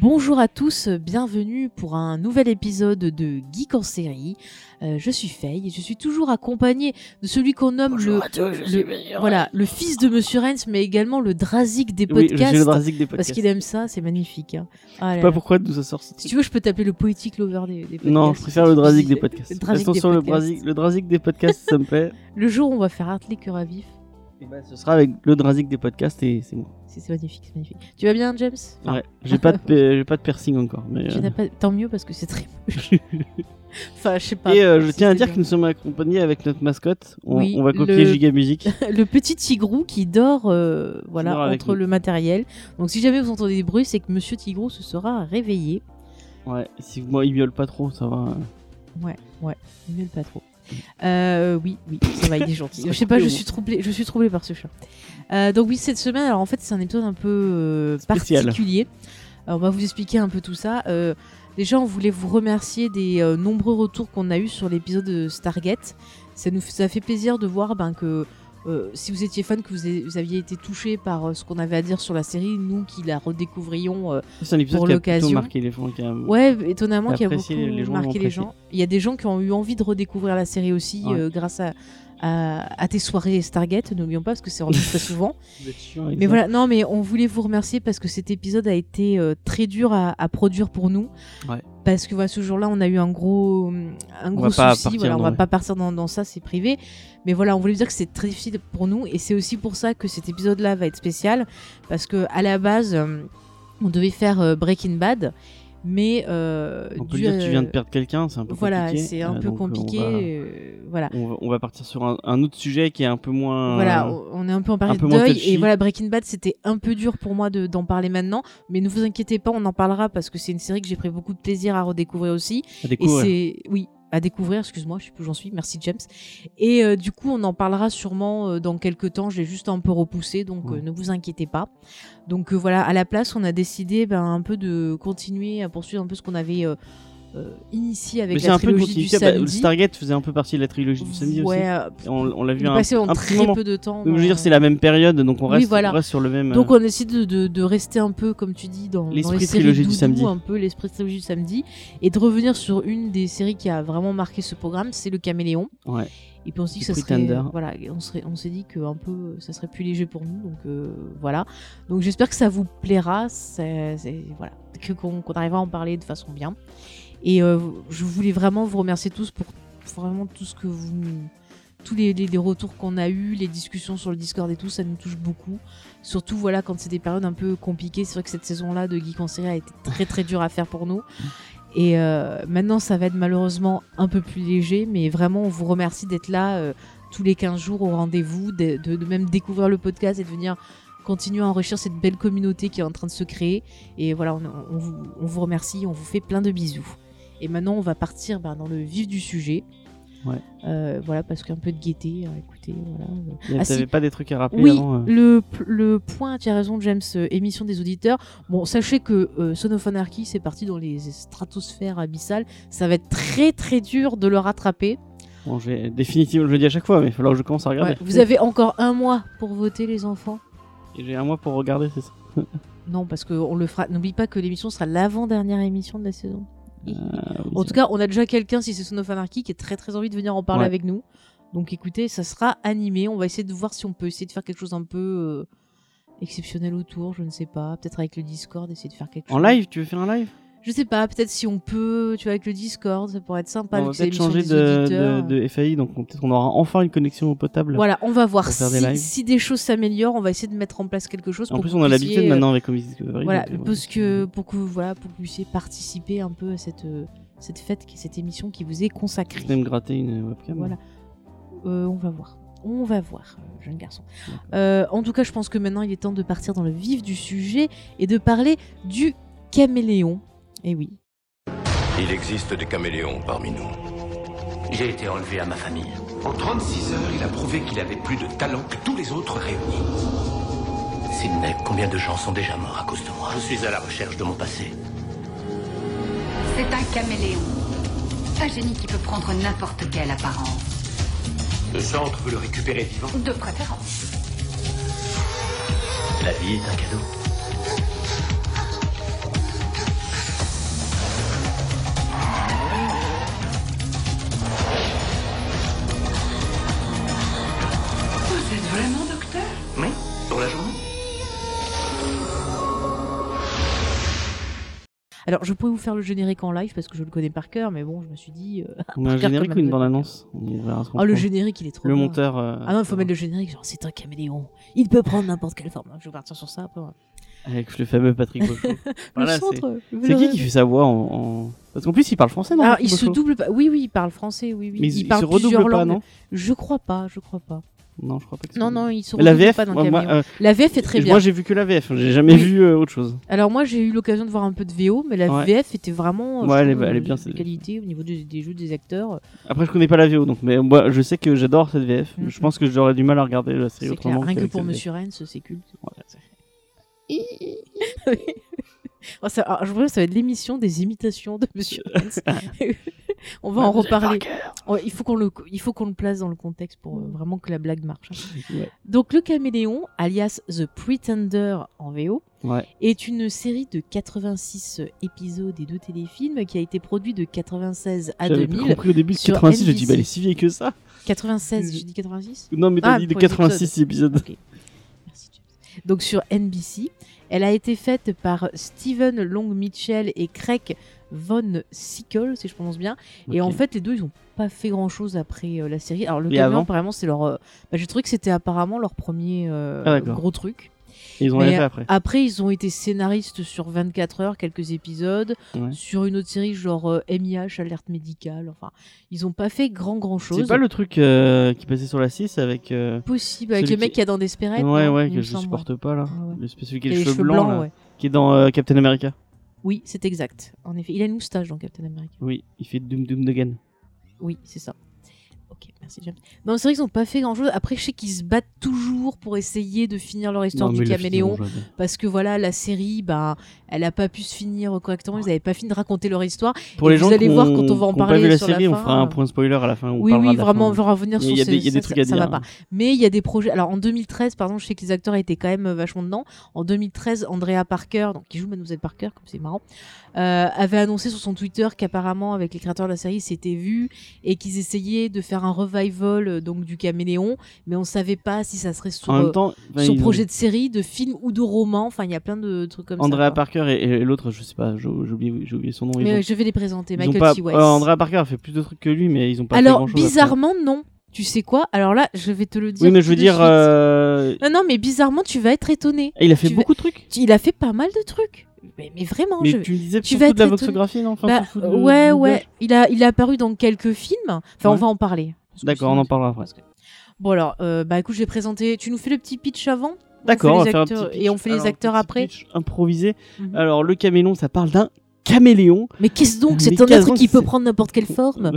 Bonjour à tous, bienvenue pour un nouvel épisode de Geek en série. Euh, je suis Faye et je suis toujours accompagnée de celui qu'on nomme Bonjour le, à tous, je le- suis Benjamin. voilà, le fils de Monsieur Rens, mais également le Drazik des Oui, podcasts. je suis le Drasic des parce podcasts. qu'il aime ça, c'est magnifique. hein. Ah Je sais là pas là. pourquoi d'où ça sort ce Si truc. tu veux, je peux t'appeler le poétique lover des, des podcasts. Non, je préfère le Drasic des Le podcasts. Drasic Restons des sur le podcasts. Drasic, le Drasic des podcasts, ça me plaît. Le jour où on va faire Hartley Cœur à vif, Eh Et ben, ce sera avec le Drasic des podcasts et c'est bon. c'est c'est magnifique, c'est magnifique. Tu vas bien, James Ouais, j'ai pas de, pe- j'ai pas de piercing encore. Mais, Je euh, n'ai pas... Tant mieux parce que c'est très moche. enfin, je sais pas. Et euh, je si tiens à c'est dire bien. que nous sommes accompagnés avec notre mascotte. On, Oui, on va copier le- Giga Music. le petit tigrou qui dort euh, voilà dort avec entre nous. le matériel. Donc si jamais vous entendez des bruits, c'est que monsieur tigrou se sera réveillé. Ouais, si moi il miaule pas trop, ça va. Ouais, ouais, mieux pas trop. Euh, oui, oui, ça va, il est gentil. Ça je va sais pas, je au suis troublée, je suis troublée par ce chat. Euh, donc oui, cette semaine, alors en fait, c'est un épisode un peu euh, Spécial. particulier. Alors, on va vous expliquer un peu tout ça. Euh, déjà, on voulait vous remercier des euh, nombreux retours qu'on a eu sur l'épisode de Stargate. Ça nous ça fait plaisir de voir ben, que euh, si vous étiez fan, que vous, avez- vous aviez été touché par euh, ce qu'on avait à dire sur la série, nous qui la redécouvrions. euh, C'est un épisode Pour qui a plutôt l'occasion. marqué les gens. Qui a... Ouais, étonnamment qu'il y a beaucoup Apprécié, euh, les gens l'ont marqué les apprécié. gens. Il y a des gens qui ont eu envie de redécouvrir la série aussi Ouais. euh, grâce à, à, à tes soirées Stargate, n'oublions pas parce que c'est rendu très souvent. Vous êtes chiants avec Mais ça. voilà, non mais on voulait vous remercier parce que cet épisode a été euh, très dur à, à produire pour nous. Ouais. Parce que voilà, ce jour-là, on a eu un gros, un gros va pas souci. partir voilà, on dans- va ouais. pas partir dans, dans ça, c'est privé. Mais voilà, on voulait vous dire que c'est très difficile pour nous et c'est aussi pour ça que cet épisode-là va être spécial parce que à la base, euh, on devait faire euh, Breaking Bad, mais euh, On peut dû dire à- que tu viens de perdre quelqu'un, c'est un peu Voilà, compliqué. c'est un Euh, peu donc, on va- compliqué. euh, voilà. On va, on va partir sur un, un autre sujet qui est un peu moins. Voilà, euh, on on est un peu en période peu moins deuil. touchy. Et voilà, Breaking Bad, c'était un peu dur pour moi de- d'en parler maintenant. Mais ne vous inquiétez pas, on en parlera parce que c'est une série que j'ai pris beaucoup de plaisir à redécouvrir aussi. à Et découvrir. c'est. Oui, à découvrir, excuse-moi, je sais plus où j'en suis. Merci, James. Et euh, du coup, on en parlera sûrement euh, dans quelques temps. J'ai juste un peu repoussé, donc Ouais. euh, ne vous inquiétez pas. Donc euh, voilà, à la place, on a décidé ben, un peu de continuer à poursuivre un peu ce qu'on avait. euh, euh, initié avec Mais c'est la un peu trilogie du continuité. Bah, le samedi. Stargate faisait un peu partie de la trilogie du samedi ouais, aussi. euh, Et On, on l'a vu il est un, passé en un petit très moment. peu de temps. Donc, je veux dans- dire, c'est la même période, donc on Oui, reste, voilà. on reste sur le même. Donc euh, on essaie de, de- de rester un peu, comme tu dis, dans dans les L'esprit séries trilogie du doudou, samedi. un peu l'esprit trilogie du samedi, et de revenir sur une des séries qui a vraiment marqué ce programme, c'est le Caméléon. ouais. Et puis on s'est dit que The ça serait, Pretender. voilà, on serait, on s'est dit que un peu, ça serait plus léger pour nous, donc euh, voilà. Donc j'espère que ça vous plaira, c'est, c'est- voilà, que qu'on, qu'on arrivera à en parler de façon bien. Et euh, je voulais vraiment vous remercier tous pour vraiment tout ce que vous, tous les, les- les retours qu'on a eu, les discussions sur le Discord et tout, ça nous touche beaucoup. Surtout voilà quand c'est des périodes un peu compliquées, c'est vrai que cette saison-là de Geek en série a été très très dure à faire pour nous. Et euh, maintenant, ça va être malheureusement un peu plus léger, mais vraiment, on vous remercie d'être là euh, tous les 15 jours au rendez-vous, de, de- de même découvrir le podcast et de venir continuer à enrichir cette belle communauté qui est en train de se créer. Et voilà, on, on vous, on vous remercie, on vous fait plein de bisous. Et maintenant, on va partir ben, dans le vif du sujet. Ouais. Euh, voilà, parce qu'un peu de gaieté, euh, écoutez, voilà. Il y a- Ah, T'avais si. pas des trucs à rappeler Oui, avant, euh, le, p- le point, tu as raison, James, euh, émission des auditeurs. Bon, sachez que euh, Son of Anarchy, c'est parti dans les stratosphères abyssales. Ça va être très très dur de le rattraper. Bon, je vais- définitivement, je le dis à chaque fois, mais il va falloir que je commence à regarder. Ouais, vous avez encore un mois pour voter, les enfants. Et J'ai un mois pour regarder, c'est ça. Non, parce que on le fera. N'oublie pas que l'émission sera l'avant-dernière émission de la saison. Ah, oui, En c'est- tout cas, on a déjà quelqu'un, si c'est Son of Anarchy, qui a très très envie de venir en parler Ouais. avec nous. Donc écoutez, ça sera animé. On va essayer de voir si on peut essayer de faire quelque chose un peu euh, exceptionnel autour. Je ne sais pas. Peut-être avec le Discord, essayer de faire quelque En chose. live, tu veux faire un live Je sais pas, peut-être si on peut, tu vois, avec le Discord, ça pourrait être sympa. On vu va que c'est peut-être l'émission changer des de, de, auditeurs. de FAI, donc on- peut-être qu'on aura enfin une connexion au potable. Voilà, on va voir Pour si, faire des lives. si des choses s'améliorent, on va essayer de mettre en place quelque chose. En pour plus, que vous on a puissiez, l'habitude euh, maintenant avec Comedy Discovery. Voilà, donc, euh, parce que pour que voilà, pour que vous puissiez participer un peu à cette euh, cette fête, qui- cette émission qui vous est Je consacrée. vais me gratter une webcam. hein. Voilà. Euh, on va voir. On va voir, euh, jeune garçon. D'accord. Euh, en tout cas, je pense que maintenant, il est temps de partir dans le vif du sujet et de parler du caméléon. Et oui, Il existe des caméléons parmi nous. Il a été enlevé à ma famille. En 36 heures, il a prouvé qu'il avait plus de talent que tous les autres réunis. Sidney, combien de gens sont déjà morts à cause de moi Je suis à la recherche de mon passé. C'est un caméléon. Un génie qui peut prendre n'importe quelle apparence. Le centre veut le récupérer vivant. De préférence. La vie est un cadeau. Alors, je pourrais vous faire le générique en live parce que je le connais par cœur, mais bon, je me suis dit. euh, On a un Regarde générique comme ou une elle bande annonce On verra ce qu'on Oh, le prend. générique, il est trop Le bien. monteur. euh, Ah non, il faut mettre le générique, genre c'est un caméléon. Il peut prendre n'importe quelle forme. Je vais partir sur ça après. ouais. Avec le fameux Patrick Bochot. Voilà, le c'est- centre. le C'est qui rêve. qui fait sa voix en. en- Parce qu'en plus, il parle français, non Alors, Patrick Ah, il se Bochot double pas. Oui, oui, il parle français, oui, oui. Mais il il parle se redouble plusieurs pas, langues. non Je crois pas, je crois pas. Non, je crois pas que Non, non, ils se Mais La redoublent VF, pas dans moi, Caméléon. moi, euh, La VF est très bien. moi j'ai vu que la VF, j'ai jamais Oui. vu euh, autre chose. Alors moi j'ai eu l'occasion de voir un peu de VO, mais la Ouais. VF était vraiment euh, Ouais, je elle est- trouve, elle est euh, bien, de c'est- qualité au niveau des, des jeux des acteurs. Après, je connais pas la VO, donc, mais moi, je sais que j'adore cette VF. Mhm. Je pense que j'aurais du mal à regarder la série C'est clair, autrement. rien que qu'avec pour cette Monsieur Rennes, c'est culte. VF. Ouais, c'est- Oh, ça- ah, je vois, ça va être l'émission des imitations de Monsieur Rennes. On va en reparler. Ouais, il faut qu'on le, il faut qu'on le place dans le contexte pour euh, vraiment que la blague marche. hein. Ouais. Donc le caméléon, alias The Pretender en VO, Ouais. est une série de 86 épisodes et deux téléfilms qui a été produit de 96 à J'avais pas 2000. compris au début de sur 86, je dis, NBC. bah, elle est si vieille que ça. 96, j'ai dit 86 Non, mais t'as Ah, dit de pour les 86 épisodes. Ok. Merci, James. Donc sur NBC, elle a été faite par Steven Long Mitchell et Craig Von Sickle, si je prononce bien. Et Ok. en fait, les deux, ils ont pas fait grand chose après euh, la série. Alors le Et caméléon, avant apparemment, c'est leur. euh, bah, j'ai trouvé que c'était apparemment leur premier euh, Ah, d'accord. gros truc. Ils ont mais- rien fait après. Après, ils ont été scénaristes sur 24 heures, quelques épisodes, Ouais. sur une autre série genre euh, MIH, alerte médicale. Enfin, ils ont pas fait grand grand chose. C'est pas le truc euh, qui passait sur la 6 avec. euh, possible avec celui le mec qui- qui a dans Desperate. Ouais, non ouais, Il que me je semble, ouais. supporte pas là. Ouais, ouais. Le spécifique Il avec a les cheveux blancs, là, ouais. qui est dans euh, Captain America. Oui, c'est exact. En effet, il a une moustache dans Captain America. Oui, il fait Doom Doom Again. Oui, c'est ça. Ok, merci James. Non, c'est vrai qu'ils n'ont pas fait grand-chose. Après, je sais qu'ils se battent toujours pour essayer de finir leur histoire du caméléon. Parce que voilà, la série, bah, elle n'a pas pu se finir correctement. Ils n'avaient pas fini de raconter leur histoire. Pour Et les vous gens allez qui ont- voir quand on va en qui ont parler pas vu la sur la série, on fin, fera euh, un point spoiler à la fin. on oui, parlera oui, de la vraiment, on fin. va revenir Il sur y a- il y a ce- des- il y a des ça, trucs à ça va dire, pas. hein. Mais il y a des projets. Alors en 2013, pardon, je sais que les acteurs étaient quand même euh, vachement dedans. En 2013, Andrea Parker, donc qui joue Mademoiselle Parker, comme c'est marrant, euh, avait annoncé sur son Twitter qu'apparemment avec les créateurs de la série, ils s'étaient vus et qu'ils essayaient de faire un revival euh, donc du Caméléon, mais on savait pas si ça serait sur En euh, même temps, enfin, sur ils- projet de série, de film ou de roman. Enfin, il y a plein de trucs comme Andrea ça. quoi. Parker et, et l'autre, je sais pas, j'ai j'ai oublié, j'ai oublié son nom. ils Mais ont- euh, je vais les présenter. ils Michael ont pas- T. Weiss. euh, Andrea Parker a fait plus de trucs que lui, mais ils ont pas Alors fait grand chose. bizarrement, non. Tu sais quoi Alors là, je vais te le dire. Oui, mais je tout veux de dire, suite. euh, Non, non, mais bizarrement, tu vas être étonné. il a fait tu beaucoup de trucs. Il a fait pas mal de trucs. Mais, mais vraiment, Mais je... tu me disais tu tu vas surtout de la être étonné. voxographie, non Enfin, Bah, surtout de- ouais, ouais. du doublage. Il a, il a apparu dans quelques films. Enfin, on Ouais. va en parler. Parce que D'accord, on sinon, en parlera après. Bon alors, euh, bah écoute, je vais présenter. Tu nous fais le petit pitch avant. On D'accord, fait les on va faire un acteurs- petit pitch. et on fait Alors, les acteurs petit après. pitch improvisé. Mhm. Alors, le caméléon, ça parle d'un caméléon. Mais qu'est-ce donc Mais C'est un qu'est-ce être donc qui peut c'est- prendre n'importe quelle forme.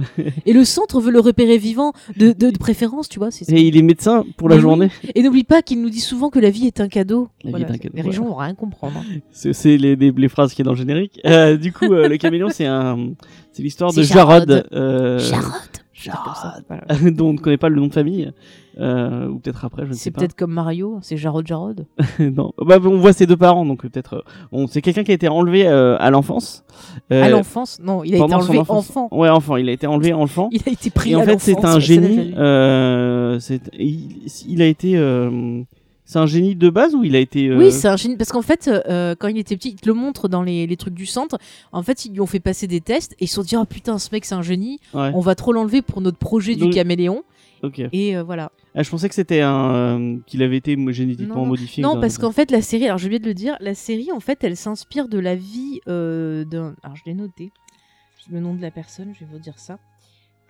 et le centre veut le repérer vivant, de, de, de préférence, tu vois. c'est- Et il est médecin pour la Mais oui. journée. Et n'oublie pas qu'il nous dit souvent que la vie est un cadeau. La vie est un cadeau, Les voilà. gens vont rien comprendre. hein. C'est c'est les, les, les phrases qui est dans le générique. Euh, du coup, euh, le caméléon, c'est un, c'est l'histoire de C'est Jarod. Jarod. euh, Charotte comme ça. Voilà. dont on ne connaît pas le nom de famille, euh, ou peut-être après, je ne C'est sais pas. peut-être comme Mario, c'est Jarod Jarod. non. Bah, on voit ses deux parents, donc euh, peut-être. euh, on- c'est quelqu'un qui a été enlevé euh, à l'enfance. Euh, à l'enfance, non, il a été pendant son enlevé enfance. enfant. Ouais, enfant. Il a été enlevé enfant. Il a été pris Et en à fait, c'est l'enfance, ça, un déjà génie. vu. euh, c'est- il, il a été. euh, c'est un génie de base ou il a été. euh, Oui, c'est un génie. Parce qu'en fait, euh, quand il était petit, il te le montre dans les, les trucs du centre. En fait, ils lui ont fait passer des tests et ils se sont dit Oh putain, ce mec, c'est un génie. ouais, On va trop l'enlever pour notre projet du Donc- caméléon. ok. Et euh, voilà. Ah, je pensais que c'était un. euh, qu'il avait été mo- Non, génétiquement non. modifié. ou Non, d'un- parce qu'en fait, la série, alors j'ai oublié de le dire, la série, en fait, elle s'inspire de la vie euh, d'un. Alors je l'ai noté, le nom de la personne, je vais vous dire ça.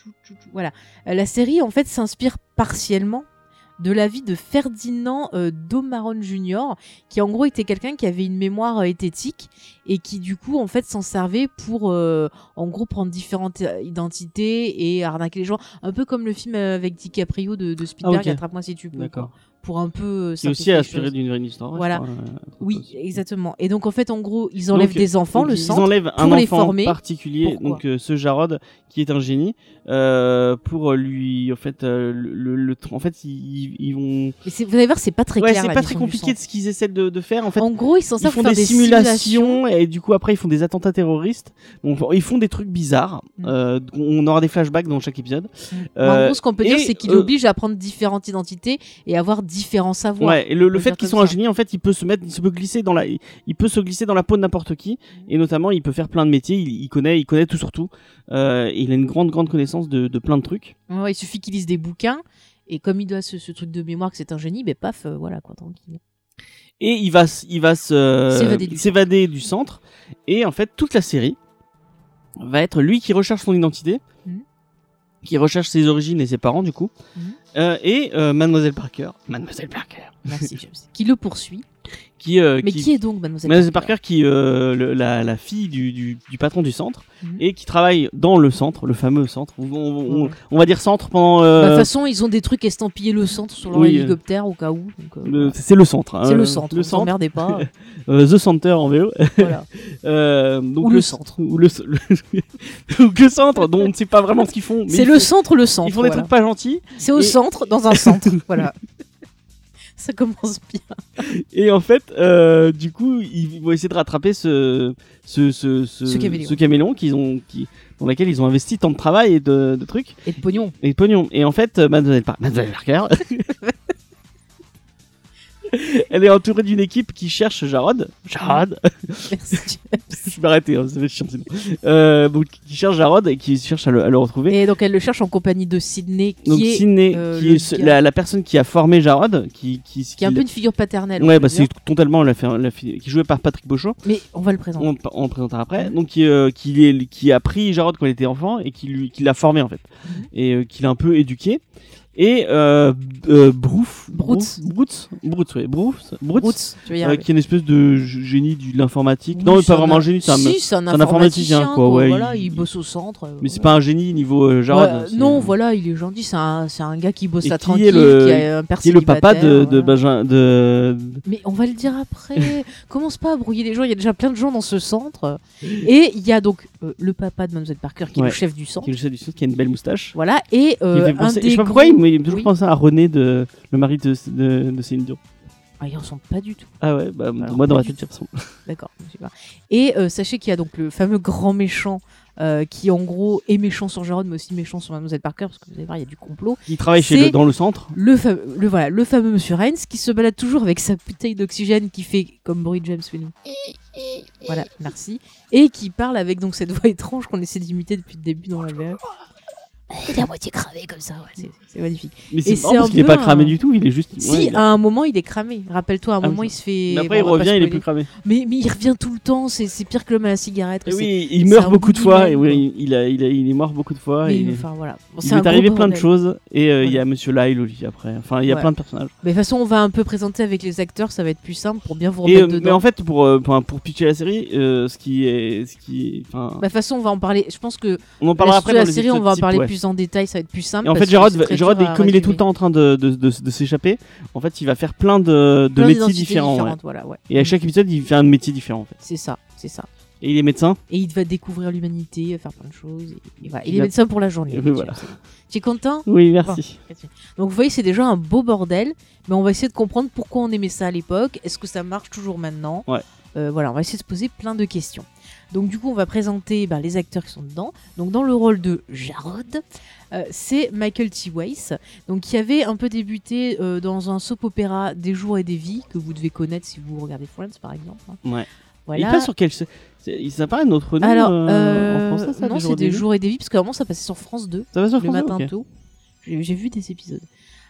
Tout, tout, tout. Voilà. Euh, la série, en fait, s'inspire partiellement de la vie de Ferdinand euh, Domaron Jr., qui en gros était quelqu'un qui avait une mémoire euh, esthétique et qui du coup en fait s'en servait pour euh, en gros prendre différentes euh, identités et arnaquer les gens, un peu comme le film euh, avec DiCaprio de, de Spielberg, Ah, ok. Attrape-moi si tu peux, D'accord. pour un peu euh, Qui est aussi simplifier les aspiré choses. d'une vraie histoire. je Voilà. crois, euh, Oui, aussi. exactement. Et donc en fait, en gros, ils enlèvent Donc, des enfants, Donc, le ils sang. enlèvent un pour les enfant former. particulier, Pourquoi donc euh, ce Jarod qui est un génie, euh, pour lui, en fait, euh, le, le- le tr- en fait, ils, ils vont. Mais c'est- vous allez voir, c'est pas très ouais, clair. c'est la pas très notion du compliqué de sang. ce qu'ils essaient de, de faire. En fait, En gros, ils s'en ils servent font pour faire des, des simulations, simulations. et du coup après ils font des attentats terroristes. Donc ils font des trucs bizarres. Mm. Euh, on aura des flashbacks dans chaque épisode. Mais en Euh, gros, ce qu'on peut dire, et, c'est qu'il euh, oblige à prendre différentes identités et avoir différents savoirs. Ouais, et le, le peut fait dire qu'ils comme sont un ça. génie, en fait, il peut se mettre, il se peut glisser dans la, il peut se glisser dans la peau de n'importe qui, Mm. et notamment, il peut faire plein de métiers. Il, il connaît, il connaît tout sur tout. Euh, et il a une grande, grande connaissance de, de plein de trucs. Ouais, il suffit qu'il lise des bouquins. Et comme il doit ce, ce truc de mémoire que c'est un génie, ben paf, euh, voilà quoi, tranquille. Et il va, s- il va se S'évader du s'évader du centre. Et en fait, toute la série va être lui qui recherche son identité, Mhm. qui recherche ses origines et ses parents du coup, Mhm. Euh, et euh, Mademoiselle Parker, Mademoiselle Parker, Merci James. qui le poursuit. qui, euh, Mais qui est donc Mademoiselle Mademoiselle Parker Parker qui euh, le- la, la fille du, du, du patron du centre Mhm. et qui travaille dans le centre, le fameux centre. On, on- on- Ouais. on va dire centre pendant. Bah, De euh, toute façon, ils ont des trucs estampillés le centre sur leur oui, euh, hélicoptère au cas où. donc, euh, le- voilà. c'est le centre. hein, C'est le centre, Le ne centre. s'emmerdez pas. euh, euh, the Center en VO. voilà. Euh, donc Ou le centre. Ou le, le- donc le centre, dont on ne sait pas vraiment ce qu'ils font. mais C'est ils le font- centre, le centre. Ils font des voilà. trucs pas gentils. C'est au et- centre, dans un centre. voilà. Ça commence bien. Et en fait, euh, du coup, ils vont essayer de rattraper ce, ce, ce, Ce caméléon. qu'ils ont, qui, dans laquelle ils ont investi tant de travail et de, de trucs. Et de pognon. et de pognon. Et en fait, euh, Mademoiselle, Par- Mademoiselle Parker, elle est entourée d'une équipe qui cherche Jarod. Jarod Merci. Je vais m'arrêter, hein, ça va être chiant sinon. Euh, donc, qui cherche Jarod et qui cherche à le, à le retrouver. Et donc elle le cherche en compagnie de Sydney, qui donc, est, Sidney, euh, qui le est ce- gars- la, la personne qui a formé Jarod, qui, qui, qui est un qui- peu une figure paternelle. on Ouais, peut bah dire. c'est totalement la, fi- la fi- qui jouait par Patrick Beauchamp, Mais on va le présenter. on, on le présentera après. Donc qui, euh, qui, est- qui a pris Jarod quand il était enfant et qui lui qui l'a formé en fait Mhm. et euh, qui l'a un peu éduqué. Et euh, euh, Brouf, Broots. Broots, Broots, ouais, Broots, Broots, Broots, tu veux y euh, arriver. qui est une espèce de g- génie de l'informatique. Oui, non, mais c'est pas vraiment un- un génie, c'est un. Si, c'est un un informaticien, informaticien, quoi, quoi, ouais, voilà, il- il... bosse au centre. euh, Mais c'est voilà. pas un génie niveau euh, Jarod. Ouais, c'est- non, voilà, il est gentil, c'est un, c'est un gars qui bosse Et à qui est tranquille, le- qui a un père Qui est le papa de, célibataire, de, voilà. Benjamin- de, Mais on va le dire après. Commence pas à brouiller les gens. Il y a déjà plein de gens dans ce centre. Et il y a donc euh, le papa de Mademoiselle Parker qui Ouais. est le chef du centre. qui est le chef du Sud, qui a une belle moustache. Voilà. Et euh, Il fait un penser- des je sais pas pourquoi, il gros- me il me fait toujours Oui. penser à René, de, le mari de, de, de Céline Dion. Ah, il ressemble pas du tout. Ah ouais, bah, Alors, moi dans pas ma du tête, il ressemble. D'accord. je sais pas. Et euh, sachez qu'il y a donc le fameux grand méchant euh, qui en gros est méchant sur Jérôme, mais aussi méchant sur Mademoiselle Parker parce que vous allez voir, il y a du complot. Il travaille chez C'est- le- dans le centre. Le, fa- le voilà, le fameux Monsieur Reigns qui se balade toujours avec sa bouteille d'oxygène qui fait comme bruit de James Willing. Voilà, merci. Et qui parle avec donc cette voix étrange qu'on essaie d'imiter depuis le début dans la VF. Il est à moitié cravé comme ça. ouais. C'est- C'est magnifique. Mais Et c'est marrant c'est parce un qu'il est peu pas cramé un- du tout, il est juste. Si, ouais, il a- à un moment, il est cramé. Rappelle-toi, à un Ah, moment, oui. il se fait. Mais après, bon, il on va pas revient, il est spoiler. plus cramé. Mais, mais il revient tout le temps, c'est c'est pire que l'homme à la cigarette. Et quoi, oui, il c'est meurt un beaucoup de fois, et boogeyman, oui, il, a, il, a- il est mort beaucoup de c'est- fois. mais et- enfin, voilà. Bon, Il c'est un est gros arrivé plein de bordel. choses et euh, il y a Monsieur Lyle aussi après. Enfin, il y a Ouais. plein de personnages. Mais de toute façon, on va un peu présenter avec les acteurs, ça va être plus simple pour bien vous Et, remettre euh, mais dedans. en fait, pour, euh, pour, pour pitcher la série, euh, ce qui est, ce qui, est- enfin, Bah, De toute façon, on va en parler. Je pense que on en parlera la, après la dans les série, on épisodes va en type, parler ouais. plus en détail, ça va être plus simple. Et en parce fait, que Jérôme, c'est très Jérôme dur à comme il est tout le résumer. temps en train de, de, de, de s'échapper, en fait, il va faire plein de, de Plein métiers d'identités différents. ouais. différentes, voilà, ouais. Mm, Et à chaque épisode, il fait un métier différent. En fait. C'est ça, c'est ça. Et il est médecin. Et il va découvrir l'humanité, faire plein de choses. Et, et voilà. Il Il est a- médecin pour la journée. Et tu voilà. vois, c'est bon. Tu es content Oui, merci. Donc vous voyez, c'est déjà un beau bordel, mais on va essayer de comprendre pourquoi on aimait ça à l'époque, est-ce que ça marche toujours maintenant Ouais. Euh, Voilà, on va essayer de se poser plein de questions. Donc du coup, on va présenter ben, les acteurs qui sont dedans. Donc dans le rôle de Jarod, euh, c'est Michael T. Weiss, donc qui avait un peu débuté euh, dans un soap opéra Des jours et des vies que vous devez connaître si vous regardez Friends par exemple. hein. Ouais. Voilà. Il passe sur quel. c'est- c'est- Ça paraît notre nom Alors, euh, euh, en français, ça non, des c'est jours des de- jours et des vies parce qu'avant ça passait sur France 2 Ça va sur le français, matin ok. tôt. J'ai j'ai vu des épisodes.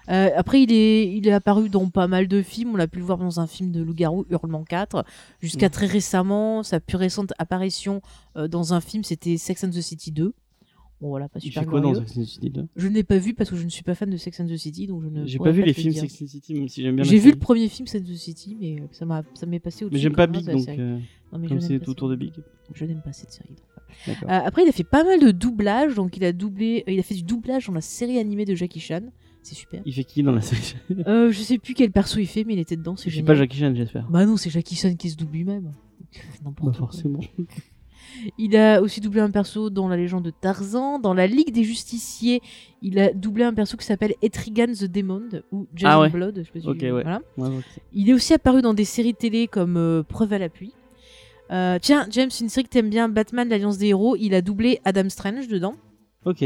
Euh, après, il est, il est apparu dans pas mal de films. On l'a pu le voir dans un film de Loup-Garou, Hurlement 4. Jusqu'à Mhm. très récemment, sa plus récente apparition euh, dans un film, c'était Sex and the City 2. Bon, voilà, pas Il super fait quoi dans glorieux. Sex and the City 2 Je ne l'ai pas vu parce que je ne suis pas fan de Sex and the City, donc je ne. J'ai pas pourrais vu te les le films dire. Sex and the City, même si j'aime bien la J'ai vu série. le premier film Sex and the City, mais euh, ça m'a, ça m'est passé au-dessus. Mais j'aime comme pas un Big, de la donc série. euh, Non, mais comme je n'aime c'est pas autour cette- de Big. Je n'aime pas cette série. donc. D'accord. Euh, après, il a fait pas mal de doublage. Donc, il a doublé, euh, il a fait du doublage dans la série animée de Jackie Chan. C'est super. Il fait qui dans la série Euh, je sais plus quel perso il fait, mais il était dedans. C'est Je sais génial. pas Jackie Chan, j'espère. Bah non, c'est Jackie Chan qui se double lui-même. Bah, N'importe quoi. forcément. Il a aussi doublé un perso dans la légende de Tarzan, dans la Ligue des Justiciers. Il a doublé un perso qui s'appelle Etrigan the Demon ou Jason Ah ouais. Blood. Je sais pas si Ok, vous- ouais. voilà. Ouais, donc c'est- Il est aussi apparu dans des séries télé comme euh, Preuve à l'appui. Euh, tiens, James, une série que t'aimes bien, Batman, l'Alliance des Héros. Il a doublé Adam Strange dedans. Ok.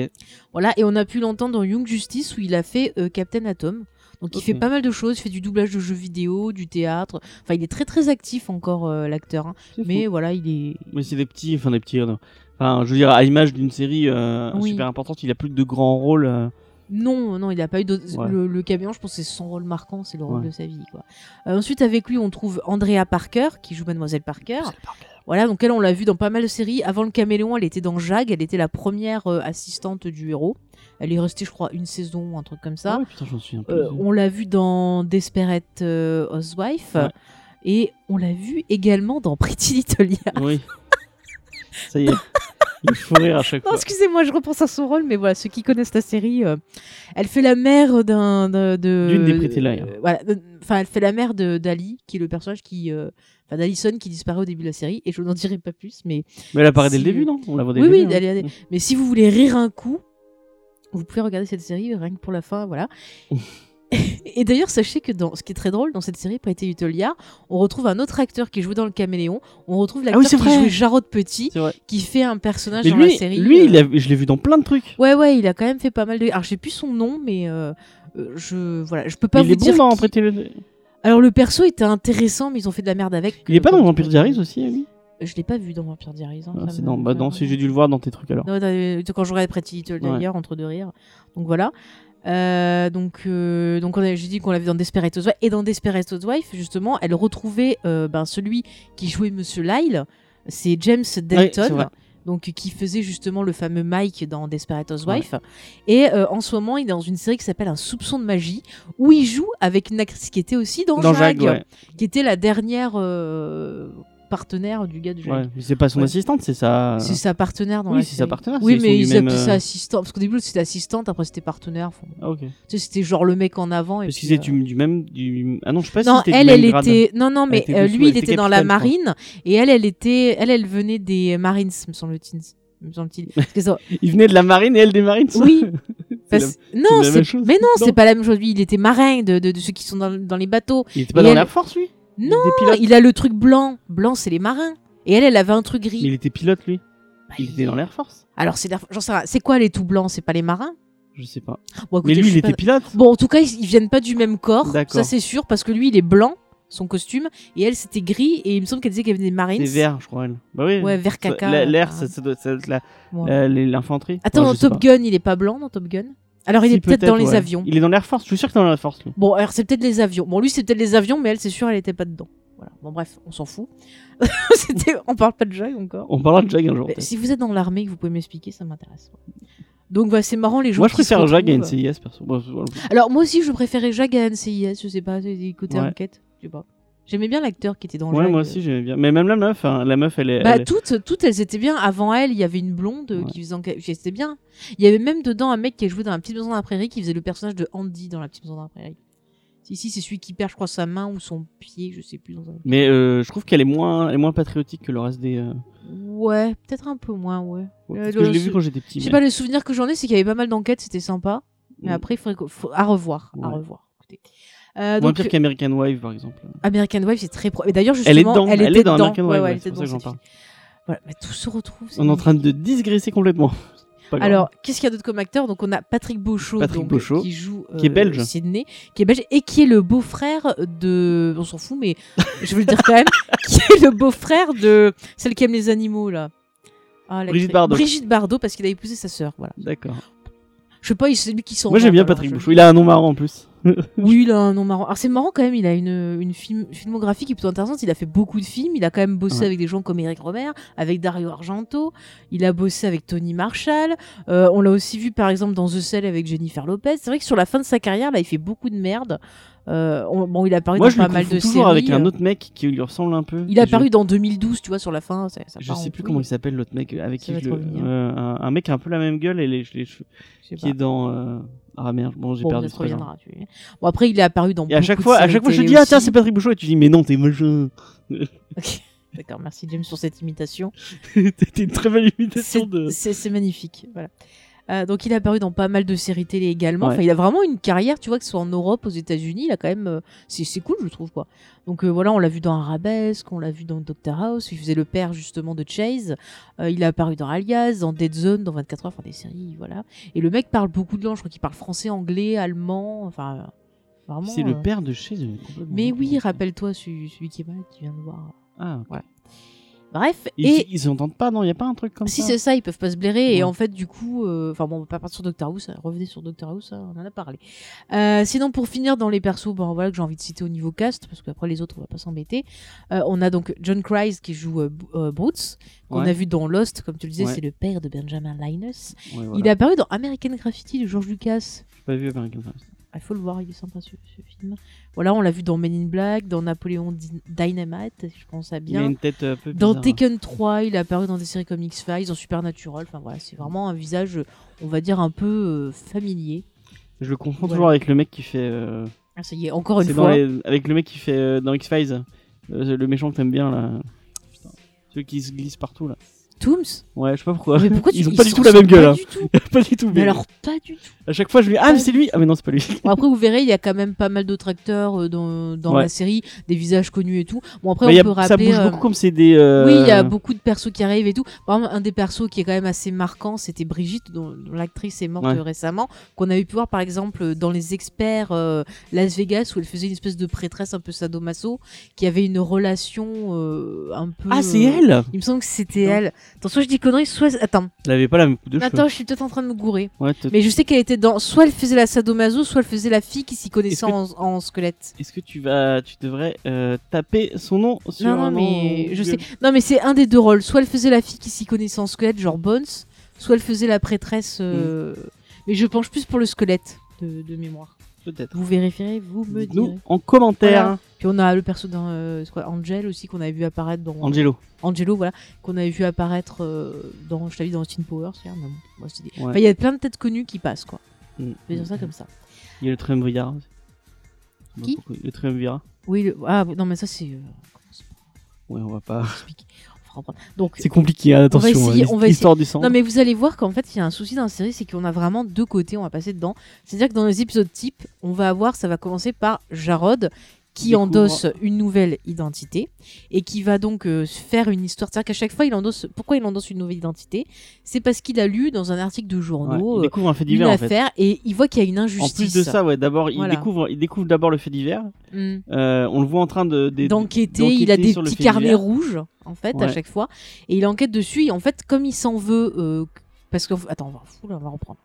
Voilà, et on a pu l'entendre dans Young Justice où il a fait euh, Captain Atom. Donc Ok. il fait pas mal de choses, il fait du doublage de jeux vidéo, du théâtre. Enfin, il est très très actif encore euh, l'acteur. hein. C'est fou. Mais voilà, il est. Mais c'est des petits, enfin des petits. non. Enfin, je veux dire, à l'image d'une série euh, Oui. super importante, il a plus de grands rôles. euh. Non, non, il a pas eu d'autres- Ouais. le, le camion. Je pense que c'est son rôle marquant, c'est le rôle Ouais. de sa vie. Quoi. Euh, ensuite, avec lui, on trouve Andrea Parker qui joue Mademoiselle Parker. Voilà, donc elle, on l'a vu dans pas mal de séries. Avant le caméléon, elle était dans Jag, elle était la première euh, assistante du héros. Elle est restée, je crois, une saison, un truc comme ça. Ah ouais, putain, j'en suis un peu. Euh, on l'a vu dans Desperate euh, Housewife. Ouais. Et on l'a vu également dans Pretty Little Liars. Oui. Ça y est. Il faut rire à chaque Non, fois. excusez-moi, je repense à son rôle, mais voilà, ceux qui connaissent la série, euh, elle fait la mère d'un de- de- D'une des Pretty Liars. euh, voilà, de- enfin, elle fait la mère de d'Ali, qui est le personnage qui, euh, enfin, d'Alison qui disparaît au début de la série, et je n'en dirai pas plus, mais Mais elle apparaît dès le Si- début, non On la voit dès Oui, le oui, début. elle est- hein. Mais si vous voulez rire un coup, vous pouvez regarder cette série rien que pour la fin, voilà. Et d'ailleurs, sachez que dans, ce qui est très drôle dans cette série, Pretty Little Liars, on retrouve un autre acteur qui joue dans le Caméléon. On retrouve l'acteur Ah c'est qui vrai. jouait Jarod Petit, C'est vrai. qui fait un personnage Mais dans lui, la série. lui euh, il a- je l'ai vu dans plein de trucs. Ouais, ouais, il a quand même fait pas mal de. Alors, j'ai plus son nom, mais euh, euh, je voilà, je peux pas il vous est dire. bon dans qui- Prêter le. Alors, le perso était intéressant, mais ils ont fait de la merde avec. Il est pas Euh, dans Vampire Diaries aussi, lui Je l'ai pas vu dans Vampire Diaries. hein, Ah, ça C'est me- dans, bah, ça dans me- si j'ai dû le voir dans tes trucs alors. Non, t'as- t'as- quand je regardais Pretty Little Ouais. d'ailleurs, entre deux rires. Donc voilà. Euh, donc, euh, donc on a- j'ai dit qu'on l'avait dans Desperate Housewives. Et dans Desperate Housewives, justement, elle retrouvait euh, ben, celui qui jouait Monsieur Lyle, c'est James Denton. c'est vrai. donc, qui faisait justement le fameux Mike dans Desperate Housewives. Et euh, en ce moment, il est dans une série qui s'appelle Un soupçon de magie, où il joue avec une actrice qui était aussi dans, Dans Jag, Jacques, ouais. qui était la dernière euh, partenaire du gars de Jag. ouais. Mais c'est pas son Ouais. assistante, c'est sa. C'est sa partenaire dans Euh, Oui, la c'est série. sa partenaire, Oui, c'est- ils sont mais du ils même, appelaient ça euh, assistante. Parce qu'au début, c'était assistante, après c'était partenaire. Enfin, Ah, ok. tu sais, c'était genre le mec en avant. Et Parce puis, qu'ils étaient euh, du, du même. Du... Ah non, je sais pas Non, si c'était elle, du même elle grade. était. Non, non, Elle mais était euh, dessous, lui, elle il était était dans la capitaine, je crois. marine. Et elle, elle était. Elle, elle venait des Marines, me semble-t-il. Me semble-t-il. Parce que ça- Il venait de la marine et elle des marines. ça Oui. C'est parce- c'est Non, la même c'est- chose. mais non, c'est Non. pas la même chose. Lui, il était marin de, de- de ceux qui sont dans, dans les bateaux. Il était pas Et dans elle- l'air force, lui Non, Il était pilote. Il a le truc blanc. Blanc, c'est les marins. Et elle, elle avait un truc Mais il gris. était pilote, lui. Bah, Il il- était dans l'air force. Alors, c'est la- j'en sais rien. C'est quoi les tout blancs C'est pas les marins Je sais pas. Bon, écoutez, Mais lui, je il suis pas- était pilote. Bon, en tout cas, ils, ils viennent pas du même corps, D'accord. ça c'est sûr, parce que lui, il est blanc, son costume, et elle, c'était gris, et il me semble qu'elle disait qu'elle venait des Marines. C'est vert, je crois. elle. Bah oui. Ouais, vert Ça- caca. la- L'air, Ah, ça, ça doit ça doit être la- ouais. la- les- l'infanterie. Attends, Ouais, dans je sais Top pas. Gun, il est pas blanc dans Top Gun Alors, il Si, est peut-être dans les ouais. avions. Il est dans l'air force. Je suis sûr qu'il est dans l'air force, lui. Bon, alors c'est peut-être les avions. Bon, lui, c'est peut-être les avions, mais elle, c'est sûr, elle était pas dedans. Voilà. Bon, bref, on s'en fout. C'était- on parle pas de Jag encore. On parlera de Jag un jour. Mais peut-être. si vous êtes dans l'armée, que vous pouvez m'expliquer, ça m'intéresse. Donc, voilà, c'est marrant les gens. Moi, je qui se préfère Jag à retrouvent. NCIS, perso. Bon, c'est- voilà. Alors moi aussi, je préférais Jag à NCIS, je sais pas, c'est des côtés Ouais. enquête, je sais pas. J'aimais bien l'acteur qui était dans Ouais, Jag. moi aussi, j'aimais bien. Mais même la meuf, hein, la meuf, elle est. euh. Bah elle est- toutes, toutes elles étaient bien. Avant elle, il y avait une blonde euh, Ouais. qui faisait enquête, qui- c'était bien. Il y avait même dedans un mec qui a joué dans la petite maison dans la prairie, qui faisait le personnage de Andy dans la petite maison dans la prairie. Si si, c'est celui qui perd, je crois, sa main ou son pied, je sais plus. Dans un... Mais euh, je trouve qu'elle est moins, elle est moins patriotique que le reste des. euh, Ouais, peut-être un peu moins, ouais. ouais, Euh, parce le- que je l'ai ce- vu quand j'étais petit. Je sais mais- pas, le souvenir que j'en ai, c'est qu'il y avait pas mal d'enquêtes, c'était sympa. Mais Mm. après, il faudrait qu'on- faut- à revoir, à Ouais. revoir. écoutez. Euh, Moins donc, pire qu'American Wife, par exemple. American Wife, c'est très pro. Et d'ailleurs, Elle est justement, dedans. Elle, était est dans dedans. American Ouais, Wife. ouais, elle ouais, était c'est pour ça que dedans, j'en cette parle. Voilà, mais tout se retrouve. c'est On est en train de digresser complètement. Pas grave. Alors, qu'est-ce qu'il y a d'autre comme acteur Donc, on a Patrick Beauchot, Patrick donc, Beauchot, qui joue euh, qui est belge. Sydney, qui est belge et qui est le beau-frère de. On s'en fout, mais je veux le dire quand même, qui est le beau-frère de celle qui aime les animaux là. Ah, l'actrice- Brigitte Bardot. Brigitte Bardot, parce qu'il a épousé sa sœur. Voilà. D'accord. Je sais pas, il- c'est lui qui s'en. Moi, j'aime vante, bien alors, Patrick je- Bouchou. Il a un nom marrant en plus. Oui, il a un nom marrant. Alors c'est marrant quand même, il a une, une film- filmographie qui est plutôt intéressante. Il a fait beaucoup de films, il a quand même bossé Ouais. avec des gens comme Eric Robert, avec Dario Argento, il a bossé avec Tony Marshall, Euh, on l'a aussi vu par exemple dans The Cell avec Jennifer Lopez. C'est vrai que sur la fin de sa carrière, là, il fait beaucoup de merde. Euh, on- bon, il a apparu Moi, dans je le pas mal confonds de toujours séries. euh, avec un autre mec qui lui ressemble un peu. Il a Et je- apparu dans 2012, tu vois, sur la fin. ça- ça Je part en sais plus couille. comment il s'appelle l'autre mec avec Ça qui va je te le- revenir. euh, un, un mec a un peu la même gueule et les, les cheveux Je sais qui est pas. dans euh, ah merde bon j'ai Bon, ça perdu te c'est pas grave. reviendra, tu vois. Bon, après, il est apparu dans et à beaucoup chaque de fois à séries chaque fois je te télé dis ah tiens aussi. c'est Patrick Bouchot et tu dis mais non t'es moche Ok. D'accord, merci James pour cette imitation. t'es une très belle imitation C'est- de C'est c'est magnifique. Voilà. Euh, donc il a apparu dans pas mal de séries télé également. Ouais. Enfin, il a vraiment une carrière, tu vois, que ce soit en Europe, aux États-Unis, il a quand même, euh, c'est c'est cool, je trouve quoi. Donc euh, voilà, on l'a vu dans Arabesque, on l'a vu dans Doctor House, il faisait le père justement de Chase. Euh, il a apparu dans Alias, dans Dead Zone, dans 24 heures, enfin des séries, voilà. Et le mec parle beaucoup de langues, je crois qu'il parle français, anglais, allemand, enfin. euh, Vraiment, C'est le euh, père de chez eux. complètement. Mais oui, rappelle-toi celui, celui qui est malade, tu viens de voir. Ah, ok. Bref, Ils, et ils entendent pas, non Il y a pas un truc comme si ça c'est ça, ils peuvent pas se blairer. Ouais. Et en fait, du coup, euh, enfin bon, on va pas partir sur Doctor Who, ça, revenez sur Doctor Who, ça, on en a parlé. Euh, sinon, pour finir dans les persos, bon, voilà que j'ai envie de citer au niveau cast, parce qu'après les autres, on va pas s'embêter. Euh, on a donc John Kreis qui joue euh, B- euh, Brutes, qu'on Ouais. a vu dans Lost, comme tu le disais, Ouais. c'est le père de Benjamin Linus. Ouais, voilà. Il est apparu dans American Graffiti de George Lucas. Ah, J'ai pas vu American Pie. Il faut le voir, il est sympa ce, ce film. Voilà, on l'a vu dans Men in Black, dans Napoléon Dyn- Dynamite, je pense à Il a bien. une tête euh, un peu Dans bizarre. hein. Taken 3, il est apparu dans des séries comme X-Files, dans Supernatural. Enfin voilà, c'est vraiment un visage, on va dire, un peu euh, familier. Je le confonds Voilà. toujours avec le mec qui fait. euh, Ah, ça y est, encore une c'est dans fois. les- Avec le mec qui fait euh, dans X Files, le méchant que t'aimes bien là. Putain. Celui qui se glisse partout là. Tooms Ouais, je sais pas pourquoi. Mais pourquoi tu ils ont ils pas du se tout la même ressemblent gueule. pas hein. du tout. pas du tout. Mais mais- alors, pas du tout. À chaque fois, je lui dis Ah, mais c'est lui Ah, mais non, c'est pas lui. Bon, après, vous verrez, il y a quand même pas mal d'autres acteurs euh, dans, dans Ouais. la série, des visages connus et tout. Bon, après, Mais on y a- peut rappeler. ça bouge euh, beaucoup comme c'est des. euh, Oui, il y a beaucoup de persos qui arrivent et tout. Par exemple, un des persos qui est quand même assez marquant, c'était Brigitte, dont, dont l'actrice est morte Ouais. euh, récemment, qu'on avait pu voir par exemple dans Les Experts euh, Las Vegas, où elle faisait une espèce de prêtresse un peu sadomaso, qui avait une relation euh, un peu. Ah, c'est euh, elle Il me semble que c'était Non. elle. Attends, soit je dis conneries, soit. Attends, Elle avait pas la même coupe de cheveux. attends, je suis peut-être en train de me gourer. Ouais, t'as- Mais je sais qu'elle était dans. Soit elle faisait la sadomaso, soit elle faisait la fille qui s'y connaissait en, Est-ce en squelette. Est-ce que tu vas, tu devrais euh, taper son nom sur Non, non, un nom mais Google je sais. Non, mais c'est un des deux rôles. Soit elle faisait la fille qui s'y connaissait en squelette, genre Bones, soit elle faisait la prêtresse. euh, Mais je penche plus pour le squelette de, de mémoire. Peut-être. Vous vérifierez, vous me direz. Nous en commentaire. Voilà. Puis on a le perso d'un euh, c'est quoi, Angel aussi qu'on avait vu apparaître dans Angelo. Angelo, voilà, qu'on avait vu apparaître euh, dans je t'avais dit, dans Austin Powers. hier, mais bon, moi, c'est des- Ouais. Enfin, il y a plein de têtes connues qui passent quoi. Mm. Je vais dire ça comme ça. Il y a le triumvirat. aussi. Je sais Qui pas pourquoi. Le triumvirat. Oui, le- ah non mais ça c'est euh, comment ça Ouais, on va pas. s'explique On fera reprendre. Donc C'est compliqué. hein, attention. essayer- hein, on va Histoire du sang. Non mais vous allez voir qu'en fait il y a un souci dans la série, c'est qu'on a vraiment deux côtés, on va passer dedans. C'est-à-dire que dans les épisodes type, on va avoir, ça va commencer par Jarod qui Découvre. endosse une nouvelle identité et qui va donc euh, faire une histoire. C'est-à-dire qu'à chaque fois il endosse, pourquoi il endosse une nouvelle identité C'est parce qu'il a lu dans un article de Ouais, journaux il euh, découvre un fait une divers en fait. affaire et il voit qu'il y a une En injustice. plus de ça, ouais, d'abord il Voilà. découvre, il découvre d'abord le fait divers. Mm. Euh, on le voit en train de de- d'enquêter, il a des sur le petits fait carnets divers. rouges en fait à Ouais. chaque fois et il enquête dessus et en fait comme il s'en veut euh, parce que attends on va, fou, là, on va reprendre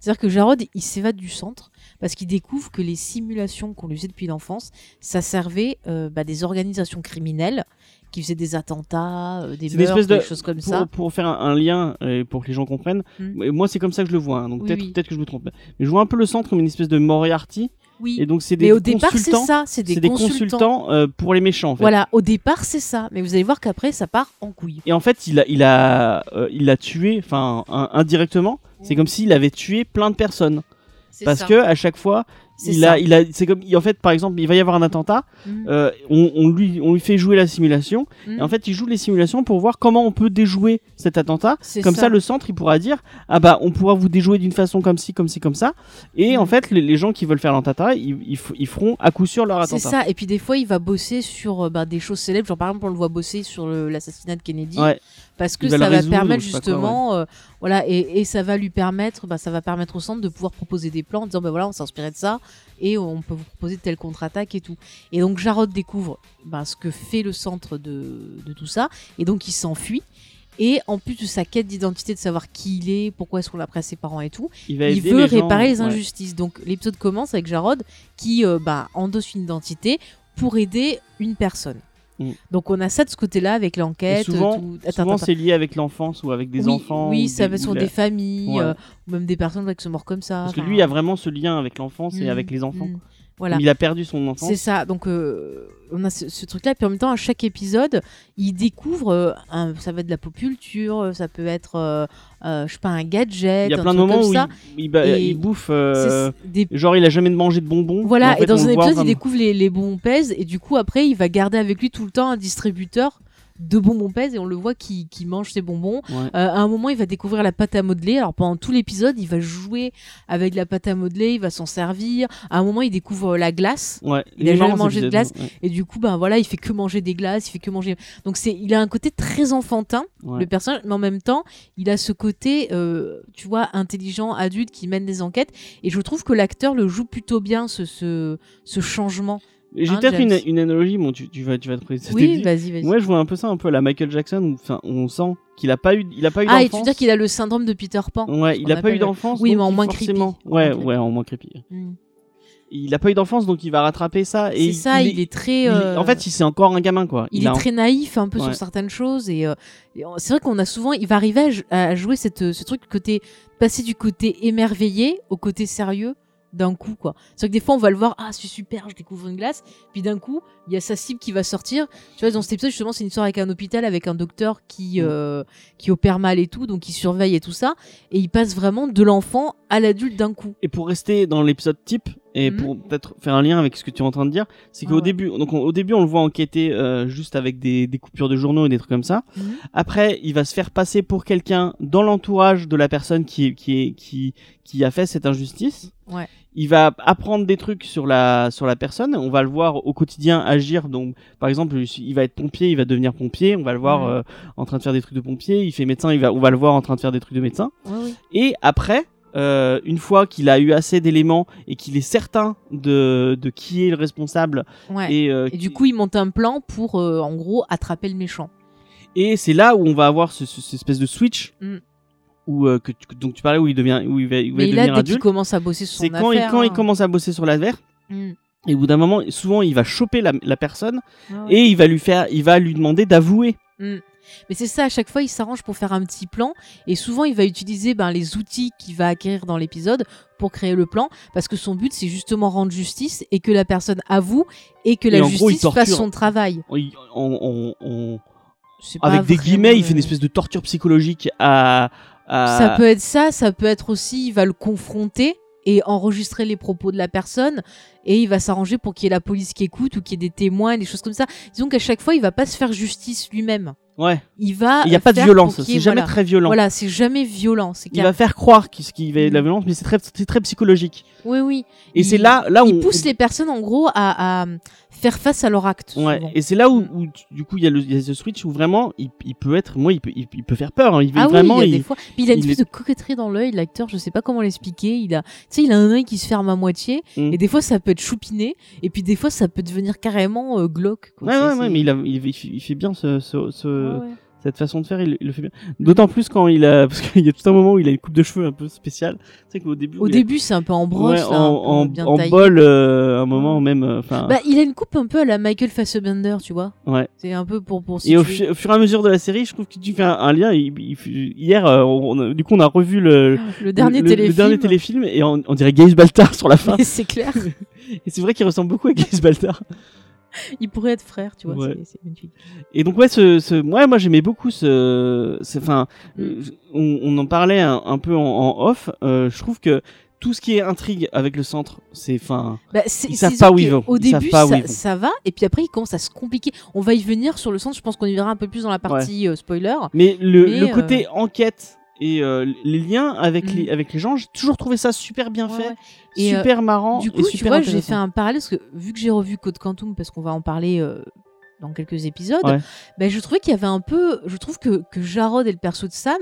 c'est-à-dire que Jarod il s'évade du centre parce qu'il découvre que les simulations qu'on lui faisait depuis l'enfance ça servait euh, bah, des organisations criminelles qui faisaient des attentats euh, des C'est une meurtres espèce de- des choses comme Pour, ça pour faire un, un lien et pour que les gens comprennent, Hmm. et moi c'est comme ça que je le vois, hein, donc Oui, peut-être oui. peut-être que je me trompe. Mais je vois un peu le centre comme une espèce de Moriarty, oui et donc c'est des mais au départ c'est consultants, ça c'est des, c'est des consultants consultants euh, pour les méchants en fait. voilà au départ c'est ça mais vous allez voir qu'après ça part en couille Et en fait, il a, il a, euh, il a tué, enfin, un- indirectement. C'est comme s'il avait tué plein de personnes. C'est Parce ça. que à chaque fois, C'est il ça. a, il a, c'est comme, il- en fait, par exemple, il va y avoir un attentat. Mm. euh, on, on lui, on lui fait jouer la simulation. Mm. Et en fait, il joue les simulations pour voir comment on peut déjouer cet attentat. C'est Comme ça. le centre, il pourra dire ah bah, on pourra vous déjouer d'une façon comme ci, comme ci, comme ça. Et Mm. en fait, les, les gens qui veulent faire l'attentat, ils, ils, f- ils feront à coup sûr leur C'est attentat. ça, et puis des fois il va bosser sur euh, bah, des choses célèbres, genre par exemple on le voit bosser sur le- l'assassinat de Kennedy, Ouais. parce que Il va ça le va résoudre, permettre ou je sais pas quoi, justement, euh, voilà, et, et ça va lui permettre, bah, ça va permettre au centre de pouvoir proposer des plans en disant bah voilà on s'est inspiré de ça et on peut vous proposer telle contre-attaque et tout. Et donc Jarod découvre bah, ce que fait le centre de, de tout ça, et donc il s'enfuit. Et en plus de sa quête d'identité, de savoir qui il est, pourquoi est-ce qu'on l'a pris à ses parents et tout, Il va il aider veut les gens, réparer les ouais. injustices. Donc l'épisode commence avec Jarod qui euh, bah, endosse une identité pour aider une personne. Mm. Donc on a ça de ce côté-là avec Et l'enquête. souvent, tout- attends, souvent attends, c'est lié avec l'enfance ou avec des oui, enfants. Oui, ou ça des- va ou sur la- des familles, Ouais. euh, ou même des personnes qui sont mortes comme ça. Parce que enfin, lui, il a vraiment ce lien avec l'enfance mm, et avec les enfants. mm, Voilà. Mais Il a perdu son enfance. C'est ça. Donc euh, on a ce, ce truc-là. Puis en même temps, à chaque épisode, il découvre. euh, un- ça va être de la pop culture, ça peut être, euh, euh, je sais pas, un gadget. Il y a un plein de truc moments comme où ça. il, il, bah, Et il bouffe. euh, C'est- des Genre, il a jamais mangé de bonbons. Voilà, en fait, et dans on un le voit épisode, il vraiment- découvre les, les bons pèses, et du coup, après, il va garder avec lui tout le temps un distributeur de bonbons pèse et on le voit qui, qui mange ses bonbons. Ouais. Euh, à un moment, il va découvrir la pâte à modeler. Alors pendant tout l'épisode, il va jouer avec la pâte à modeler, il va s'en servir. À un moment, il découvre euh, la glace Ouais. Il a est marrant, jamais cet mangé de épisode, glace. ouais. et du coup, ben voilà, il fait que manger des glaces, il fait que manger. Donc c'est, il a un côté très enfantin Ouais. le personnage, mais en même temps, il a ce côté, euh, tu vois, intelligent, adulte, qui mène des enquêtes. Et je trouve que l'acteur le joue plutôt bien ce ce, ce changement. J'ai Hein, peut-être James. une, une analogie, bon, tu, tu vas, tu vas te prêter cette Oui, épisode. vas-y, vas-y. Ouais, je vois un peu ça, un peu à la Michael Jackson, où enfin, on sent qu'il a pas eu, il a pas eu ah, et tu d'enfance. veux dire qu'il a le syndrome de Peter Pan. Ouais, ce il qu'on a pas eu appelle- d'enfance. Oui, donc mais en il- moins forcément... creepy. En Ouais, moins creepy. ouais, en moins creepy. Mm. Il a pas eu d'enfance, donc il va rattraper ça. C'est Et ça, il, est il très. est- euh, En fait, il- c'est encore un gamin, quoi. il a est très naïf un peu Ouais. sur certaines choses et, euh, et on- c'est vrai qu'on a souvent il va arriver à j- à, jouer cette euh, ce truc côté passer du côté émerveillé au côté sérieux d'un coup quoi c'est vrai que des fois on va le voir ah c'est super je découvre une glace puis d'un coup il y a sa cible qui va sortir tu vois dans cet épisode justement c'est une histoire avec un hôpital avec un docteur qui Mm. euh, qui opère mal et tout donc il surveille et tout ça et il passe vraiment de l'enfant à l'adulte d'un coup Et pour rester dans l'épisode type et Mhm. pour peut-être faire un lien avec ce que tu es en train de dire, c'est Ouais, qu'au ouais. début, donc on- au début, on le voit enquêter euh, juste avec des, des coupures de journaux et des trucs comme ça. Mhm. Après, il va se faire passer pour quelqu'un dans l'entourage de la personne qui est- qui est- qui qui a fait cette injustice. Ouais. Il va apprendre des trucs sur la sur la personne. On va le voir au quotidien agir. Donc, par exemple, il va être pompier, il va devenir pompier. On va le voir Mhm. euh, en train de faire des trucs de pompier. Il fait médecin, il va on va le voir en train de faire des trucs de médecin. Et après, euh, une fois qu'il a eu assez d'éléments et qu'il est certain de, de qui est le responsable, Ouais. et, euh, et du qui- coup il monte un plan pour euh, en gros attraper le méchant et c'est là où on va avoir ce, ce- cette espèce de switch. Mm. Où, euh, que, tu- que- donc tu parlais où il devient où il va, où il va mais là devenir dès qu'il adulte commence à bosser sur c'est son quand, il, affaire quand il hein. commence à bosser sur l'adversaire Mm. et au bout d'un moment souvent il va choper la, la personne Ah ouais. et il va lui faire il va lui demander d'avouer Mais c'est ça, à chaque fois, il s'arrange pour faire un petit plan. Et souvent, il va utiliser ben, les outils qu'il va acquérir dans l'épisode pour créer le plan. Parce que son but, c'est justement rendre justice et que la personne avoue et que la Et en justice gros, il fasse torture. son travail. Il- on- on- on- C'est pas avec des vraiment, guillemets il fait une euh, espèce de torture psychologique à, à- Ça peut être ça, ça peut être aussi, il va le confronter et enregistrer les propos de la personne et il va s'arranger pour qu'il y ait la police qui écoute ou qu'il y ait des témoins, des choses comme ça. Disons qu'à chaque fois, il va pas se faire justice lui-même. ouais Il va. il n'y a pas de faire violence pour c'est qu'il y ait- jamais voilà. très violent Voilà, c'est jamais violent. C'est il va faire croire qu'il qu'il va y avoir de la violence, mais c'est très, c'est très psychologique. Oui, oui. Et Mm. Il- c'est là, là où Ils on- poussent les personnes en gros à, à faire face à leur acte. Ouais, souvent. Mm. et c'est là où, où, du coup il y, a le- il y a ce switch où vraiment il, il peut être, moi il peut, il, il peut faire peur. hein. Il Ah oui, vraiment, il y a il- des fois. Puis il a une il espèce de coquetterie dans l'œil, l'acteur, je sais pas comment l'expliquer. Il a, tu sais, il a un œil qui se ferme à moitié, Mm. et des fois ça peut être choupiné, et puis des fois ça peut devenir carrément euh, glauque. quoi. Ouais, C'est- ouais, c'est- ouais, mais euh, il, a- il- il fait- il fait bien ce, ce- ce- Ouais, ouais. cette façon de faire, il, il le fait bien. D'autant plus quand il a, parce qu'il y a tout un moment où il a une coupe de cheveux un peu spéciale. Tu sais qu'au début, Au il a- début, c'est un peu en brosse, ouais, là, un peu en, en- bien en taillé. bol, euh, un moment même, euh, enfin. Bah, il a une coupe un peu à la Michael Fassbender, tu vois. Ouais. C'est un peu pour pour. Et au, situer. fu- au fur et à mesure de la série, je trouve que tu fais un, un lien. Il- il- hier, euh, on a- du coup, on a revu le, le dernier le, le- téléfilm. le dernier téléfilm et on, on dirait Gaze Baltar sur la fin. c'est clair, et c'est vrai qu'il ressemble beaucoup à Gaze Baltar. il pourrait être frère, tu vois. Ouais. c'est- C'est magnifique. Et donc ouais, ce, ce- ouais, moi j'aimais beaucoup ce, ce- enfin, Mm. euh, on, on en parlait un, un peu en, en off. euh, je trouve que tout ce qui est intrigue avec le centre, c'est, enfin, Bah, c'est- Ils savent c'est pas sûr où ils que vont. Au Ils savent début, pas où ça, ils vont. ça va, et puis après, il commence à se compliquer. On va y venir sur le sens, je pense qu'on y verra un peu plus dans la partie euh, spoiler. mais le, Mais, le euh, côté enquête et euh, les liens avec Mm. les avec les gens, j'ai toujours trouvé ça super bien Ouais, fait, ouais. Et, euh, super marrant Du et coup, super tu vois, j'ai intéressant. fait un parallèle, parce que vu que j'ai revu Code Quantum, parce qu'on va en parler euh, dans quelques épisodes, Ouais. bah, je trouvais qu'il y avait un peu. Je trouve que, que Jarod et le perso de Sam.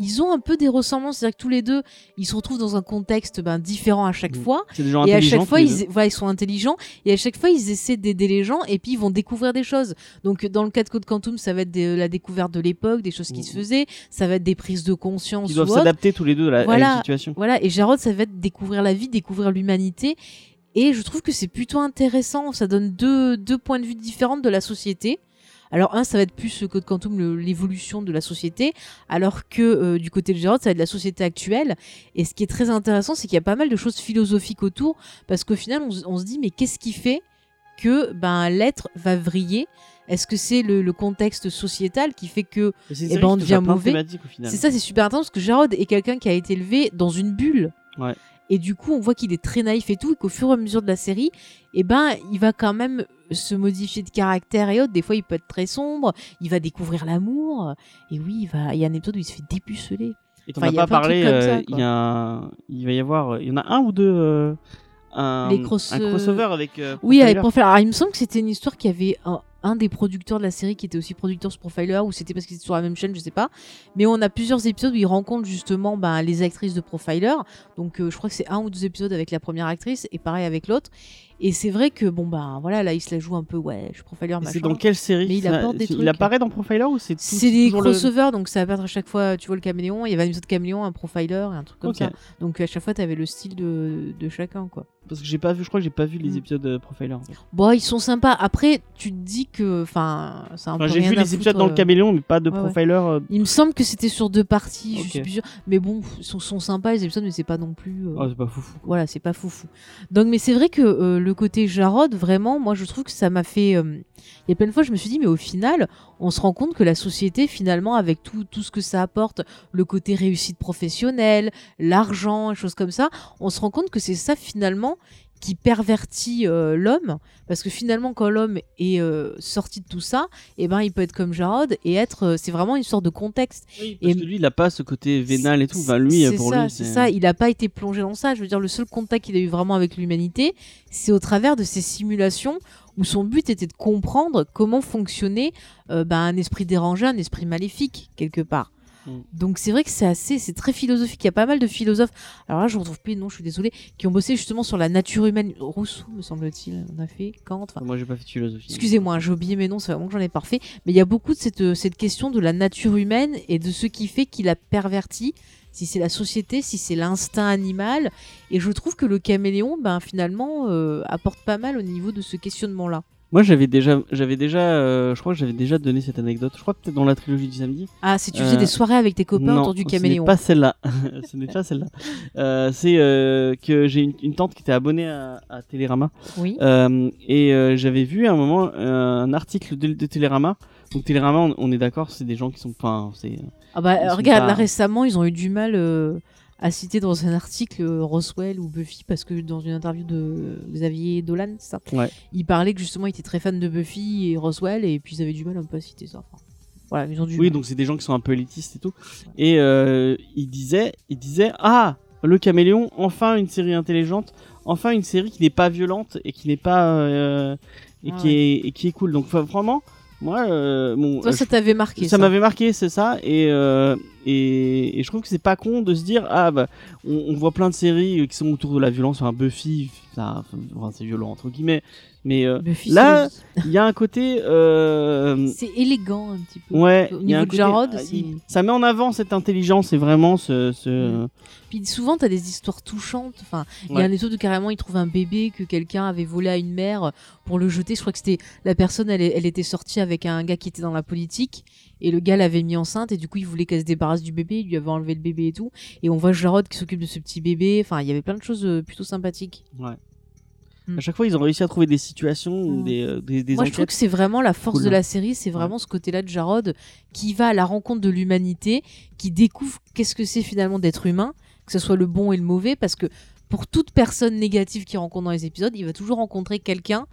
Ils ont un peu des ressemblances, c'est-à-dire que tous les deux, ils se retrouvent dans un contexte ben, différent à chaque Mm. fois, C'est des gens Et à intelligents euh, chaque fois, tous les deux. ils, voilà, ils sont intelligents et à chaque fois, ils essaient d'aider les gens et puis ils vont découvrir des choses. Donc, euh, dans le cas de Code Quantum, ça va être des- euh, la découverte de l'époque, des choses qui se Mhm. faisaient, ça va être des prises de conscience. Ils ou doivent autre. s'adapter tous les deux à la, à la Voilà. situation. Voilà, et Jarod, ça va être découvrir la vie, découvrir l'humanité. Et je trouve que c'est plutôt intéressant. Ça donne deux, deux points de vue différents de la société. Alors, un, ça va être plus euh, Code Quantum, le- l'évolution de la société, alors que euh, du côté de Jarod, ça va être la société actuelle. Et ce qui est très intéressant, c'est qu'il y a pas mal de choses philosophiques autour, parce qu'au final, on, se- on se dit, mais qu'est-ce qui fait que ben, l'être va vriller Est-ce que c'est le, le contexte sociétal qui fait que Mais c'est une Eh série ben, on qui touche à devient plein de mauvais. thématiques, au final. c'est ça, c'est super intense parce que Jarod est quelqu'un qui a été élevé dans une bulle. Ouais. Et du coup, on voit qu'il est très naïf et tout, et qu'au fur et à mesure de la série, eh ben, il va quand même se modifier de caractère et autres. Des fois, il peut être très sombre, il va découvrir l'amour. Et oui, il, va... il y a un épisode où il se fait dépuceler. Et t'en Enfin, as il y a plein pas de parlé, trucs comme euh, ça, il quoi. y a un- il va y avoir, il y en a un ou deux, euh, un, Les cross- un crossover avec. euh, Oui, Profiler. avec Profiler. Alors, il me semble que c'était une histoire qui avait un, un des producteurs de la série qui était aussi producteur sur Profiler, ou c'était parce qu'ils étaient sur la même chaîne, je sais pas. Mais on a plusieurs épisodes où il rencontre justement ben, les actrices de Profiler. Donc, euh, je crois que c'est un ou deux épisodes avec la première actrice et pareil avec l'autre. Et c'est vrai que, bon, ben voilà, là, il se la joue un peu, ouais, je suis Profiler, Et machin. C'est dans quelle série Mais il ça- apporte des c'est- trucs. apparaît dans Profiler ou c'est tout- C'est des toujours le- crossovers, donc ça va être à chaque fois, tu vois, le caméléon. Il y avait un épisode caméléon, un profiler et un truc comme Ok. ça. Donc à chaque fois, t'avais le style de, de chacun, quoi. Parce que j'ai pas vu, je crois que j'ai pas vu les Mm. épisodes euh, Profiler. en fait. Bon, ils sont sympas. Après, tu te dis que, enfin, ça a un Enfin, peu j'ai rien vu à les épisodes foutre, dans le euh. Caméléon, mais pas de ouais, Mmh. ouais. Profiler. euh, Il me semble que c'était sur deux parties, Ok. je suis plus sûre. Mais bon, ils sont, sont sympas les épisodes, mais c'est pas non plus. euh, Oh, c'est pas foufou. Voilà, c'est pas foufou. Donc, mais c'est vrai que euh, le côté Jarod, vraiment, moi je trouve que ça m'a fait. euh, Il y a plein de fois, je me suis dit, mais au final, on se rend compte que la société, finalement, avec tout, tout ce que ça apporte, le côté réussite professionnelle, l'argent, et choses comme ça, on se rend compte que c'est ça finalement qui pervertit euh, l'homme. Parce que finalement, quand l'homme est euh, sorti de tout ça, eh ben, il peut être comme Jarod et être. euh, c'est vraiment une sorte de contexte. Parce que lui, il a pas ce côté vénal et tout. Enfin, lui, C'est pour ça, lui, c'est ça. Il n'a pas été plongé dans ça. Je veux dire, le seul contact qu'il a eu vraiment avec l'humanité, c'est au travers de ces simulations où son but était de comprendre comment fonctionnait euh, bah, un esprit dérangé, un esprit maléfique quelque part. Mm. Donc c'est vrai que c'est assez, c'est très philosophique. Il y a pas mal de philosophes. Alors là, je ne retrouve plus les noms, je suis désolée, qui ont bossé justement sur la nature humaine. Rousseau, me semble-t-il, on a fait Kant. enfin, Moi, j'ai pas fait de philosophie. Excusez-moi, j'ai oublié mes noms, c'est vraiment que j'en ai parfait. Mais il y a beaucoup de cette, euh, cette question de la nature humaine et de ce qui fait qu'il a perverti, si c'est la société, si c'est l'instinct animal. Et je trouve que le caméléon, ben, finalement, euh, apporte pas mal au niveau de ce questionnement-là. Moi, j'avais déjà, j'avais déjà, euh, je crois que j'avais déjà donné cette anecdote. Je crois peut-être dans la trilogie du samedi. Ah, si tu faisais Euh, des soirées avec tes copains non, autour du ce n'est caméléon. pas celle-là. ce n'est pas celle-là. Euh, c'est euh, que j'ai une, une tante qui était abonnée à, à Télérama Oui. Euh, et euh, j'avais vu à un moment euh, un article de, de Télérama. Donc Télérama, on, on est d'accord, c'est des gens qui sont, enfin, c'est Ah bah, ils euh, sont regarde, pas- là récemment, ils ont eu du mal euh, à citer dans un article euh, Roswell ou Buffy parce que dans une interview de Xavier Dolan, c'est ça, Ouais. il parlait que justement, il était très fan de Buffy et Roswell et puis ils avaient du mal un peu à citer ça. Enfin, voilà, ils ont du Oui, mal. donc c'est des gens qui sont un peu élitistes et tout. Et euh, il disait, il disait, ah, le caméléon, enfin une série intelligente, enfin une série qui n'est pas violente et qui n'est pas euh, et, Ah qui est, et qui est cool. Donc enfin, vraiment, moi, euh, bon, Toi, euh, ça t'avait je- marqué. ça m'avait marqué, c'est ça. Et, euh, et et je trouve que c'est pas con de se dire, ah bah, on, on voit plein de séries euh, qui sont autour de la violence, enfin Buffy, ça, enfin, c'est violent entre guillemets, mais euh, Buffy, Là- c'est- il y a un côté euh, c'est élégant un petit peu. Ouais, Au il y niveau a un de côté- Jarod, ah, c'est- il- ça met en avant cette intelligence et vraiment ce. ce... Puis souvent, t'as des histoires touchantes. Enfin, il y Ouais. a un épisode où carrément ils trouvent un bébé que quelqu'un avait volé à une mère pour le jeter. Je crois que c'était la personne, elle, elle était sortie avec un gars qui était dans la politique et le gars l'avait mis enceinte et du coup il voulait qu'elle se débarrasse du bébé. Il lui avait enlevé le bébé et tout. Et on voit Jarod qui s'occupe de ce petit bébé. Enfin, il y avait plein de choses euh, plutôt sympathiques. Ouais. Mm. À chaque fois, ils ont réussi à trouver des situations ou Mm. des, euh, des, des Moi, je trouve que enquêtes. c'est vraiment la force Cool. de hein. la série, c'est vraiment ce côté-là de Jarod qui va à la rencontre de l'humanité, qui découvre qu'est-ce que c'est finalement d'être humain, que ce soit le bon et le mauvais, parce que pour toute personne négative qu'il rencontre dans les épisodes, il va toujours rencontrer quelqu'un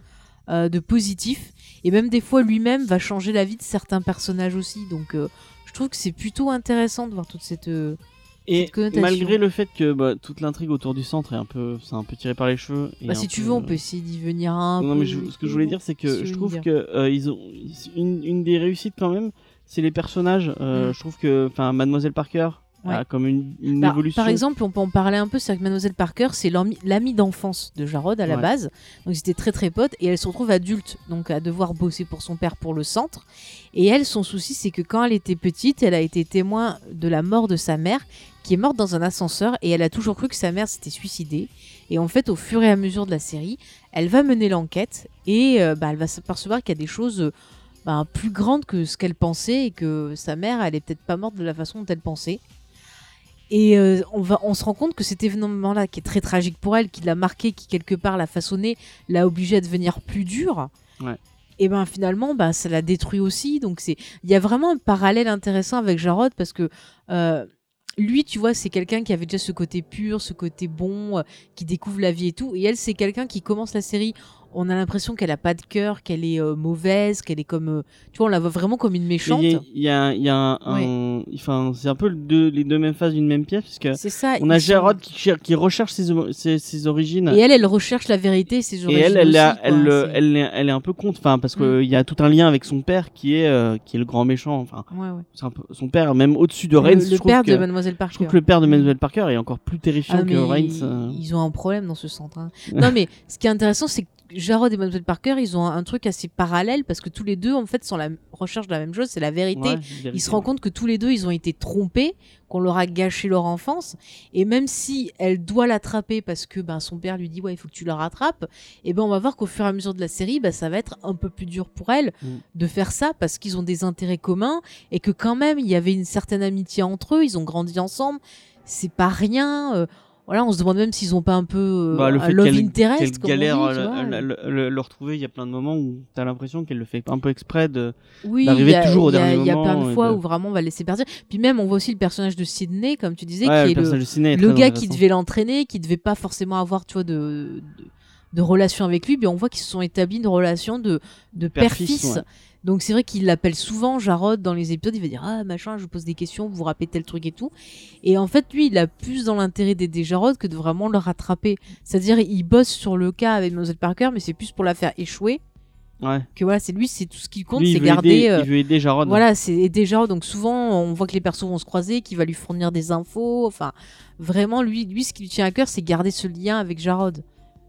euh, de positif, et même des fois lui-même va changer la vie de certains personnages aussi. Donc, euh, je trouve que c'est plutôt intéressant de voir toute cette. euh, Et cette connotation. malgré le fait que bah, toute l'intrigue autour du centre est un peu, c'est un peu tiré par les cheveux. et Bah, un si tu peu- veux, on peut essayer d'y venir un Non, peu. mais je- ce que je voulais dire, c'est que Si je on trouve y va. que euh, ils ont une, une des réussites quand même, c'est les personnages. Euh, Mm. Je trouve que, enfin, Mademoiselle Parker Ouais. a comme une, une Bah, évolution. Par exemple, on peut en parler un peu, c'est que Mademoiselle Parker, c'est l'ami l'amie d'enfance de Jarod à la Ouais. base. Donc ils étaient très très potes et elle se retrouve adulte, donc à devoir bosser pour son père pour le centre. Et elle, son souci, c'est que quand elle était petite, elle a été témoin de la mort de sa mère, qui est morte dans un ascenseur, et elle a toujours cru que sa mère s'était suicidée. Et en fait, au fur et à mesure de la série, elle va mener l'enquête et euh, bah, elle va s'apercevoir qu'il y a des choses euh, bah, plus grandes que ce qu'elle pensait et que sa mère, elle est peut-être pas morte de la façon dont elle pensait. Et euh, on, va, on se rend compte que cet événement-là, qui est très tragique pour elle, qui l'a marqué, qui quelque part l'a façonné, l'a obligée à devenir plus dure. Ouais. Et ben finalement, ben, ça l'a détruit aussi. Donc c'est, il y a vraiment un parallèle intéressant avec Jarod parce que euh, lui, tu vois, c'est quelqu'un qui avait déjà ce côté pur, ce côté bon, euh, qui découvre la vie et tout. Et elle, c'est quelqu'un qui commence la série. On a l'impression qu'elle a pas de cœur, qu'elle est euh, mauvaise, qu'elle est comme, euh, tu vois, on la voit vraiment comme une Mais méchante. Il y a, il y a- il y a un, un- enfin, c'est un peu le deux- les deux mêmes phases d'une même pièce, puisque C'est ça. on a ils sont- Gérard qui, cher- qui recherche ses, homo- ses- ses origines. Et elle, elle recherche la vérité, ses Et origines. elle, elle, a- aussi, quoi, elle, euh, c'est- Mm. elle, est- elle est un peu contre, enfin, parce qu'il y a tout un lien avec son père qui est, euh, qui est le grand méchant. Enfin, Ouais, ouais. c'est un peu- son père, même au-dessus de Le, Reigns. le je trouve père que, de Mademoiselle Parker. je trouve que le père de Manuel Parker est encore plus terrifiant Ah, que mais Reigns. euh. Ils ont un problème dans ce centre. hein. non, mais ce qui est intéressant, c'est que Jarod et Mademoiselle Parker, ils ont un, un truc assez parallèle parce que tous les deux, en fait, sont la m- recherche de la même chose, c'est la vérité. Ouais, vérité, Ils se rendent compte que tous les deux, ils ont été trompés, qu'on leur a gâché leur enfance. Et même si elle doit l'attraper parce que ben, son père lui dit Ouais, il faut que tu la rattrapes, et ben, on va voir qu'au fur et à mesure de la série, ben, ça va être un peu plus dur pour elle Mm. de faire ça parce qu'ils ont des intérêts communs et que quand même, il y avait une certaine amitié entre eux, ils ont grandi ensemble. C'est pas rien. euh, voilà, on se demande même s'ils ont pas un peu euh, Bah, le un fait love qu'elle- interest. Quelle comme on galère dit, tu euh, vois. le, le- le- le retrouver. Il y a plein de moments où t'as l'impression qu'elle le fait un peu exprès de. Oui, d'arriver il y a- toujours au il y a- dernier Il y a moment plein de et fois de- où vraiment on va le laisser partir. Puis même, on voit aussi le personnage de Sydney, comme tu disais, qui Ouais, le est le, personnage de ciné est le très gars qui intéressant. devait l'entraîner, qui devait pas forcément avoir, tu vois, de, de, de relation avec lui, mais on voit qu'ils se sont établis une relation de, de Père-fils, père-fils. ouais. Donc c'est vrai qu'il l'appelle souvent Jarod dans les épisodes, il va dire ah machin, je vous pose des questions, vous vous rappelez tel truc et tout. Et en fait lui, il a plus dans l'intérêt d'aider Jarod que de vraiment le rattraper. C'est-à-dire il bosse sur le cas avec Mademoiselle Parker, mais c'est plus pour la faire échouer Ouais. que voilà, c'est lui, c'est tout ce qu'il compte, Lui, il c'est veut garder. aider- euh, Il veut aider Jarod. voilà, c'est et déjà donc souvent on voit que les persos vont se croiser, qu'il va lui fournir des infos, enfin vraiment lui lui ce qui lui tient à cœur c'est garder ce lien avec Jarod.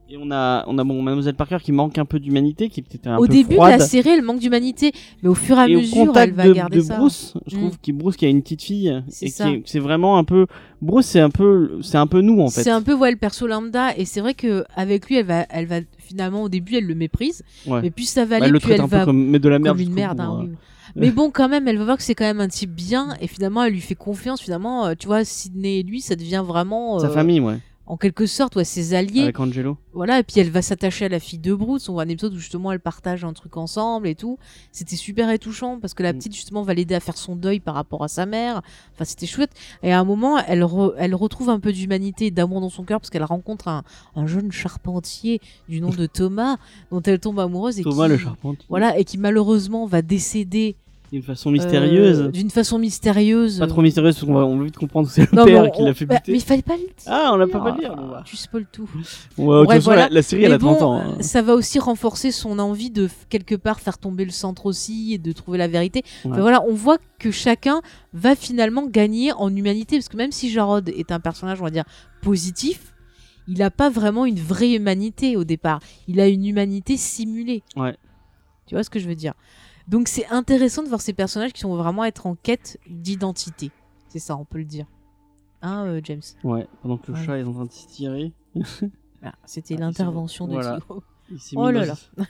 Et on a, on a bon, Mademoiselle Parker qui manque un peu d'humanité, qui est peut-être un Au peu début froide. de la série, elle manque d'humanité, mais au fur et à et mesure au elle contact va de, garder de ça. Bruce, je Mm. trouve qu'il Bruce qui a une petite fille C'est et qui ça. est- c'est vraiment un peu Bruce c'est un peu c'est un peu nous en fait. C'est un peu ouais, le perso lambda et c'est vrai que avec lui elle va elle va finalement au début elle le méprise, Ouais. mais plus ça va Bah, aller elle le plus traite elle un peu va comme mais de la merde. comme une jusqu'au merde. bout, hein, hein. oui. Mais bon, quand même, elle va voir que c'est quand même un type bien, et finalement, elle lui fait confiance. Finalement, euh, tu vois, Sydney et lui, ça devient vraiment, Sa euh, famille ouais. en quelque sorte, ouais, ses alliés. Avec Angelo. Voilà, et puis elle va s'attacher à la fille de Bruce. On voit un épisode où justement elle partage un truc ensemble et tout. C'était super et touchant parce que la Mm. petite justement va l'aider à faire son deuil par rapport à sa mère. Enfin, c'était chouette. Et à un moment, elle, re- elle retrouve un peu d'humanité et d'amour dans son cœur parce qu'elle rencontre un, un jeune charpentier du nom de Thomas dont elle tombe amoureuse. Et Thomas qui... le charpentier. Voilà, et qui malheureusement va décéder D'une façon euh, mystérieuse. d'une façon mystérieuse. Pas trop mystérieuse parce qu'on va- on veut vite comprendre que c'est le Non, mais père on- qui l'a fait bah, mais buter. il fallait pas le dire. Ah, on l'a pas pas le dire. bon, bah. Tu spoil tout. Ouais, Bah, de toute Bref, façon, voilà. la, la série elle Mais a bon, 30 ans. hein. euh, Ça va aussi renforcer son envie de f- quelque part faire tomber le centre aussi et de trouver la vérité. Enfin, Ouais. voilà, on voit que chacun va finalement gagner en humanité parce que même si Jarod est un personnage, on va dire positif, il n'a pas vraiment une vraie humanité au départ. Il a une humanité simulée. Ouais. Tu vois ce que je veux dire Donc c'est intéressant de voir ces personnages qui vont vraiment être en quête d'identité. C'est ça, on peut le dire. Hein, euh, James Ouais, pendant que le Ouais. chat est en train de se tirer. Voilà, C'était Ah, l'intervention de voilà. Thibaut. il s'est Oh mis là dans- là.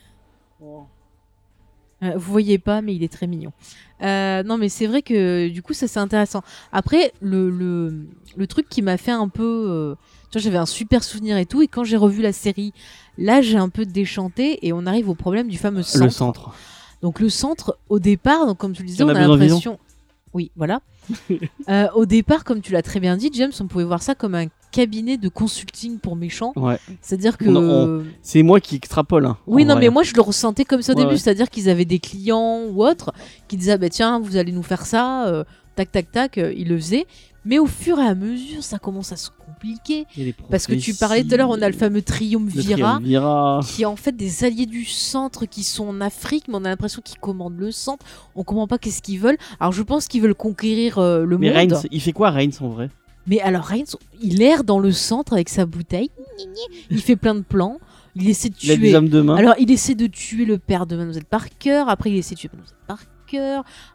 Euh, Vous voyez pas, mais il est très mignon. Euh, non, mais c'est vrai que du coup, ça c'est intéressant. Après, le, le, le truc qui m'a fait un peu. euh, tu vois, j'avais un super souvenir et tout, et quand j'ai revu la série, là j'ai un peu déchanté, et on arrive au problème du fameux centre. Le centre. Donc le centre, au départ, donc, comme tu le disais, en on a a besoin l'impression. Oui, voilà. Euh, au départ, comme tu l'as très bien dit, James, on pouvait voir ça comme un cabinet de consulting pour méchants. Ouais. C'est-à-dire que. On- on- C'est moi qui extrapole. hein, Oui, en non, vrai. mais moi je le ressentais comme ça au Ouais, début, ouais. c'est-à-dire qu'ils avaient des clients ou autres qui disaient Ah bah, tiens, vous allez nous faire ça, euh, tac tac tac, euh, ils le faisaient. Mais au fur et à mesure, ça commence à se compliquer. Il y a les Parce que tu parlais tout à l'heure, on a le prophéties, fameux le triumvirat triumvirat. qui est en fait des alliés du centre qui sont en Afrique, mais on a l'impression qu'ils commandent le centre. On comprend pas qu'est-ce qu'ils veulent. Alors je pense qu'ils veulent conquérir euh, le Mais monde. Reigns, il fait quoi Reigns en vrai Mais alors Reigns, il erre dans le centre avec sa bouteille. Il fait plein de plans. Il essaie de Il a des tuer. hommes de main. Alors, il essaie de tuer le père de Mademoiselle Parker. Après, il essaie de tuer Mademoiselle Parker.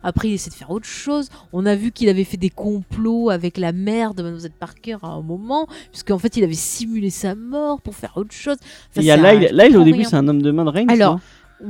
Après, il essaie de faire autre chose. On a vu qu'il avait fait des complots avec la mère de Mademoiselle Parker à un moment, puisqu'en fait, il avait simulé sa mort pour faire autre chose. Enfin, Il y a c'est là, un- il- là, il- je au comprends début, rien. c'est un homme de main de Reigns. Alors, non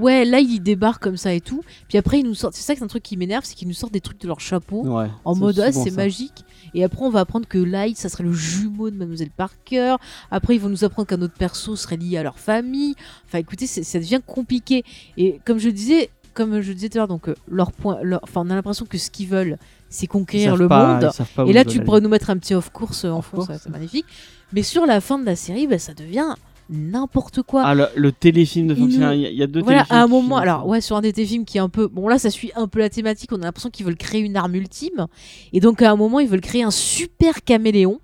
Ouais, là, il débarque comme ça et tout. Puis après, il nous sort. C'est ça que c'est un truc qui m'énerve, c'est qu'ils nous sortent des trucs de leur chapeau. Ouais, En c'est mode, ah, souvent c'est ça. magique. Et après, on va apprendre que Light, ça serait le jumeau de Mademoiselle Parker. Après, ils vont nous apprendre qu'un autre perso serait lié à leur famille. Enfin, écoutez, c'est- ça devient compliqué. Et comme je disais, comme je disais tout à l'heure, donc, euh, leur point, leur- enfin, on a l'impression que ce qu'ils veulent, c'est Ils conquérir savent le pas- monde. ils savent pas où Et ils là, veulent tu aller. pourrais nous mettre un petit off-course euh, en Off fond, ça, course. c'est magnifique. Mais sur la fin de la série, ben, ça devient n'importe quoi. Ah, le, le téléfilm de Ils nous- Fox, il y a- il y, a deux voilà, téléfilms. à un qui moment, filment alors ça. ouais, sur un des tes films qui est un peu. Bon, là, ça suit un peu la thématique, on a l'impression qu'ils veulent créer une arme ultime. Et donc, à un moment, ils veulent créer un super caméléon.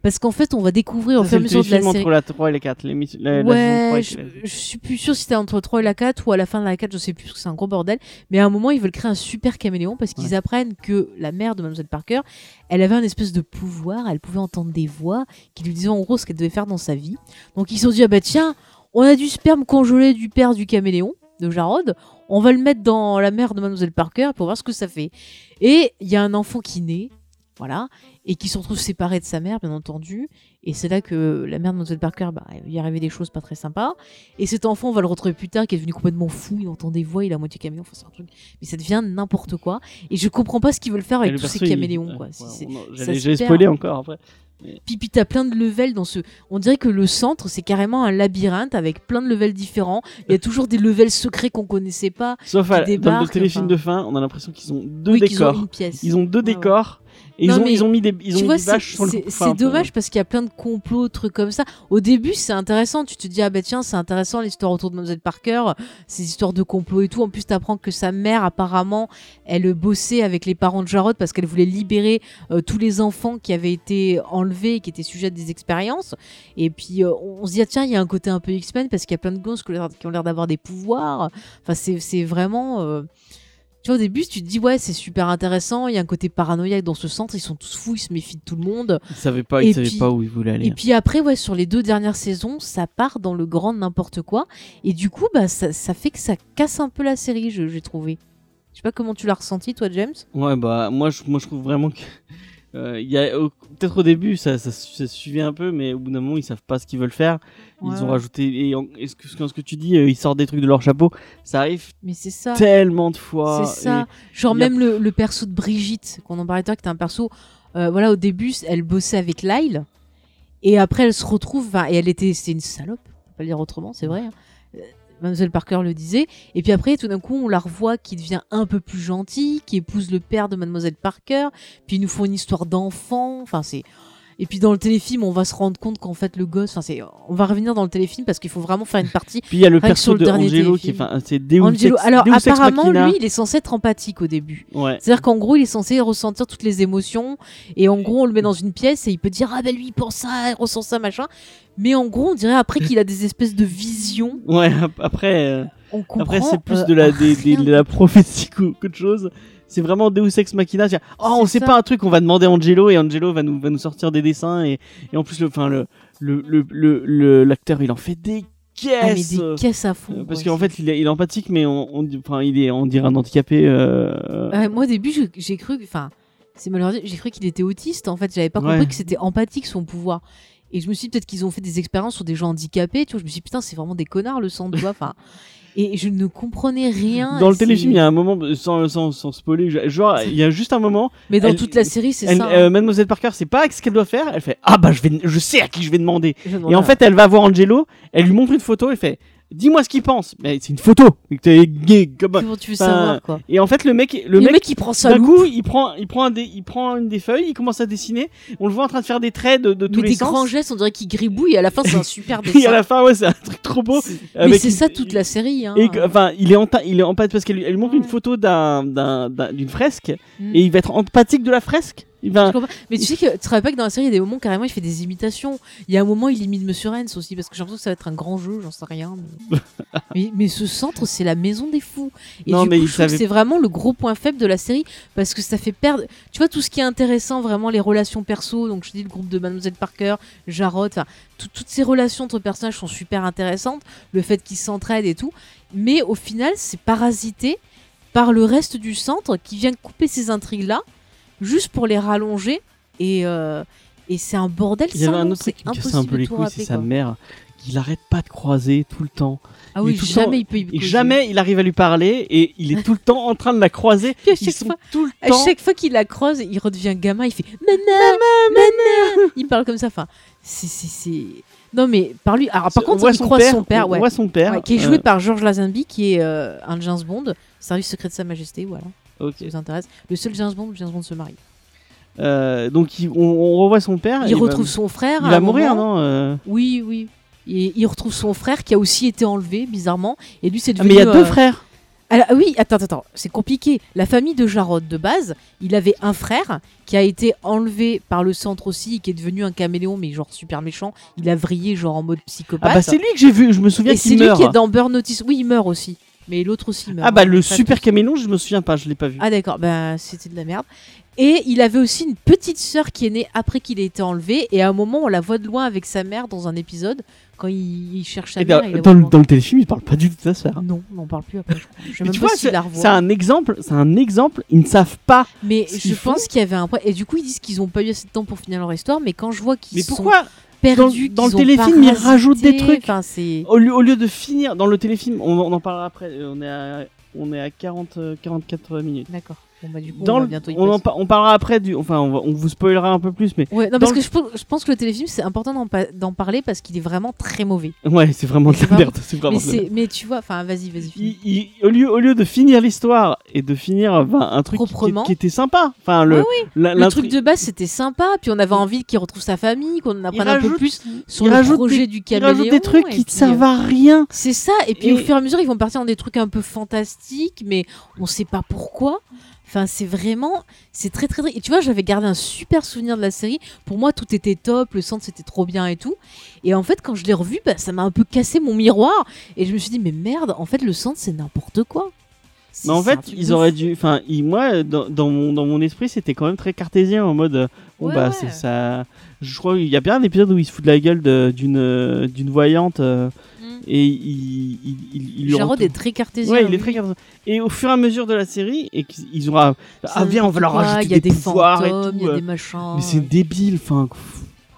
Parce qu'en fait, on va découvrir Ça, au fur et à le mesure de la téléfilm série. entre la 3 et la 4. l'émission- la- la saison 3 Ouais, et je, la- je suis plus sûr si c'était entre 3 et la 4 ou à la fin de la 4, je sais plus parce que c'est un gros bordel. Mais à un moment, ils veulent créer un super caméléon parce qu'ils Ouais. apprennent que la mère de Mademoiselle Parker, elle avait un espèce de pouvoir, elle pouvait entendre des voix qui lui disaient en gros ce qu'elle devait faire dans sa vie. Donc ils se sont dit, ah bah tiens, on a du sperme congelé du père du caméléon, de Jarod, on va le mettre dans la mère de Mademoiselle Parker pour voir ce que ça fait. Et il y a un enfant qui naît, voilà, et qui se retrouve séparé de sa mère, bien entendu. Et c'est là que la mère de Mademoiselle Parker, bah, il y arrivait des choses pas très sympas. Et cet enfant, on va le retrouver plus tard, qui est devenu complètement fou, il entend des voix, il a à moitié caméléon, enfin c'est un truc. Mais ça devient n'importe quoi. Et je comprends pas ce qu'ils veulent faire Et avec le tous ces perso, il- caméléons, ouais, quoi. ouais, Si c'est- on- ça J'allais se j'allais perd. spoiler encore après. puis, puis t'as plein de levels dans ce. On dirait que le centre, c'est carrément un labyrinthe avec plein de levels différents. Il y a toujours des levels secrets qu'on connaissait pas. Sauf à- dans le débarquent, téléfilm enfin. de fin, on a l'impression qu'ils ont deux Oui, qu'ils ont décors. une pièce. Ils ont deux Ouais, ouais. décors et Non, ils ont mais ils ont mis des ils tu ont vois, des c'est bâches sur le c'est- coupe-fin, c'est un peu. dommage parce qu'il y a plein de complots, trucs comme ça. Au début, c'est intéressant. Tu te dis, ah ben tiens, c'est intéressant l'histoire autour de Mademoiselle Parker, ces histoires de complots et tout. En plus, t'apprends que sa mère, apparemment, elle bossait avec les parents de Jarod parce qu'elle voulait libérer euh, tous les enfants qui avaient été enlevés et qui étaient sujets à des expériences. Et puis, euh, on on se dit, ah tiens, il y a un côté un peu X-Men parce qu'il y a plein de gosses qui ont l'air- qui ont l'air d'avoir des pouvoirs. Enfin, c'est c'est vraiment. euh, tu vois, au début, tu te dis, ouais, c'est super intéressant, il y a un côté paranoïaque dans ce centre, ils sont tous fous, ils se méfient de tout le monde. Ils savaient pas Et ils savaient puis- pas où ils voulaient Et aller. hein. puis après, ouais, sur les deux dernières saisons, ça part dans le grand n'importe quoi. Et du coup, bah, ça, ça fait que ça casse un peu la série, je- j'ai trouvé. Je sais pas comment tu l'as ressenti, toi, James. Ouais bah moi je moi je trouve vraiment que euh, il y a au- peut-être au début ça, ça su- ça suivait un peu mais au bout d'un moment ils savent pas ce qu'ils veulent faire ils Ouais, ont ouais. rajouté et en- et ce que, ce que- ce que tu dis euh, ils sortent des trucs de leur chapeau ça arrive Mais c'est ça. tellement de fois Ah. C'est ça. et- Genre il y a- même le, le perso de Brigitte, qu'on en parlait tout à l'heure, qui était un perso, euh, voilà, au début, elle bossait avec Lyle, et après elle se retrouve, enfin, et elle était, c'est une salope, on peut pas le dire autrement, c'est vrai. hein. Euh, Mademoiselle Parker le disait, et puis après, tout d'un coup, on la revoit qui devient un peu plus gentille, qui épouse le père de Mademoiselle Parker, puis ils nous font une histoire d'enfant, enfin c'est... Et puis dans le téléfilm, on va se rendre compte qu'en fait le gosse, enfin c'est, on va revenir dans le téléfilm parce qu'il faut vraiment faire une partie puis il y a le Rien que sur perso le de dernier Angelo qui est téléfilm. enfin c'est Deus Angelo. Ex- Alors Deus Ex apparemment, Machina. lui, il est censé être empathique au début. ouais C'est-à-dire qu'en gros, il est censé ressentir toutes les émotions et en gros, on le met dans une pièce et il peut dire ah ben lui il pense ça, il ressent ça, machin. Mais en gros, on dirait après qu'il a des espèces de visions. ouais ap- après euh, On comprend. Après, c'est plus euh, de la, des- des- rien. Ah, de la prophétie qu'au- qu'autre chose. C'est vraiment Deus Ex Machina. c'est-à-dire, Oh, on C'est sait ça. pas un truc, on va demander à Angelo et Angelo va nous, va nous sortir des dessins. Et, et en plus, le, enfin, le, le, le, le- le- l'acteur, il en fait des Ah, mais caisses. des caisses à fond. Euh, Parce ouais, qu'en c'est- fait, il est, il est empathique, mais on, on, dit- enfin, il est, on dirait un handicapé. euh, Ouais, moi au début, je- j'ai cru, que- enfin, c'est malheureux, j'ai cru qu'il était autiste. En fait, j'avais pas Ouais. compris que c'était empathique son pouvoir. Et je me suis dit peut-être qu'ils ont fait des expériences sur des gens handicapés. Tu vois, je me suis dit, putain, c'est vraiment des connards le sang, tu vois. Enfin, et je ne comprenais rien. Dans le Ah, et c'est- téléfilm, il y a un moment, sans, sans, sans spoiler, genre, il y a juste un moment, Mais dans elle- toute la série, c'est elle- ça. hein. euh, Mademoiselle Parker, c'est pas ce qu'elle doit faire, elle fait Ah bah, je, vais, je sais à qui je vais demander. Je me Et en demande, fait, elle va voir Angelo, elle lui montre une photo, elle fait Dis-moi ce qu'il pense. Mais c'est une photo. Mais t'es gay, comme- Comment tu veux Enfin, savoir quoi Et en fait, le mec, Bah, le, Le, mec, mec, il prend ça d'un coup, il prend, il prend, un des, il prend une des feuilles, il commence à dessiner. On le voit en train de faire des traits de, de tous mais les des sens. grands gestes, on dirait qu'il gribouille et à la fin c'est un super dessin. Et à la fin, ouais, c'est un truc trop beau. C'est- mais avec c'est une- ça toute la série. Hein. Et que- enfin, il est en, ta- il est en pâte parce qu'elle lui, elle lui montre une Ouais. photo d'un, d'un, d'un- d'une fresque Mm. et il va être empathique de la fresque. Il va, Je comprends pas. Mais tu sais que tu te rappelles pas que dans la série, il y a des moments carrément il fait des imitations. Il y a un moment il imite Monsieur Rennes aussi parce que j'ai l'impression que ça va être un grand jeu, j'en sais rien. Mais, mais, mais ce centre c'est la maison des fous. Et Non, du mais coup, il je trouve que savait- c'est vraiment le gros point faible de la série parce que ça fait perdre. Tu vois tout ce qui est intéressant vraiment les relations perso. Donc je dis le groupe de Mademoiselle Parker, Jarod, enfin tout- toutes ces relations entre personnages sont super intéressantes. Le fait qu'ils s'entraident et tout. Mais au final c'est parasité par le reste du centre qui vient couper ces intrigues là juste pour les rallonger et, euh, et c'est un bordel il y avait sans un nom, autre c'est truc qui me cassait impossible un peu les de tout couilles, rappeler, c'est sa quoi. mère. Il arrête pas de croiser tout le temps. ah il oui est tout le jamais temps- il peut y Et causer. jamais il arrive à lui parler et il est tout le temps en train de la croiser. Puis à Ils chaque sont fois tout le à temps. chaque fois qu'il la croise il redevient gamin il fait maman maman, il parle comme ça enfin c'est c'est c'est non mais par lui alors par Ah, On contre voit il croise son père on ouais. voit son père, Ouais, qui est joué euh, par Georges Lazenby qui est euh, un James Bond service secret de sa majesté voilà Ok. si ça vous intéresse. Le seul James Bond, James Bond se marie. Euh, donc il- on, on revoit son père. et Il retrouve son frère. Ah, Va, à il va un mourir, moment. non euh, Oui, oui. Et il retrouve son frère qui a aussi été enlevé, bizarrement. Et lui, c'est ah, devenu. Mais il y a euh, deux frères. Alors, ah oui, attends, attends, c'est compliqué. La famille de Jarod, de base, il avait un frère qui a été enlevé par le centre aussi, qui est devenu un caméléon, mais genre super méchant. Il a vrillé, genre en mode psychopathe. Ah bah c'est lui que j'ai vu. Je me souviens Et c'est qu'il lui meurt. qui est dans Burn Notice. Oui, il meurt aussi. Mais l'autre aussi meurt. Ah bah le Enfin, super camélon, je me souviens pas, je l'ai pas vu. Ah d'accord, bah c'était de la merde. Et il avait aussi une petite sœur qui est née après qu'il ait été enlevé. Et à un moment, on la voit de loin avec sa mère dans un épisode quand il, il cherche sa Et mère. dans, il la Eh dans le, voit de dans le téléfilm, il parle pas du tout de sa sœur. loin. Non, on n'en parle plus après. Je crois. Je sais Mais même tu pas vois, s'il c'est la c'est revoit. un exemple, c'est un exemple. Ils ne savent pas. Mais ce je qu'ils font. pense qu'il y avait un point. Et du coup, ils disent qu'ils ont pas eu assez de temps pour finir leur histoire. Mais quand je vois qu'ils Mais sont pourquoi perdus, dans le qu'ils ont pas téléfilm, ils rasé, rajoutent des trucs Oh. Enfin, c'est. au lieu, au lieu de finir dans le téléfilm, on, on en parlera après. euh, On est à, on est à 40, euh, 44 minutes. D'accord. Bon, bah, du coup, Dans on va le- bientôt y on, en passer. par- on parlera après du. Enfin, on, va- on vous spoilera un peu plus, mais Ouais, non, dans parce le- que je pense- je pense que le téléfilm, c'est important d'en pa- d'en parler parce qu'il est vraiment très mauvais. ouais, c'est vraiment de C'est la vraiment- merde. C'est vraiment Mais, de la merde. c'est- mais tu vois, enfin, vas-y, vas-y. finis. Il- il- au, lieu, au lieu de finir l'histoire et de finir ben, un truc qui- qui, Proprement. qui était sympa, enfin le, Ouais, la- Le truc l'intri- Mm. de base, c'était sympa, puis on avait envie qu'il retrouve sa famille, qu'on en il apprenne un peu rajoute- plus sur il le rajoute projet des- du il caméléon. rajoute des trucs et qui ne puis, servent euh, à rien. C'est ça, et puis Et- au fur et à mesure, ils vont partir dans des trucs un peu fantastiques, mais on sait pas pourquoi. Enfin, c'est vraiment, c'est très très très. Et tu vois, j'avais gardé un super souvenir de la série. Pour moi, tout était top, le centre c'était trop bien et tout. Et en fait, quand je l'ai revu, bah, ça m'a un peu cassé mon miroir, et je me suis dit, mais merde, en fait, le centre c'est n'importe quoi. C'est- Mais en c'est un fait, truc de ils auraient dû. Enfin, ils- moi, dans, dans mon, dans mon esprit, c'était quand même très cartésien en mode. euh, Bon, Ouais, bah, ouais. c'est ça. Je crois qu'il y a bien un épisode où il se fout de la gueule de- d'une euh, d'une voyante euh, fou. Mm. et il. il, il, il lui Jarod retourne- est très cartésien. Ouais, il est oui. très cartésien. Et au fur et à mesure de la série, et qu'ils ils auront. Ah, viens, on va leur Ouais, rajouter il y a des, pouvoirs et fantômes, tout. Il y a euh. des machins. Mais c'est débile, enfin.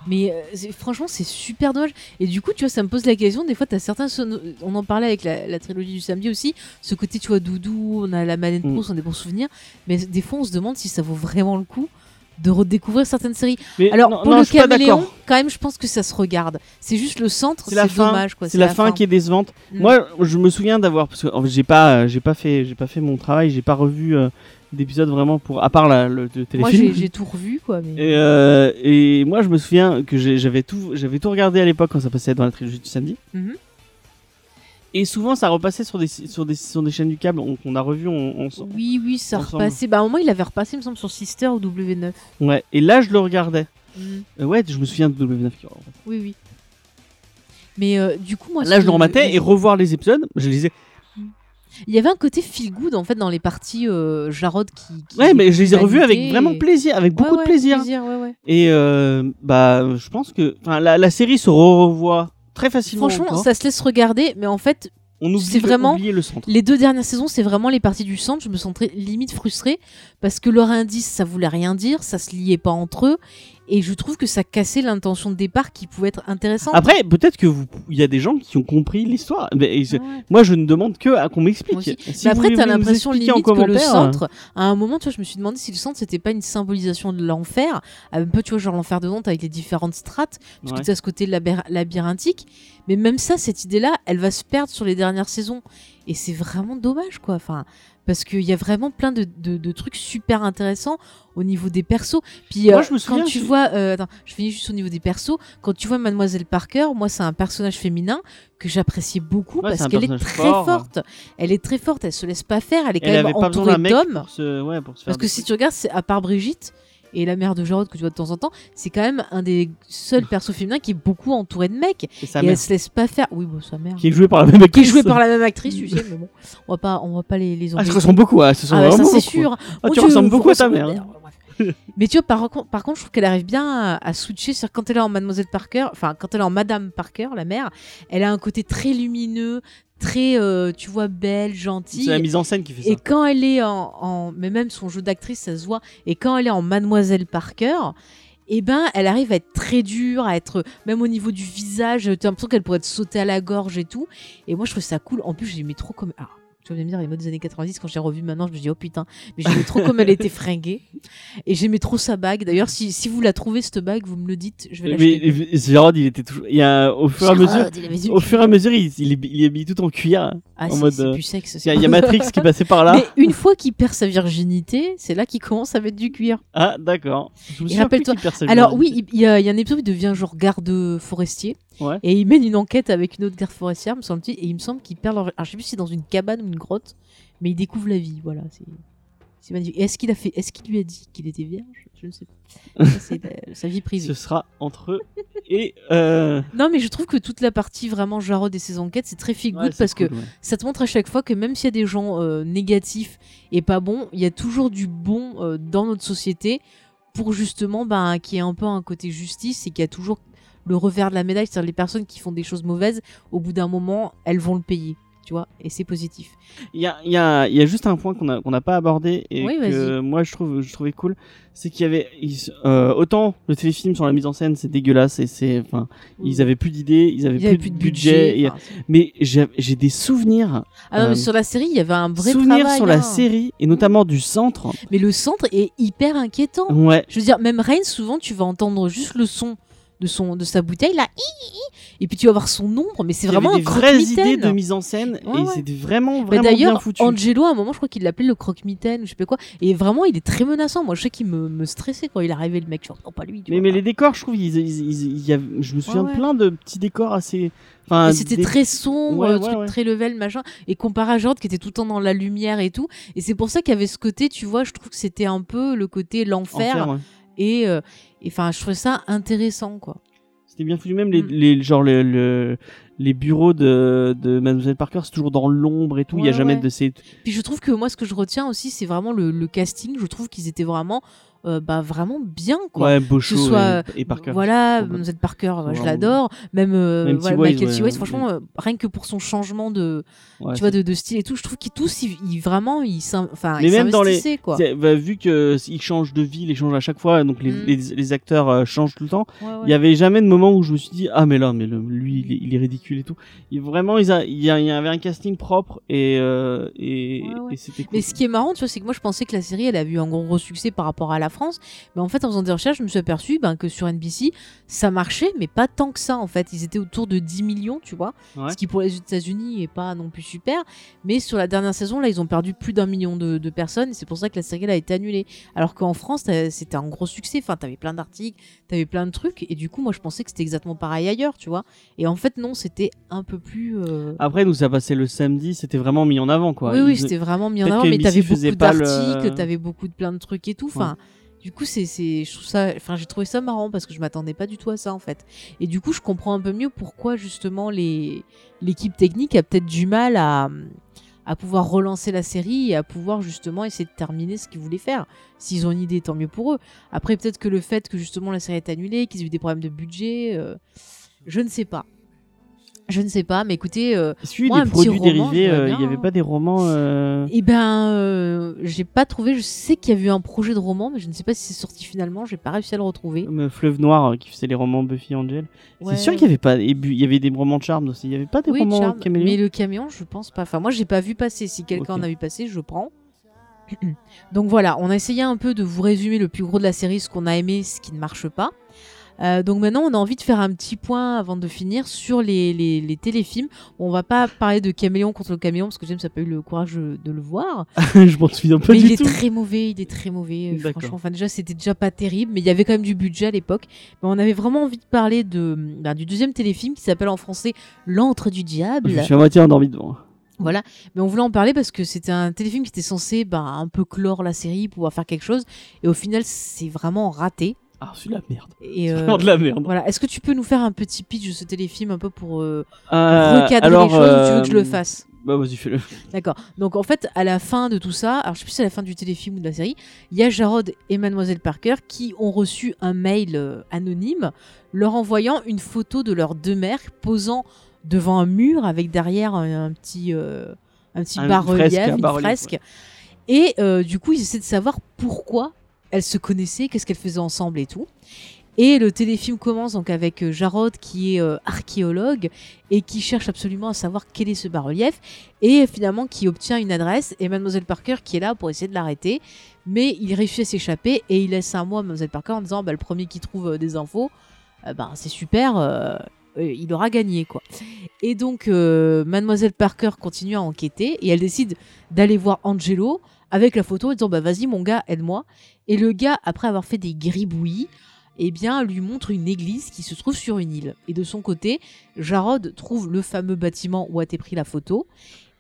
Mais, euh, c'est- franchement, c'est super dommage. Et du coup, tu vois, ça me pose la question. Des fois, t'as certains. sono- On en parlait avec la, la trilogie du samedi aussi. Ce côté, tu vois, doudou, on a la manette Mm. Proust, on a des bons souvenirs. Mais des fois, on se demande si ça vaut vraiment le coup de redécouvrir certaines séries. Mais Alors, non, pour non, le je suis pas caméléon, d'accord. quand même, je pense que ça se regarde. C'est juste le centre, C'est la c'est fin. dommage. quoi, C'est la, fin qui est décevante. Mm. Moi, je me souviens d'avoir parce que en fait, j'ai pas, euh, j'ai pas fait, j'ai pas fait mon travail, j'ai pas revu euh, d'épisode vraiment pour, à part la- le, le Moi, j'ai téléfilm. j'ai tout revu, quoi. Mais... et, euh, et moi, je me souviens que j'ai- j'avais tout, j'avais tout regardé à l'époque quand ça passait dans la trilogie du samedi. Mhm. Et souvent, ça repassait sur des, sur des, sur des chaînes du câble. On, on a revu, on, on s'en- Oui, oui, ça Ensemble. repassait. Bah, à un moment, il avait repassé, il me semble, sur Sister ou W9. ouais. Et là, je le regardais. Mm. Euh, ouais, je me souviens de W9. Oui, oui. Mais euh, du coup, moi, ce Là, je que- le rematais et revoir les épisodes. Je les ai. Il y avait un côté feel good en fait dans les parties euh, Jarod qui, qui- Ouais, mais je les ai qui revus avec validait vraiment et- plaisir, avec beaucoup Ouais, ouais, de plaisir. ouais, ouais. Et euh, bah, je pense que, enfin, la, la série se re- revoit très facilement. Franchement, encore. ça se laisse regarder, mais en fait, on oublie, c'est vraiment- oublier le centre. les deux dernières saisons, c'est vraiment les parties du centre. Je me sentais limite frustrée parce que leur indice, ça voulait rien dire, ça se liait pas entre eux, et je trouve que ça cassait l'intention de départ qui pouvait être intéressante. Après, peut-être que vous, il y a des gens qui ont compris l'histoire. Mais et c'est- Ah Ouais. moi, je ne demande que à qu'on m'explique. Moi Si aussi. vous Mais après, voulez t'as nous l'impression expliquer en limite que le commentaire, centre, à un moment, tu vois, je me suis demandé si le centre c'était pas une symbolisation de l'enfer, Ah, un peu, tu vois, genre l'enfer de Nantes avec les différentes strates, parce euh, Ouais. que tu as ce côté labir- labyrinthique. Mais même ça, cette idée-là, elle va se perdre sur les dernières saisons. Et c'est vraiment dommage, quoi. Enfin, parce qu'il y a vraiment plein de, de- de trucs super intéressants au niveau des persos. Puis Moi, euh, je me souviens, quand tu je- vois, euh, attends, je finis juste au niveau des persos. Quand tu vois Mademoiselle Parker, moi, c'est un personnage féminin que j'appréciais beaucoup Ouais, c'est parce un qu'elle est personnage très fort. forte elle est très forte, elle se laisse pas faire, elle est quand elle même avait pas besoin entourée d'un mec d'hommes. pour se, ouais, pour se faire Parce que des- si tu regardes, c'est à part Brigitte et la mère de Jarod que tu vois de temps en temps, c'est quand même un des seuls persos féminins qui est beaucoup entouré de mecs et sa et Mm. mère, elle se laisse pas faire. Oui, bon, sa mère. qui est jouée par la même actrice. Qui est jouée par la même actrice, tu sais, mais bon, on va pas, on va pas les, les Ah, enlever. se ressemble beaucoup. ah, se Ah ressemble ouais, ça vraiment c'est beaucoup. sûr. Ah, Mon tu Dieu, ressembles faut beaucoup à ta ressembler- mère. hein. Bref. Mais tu vois, par, con- par contre, je trouve qu'elle arrive bien à, à switcher. C'est-à-dire, quand elle est en Mademoiselle Parker, enfin, quand elle est en Madame Parker, la mère, elle a un côté très lumineux, très, euh, tu vois, belle, gentille. C'est la mise en scène qui fait ça. Et quand elle est en, en- mais même son jeu d'actrice, ça se voit. Et quand elle est en Mademoiselle Parker, eh ben, elle arrive à être très dure, à être même au niveau du visage. T'as l'impression qu'elle pourrait te sauter à la gorge et tout. Et moi, je trouve ça cool. En plus, j'aimais trop comme. Ah, Tu vas me dire, les modes des années 90, quand je l'ai revue maintenant, je me dis, oh putain, mais j'aimais trop comme elle était fringuée. Et j'aimais trop sa bague. D'ailleurs, si, si vous la trouvez, cette bague, vous me le dites, je vais Mais l'acheter. mais Gérard, il était toujours. Il y a, au fur et à mesure, Gérard, il avait dit- au fur et à mesure, il, il est, il est mis tout en cuir. Ah, en c'est- mode, c'est euh, plus sexe. Il y, ça. a- il y a Matrix qui est passé par là. Mais une fois qu'il perd sa virginité, c'est là qu'il commence à mettre du cuir. Ah, d'accord. Je Et me souviens plus rappelle-toi- qui perd sa Alors oui, virginité. il il y, a, il y a un épisode où il devient genre garde forestier Ouais. et il mène une enquête avec une autre garde forestière, me semble-t-il, et il me semble qu'ils perdent leur... Alors je sais plus si c'est dans une cabane ou une grotte, mais il découvre la vie, voilà. C'est, c'est magnifique. Et Est-ce qu'il a fait Est-ce qu'il lui a dit qu'il était vierge Je ne sais pas. Ça, c'est la- sa vie privée. Ce sera entre eux et. Euh... Non, mais je trouve que toute la partie vraiment Jarod et ses enquêtes, c'est très feel good ouais, c'est parce que cool, ouais. ça te montre à chaque fois que même s'il y a des gens euh, négatifs et pas bons, il y a toujours du bon euh, dans notre société pour justement ben, qu'il y ait un peu un côté justice et qu'il y a toujours le revers de la médaille. C'est-à-dire les personnes qui font des choses mauvaises, au bout d'un moment, elles vont le payer. Tu vois, et c'est positif. Il y a, il y, a, il y a juste un point qu'on a- qu'on n'a pas abordé et Oui, que moi je, trouve, je trouvais cool, c'est qu'il y avait ils- euh, autant le téléfilm sur la mise en scène c'est dégueulasse et c'est enfin ils avaient plus d'idées, ils avaient Ils plus, avaient de budget, et- enfin, c'est- mais j'ai j'ai des souvenirs, ah non, mais Euh, sur la série, il y avait un vrai souvenirs travail, sur hein. la série et notamment du centre. Mais le centre est hyper inquiétant. Ouais, Je veux dire, même Reigns, souvent, tu vas entendre juste le son de, son, de sa bouteille, là, hi, hi, hi, et puis tu vas voir son ombre, mais c'est Il y vraiment avait un des vraies idées croque-mitaine. de mise en scène Ouais, et ouais. c'était vraiment Bah, vraiment bien D'ailleurs, foutu. Angelo, à un moment, je crois qu'il l'appelait le croque-mitaine ou je sais pas quoi. Et vraiment, il est très menaçant. Moi, je sais qu'il me, me stressait quand il arrivait, le mec. Je suis pas lui. tu Mais, vois. mais les décors, je trouve, ils, ils- ils- il y a- je me souviens de ouais. plein de petits décors assez. Enfin, Et c'était des- très sombre, Ouais, euh, ouais, truc ouais. très level, machin. Et comparé à Jord qui était tout le temps dans la lumière et tout. Et c'est pour ça qu'il y avait ce côté, tu vois, je trouve que c'était un peu le côté l'enfer. enfer, ouais. Et euh, et, enfin, je trouvais ça intéressant, quoi. C'était bien foutu. Même les, Mm. les- genre le- le- les bureaux de, de Mademoiselle Parker, c'est toujours dans l'ombre et tout. Il y a Ouais, jamais ouais. de ces. Puis je trouve que moi, ce que je retiens aussi, c'est vraiment le, le casting. Je trouve qu'ils étaient vraiment, euh, bah, vraiment bien, quoi. Ouais, Beauchot ce et- soit- et, Parker. Voilà, Trop bien. Mademoiselle Parker, bah, je vraiment- l'adore. Même, euh, Même voilà, T. Wise, Michael ouais, T. Wise, ouais. franchement, euh, rien que pour son changement de, Ouais, tu vois, de, de style et tout, je trouve qu'ils tous, ils, ils- vraiment, ils s'in- enfin, Mais ils même dans les- s'investissaient, quoi. C'est- bah, vu que ils changent de ville, ils changent à chaque fois, donc les, Mm. les, les acteurs euh, changent tout le temps. Ouais, ouais. Il y avait jamais de moment où je me suis dit ah mais là mais le- lui il est, il est ridicule et tout. Il- vraiment ils a- il y, a- il y avait un casting propre et euh, et, Ouais, ouais. et c'était cool. Mais ce qui est marrant, tu vois, c'est que moi, je pensais que la série, elle avait eu un gros succès par rapport à la France. Mais en fait, en faisant des recherches, je me suis aperçu ben, que sur NBC, ça marchait, mais pas tant que ça, en fait. Ils étaient autour de 10 millions, tu vois. Ouais. Ce qui, pour les États-Unis, est pas non plus super. Mais sur la dernière saison, là, ils ont perdu plus d'un million de, de personnes. Et c'est pour ça que la série, elle a été annulée. Alors qu'en France, t'as- c'était un gros succès. Enfin, t'avais plein d'articles, t'avais plein de trucs. Et du coup, moi, je pensais que c'était exactement pareil ailleurs, tu vois. Et en fait, non, c'était un peu plus. euh, Après nous ça passait le samedi, c'était vraiment mis en avant quoi. oui, oui, Ils- c'était vraiment bien peut-être avant, que mais NBC t'avais faisait beaucoup pas le- d'articles, t'avais beaucoup de plein de trucs et tout. Enfin, du coup, c'est, c'est, je trouve ça, enfin, j'ai trouvé ça marrant parce que je m'attendais pas du tout à ça en fait. Et du coup, je comprends un peu mieux pourquoi justement les l'équipe technique a peut-être du mal à à pouvoir relancer la série et à pouvoir justement essayer de terminer ce qu'ils voulaient faire. S'ils ont une idée, tant mieux pour eux. Après, peut-être que le fait que justement la série est annulée, qu'ils aient eu des problèmes de budget, euh, je ne sais pas. Je ne sais pas, mais écoutez, euh, Celui Moi, un des petit produits roman, dérivés, je vois euh, il bien, n'y avait hein. pas des romans. euh, Eh ben, euh, j'ai pas trouvé. Je sais qu'il y a eu un projet de roman, mais je ne sais pas si c'est sorti finalement. J'ai pas réussi à le retrouver. Comme euh, Fleuve Noir euh, qui faisait les romans Buffy Angel. Ouais. C'est sûr qu'il y avait pas. et bu- Il y avait des romans de Charmed aussi. Il y avait pas des Oui, romans Charme, Caméléon. Mais le camion, je pense pas. Enfin, moi, j'ai pas vu passer. Si quelqu'un Ok. en a vu passer, je prends. Donc voilà, on a essayé un peu de vous résumer le plus gros de la série, ce qu'on a aimé, ce qui ne marche pas. Euh, donc maintenant, on a envie de faire un petit point avant de finir sur les, les, les téléfilms. On va pas parler de Caméléon contre le Caméléon parce que James n'a pas eu le courage de de le voir. je m'en souviens pas mais il du est tout. très mauvais, il est très mauvais. euh, D'accord. Franchement, enfin déjà c'était déjà pas terrible, mais il y avait quand même du budget à l'époque. Mais on avait vraiment envie de parler de ben, du deuxième téléfilm qui s'appelle en français L'antre du diable. Je suis à moitié endormi devant. Voilà, mais on voulait en parler parce que c'était un téléfilm qui était censé ben, un peu clore la série, pouvoir faire quelque chose, et au final c'est vraiment raté. Ah, c'est de la merde. Et C'est euh, vraiment de la merde. voilà, est-ce que tu peux nous faire un petit pitch de ce téléfilm un peu pour euh, Euh, recadrer alors, les choses ou tu veux euh, que je le fasse Bah, vas-y, fais-le. D'accord. Donc en fait, à la fin de tout ça, alors je sais plus si c'est à la fin du téléfilm ou de la série, il y a Jarod et Mademoiselle Parker qui ont reçu un mail euh, anonyme leur envoyant une photo de leurs deux mères posant devant un mur avec derrière un, un petit euh, un petit Un- une bas-relief, fresque, un une bas-relief, fresque. Et euh, du coup, ils essaient de savoir pourquoi elles se connaissaient, qu'est-ce qu'elles faisaient ensemble et tout. Et le téléfilm commence donc avec euh, Jarod qui est euh, archéologue et qui cherche absolument à savoir quel est ce bas-relief et finalement qui obtient une adresse et Mademoiselle Parker qui est là pour essayer de l'arrêter. Mais il réussit à s'échapper et il laisse un mot à Mademoiselle Parker en disant bah, le premier qui trouve euh, des infos, euh, ben, c'est super, euh, euh, il aura gagné quoi. Et donc euh, Mademoiselle Parker continue à enquêter et elle décide d'aller voir Angelo avec la photo en disant bah vas-y mon gars aide-moi. Et le gars après avoir fait des gribouillis eh bien, lui montre une église qui se trouve sur une île. Et de son côté, Jarod trouve le fameux bâtiment où a été pris la photo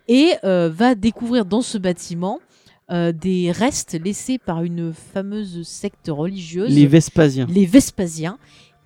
et euh, va découvrir dans ce bâtiment euh, des restes laissés par une fameuse secte religieuse, Les Vespasiens. les Vespasiens,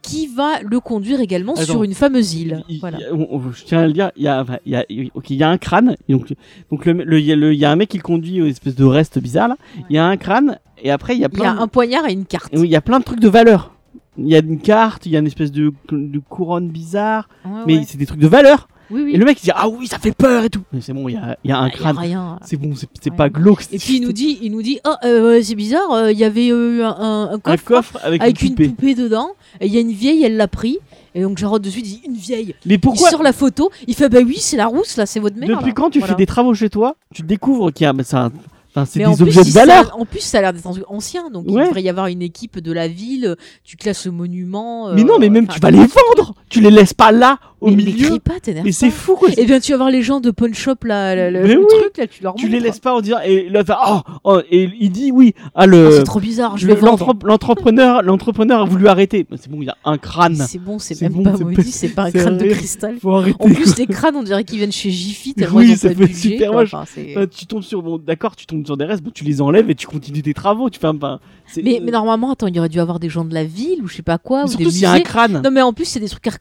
qui va le conduire également Attends. sur une fameuse île. Ah, Il- il- Voilà. on- on- je tiens à le dire, il y a, enfin, il y a- il- ok, il y a un crâne. et Donc, donc le, le- il y a le- il y a un mec qui le conduit une espèce de reste bizarre. là. Il y a un crâne et après il y a Il y a plein. de- un poignard et une carte. et oui, il y a plein de trucs de valeur. Il y a une carte, il y a une espèce de, de couronne bizarre, Ouais, mais Ah ouais. c'est des trucs de valeur. Oui, oui. Ah, Et le mec il dit ah oui ça fait peur et tout. Mais c'est bon, il y a, il y a un Il y a crâne. rien. C'est bon, c'est c'est Ouais. pas glauque. Et puis il nous dit, il nous dit, oh euh, c'est bizarre, euh, il y avait eu un, un- un un coffre, coffre avec, avec une poupée. dedans. Et il y a une vieille, elle l'a pris. Et donc Jarod dessus dit une vieille. Mais pourquoi il sort la photo, il fait bah oui c'est la rousse là, c'est votre mère. depuis là. quand tu Voilà. fais des travaux chez toi, tu découvres qu'il y a ben, c'est un- enfin, c'est Mais en des plus, objets de si ça a- valeur. En plus, ça a l'air d'être un truc ancien, donc il Ouais. devrait y avoir une équipe de la ville. euh, Tu classes le monument. euh, Mais non, mais même enfin, tu vas les vendre. Tu les laisses pas là au mais- mais milieu. crie pas, t'énerve Mais c'est pas. fou quoi. Eh bien, tu vas voir les gens de pawn shop là, le, le- Mais le oui. truc là, tu leur Tu les montres. laisses pas en disant et là, enfin, oh, oh, et il dit oui. Ah Ah, le c'est trop bizarre, je le- vais vendre. l'entre- l'entrepreneur l'entrepreneur a voulu arrêter. Mais C'est bon, il y a un crâne. C'est bon, c'est C'est même bon, pas c'est maudit, pas- c'est pas un c'est crâne de horrible. cristal. Faut arrêter. En plus, quoi. les crânes, on dirait qu'ils viennent chez Jiffy tellement Oui, ils ont ça pas de fait budget, super quoi. moche. Enfin, c'est- Euh, tu tombes sur bon d'accord, tu tombes sur des restes, bon, tu les enlèves et tu continues tes travaux. Tu fais un ben, c'est- mais, mais normalement, attends, il y aurait dû avoir des gens de la ville ou je sais pas quoi, Mais ou des surtout s'il y a un musées. crâne. Non mais en plus c'est des trucs archéologiques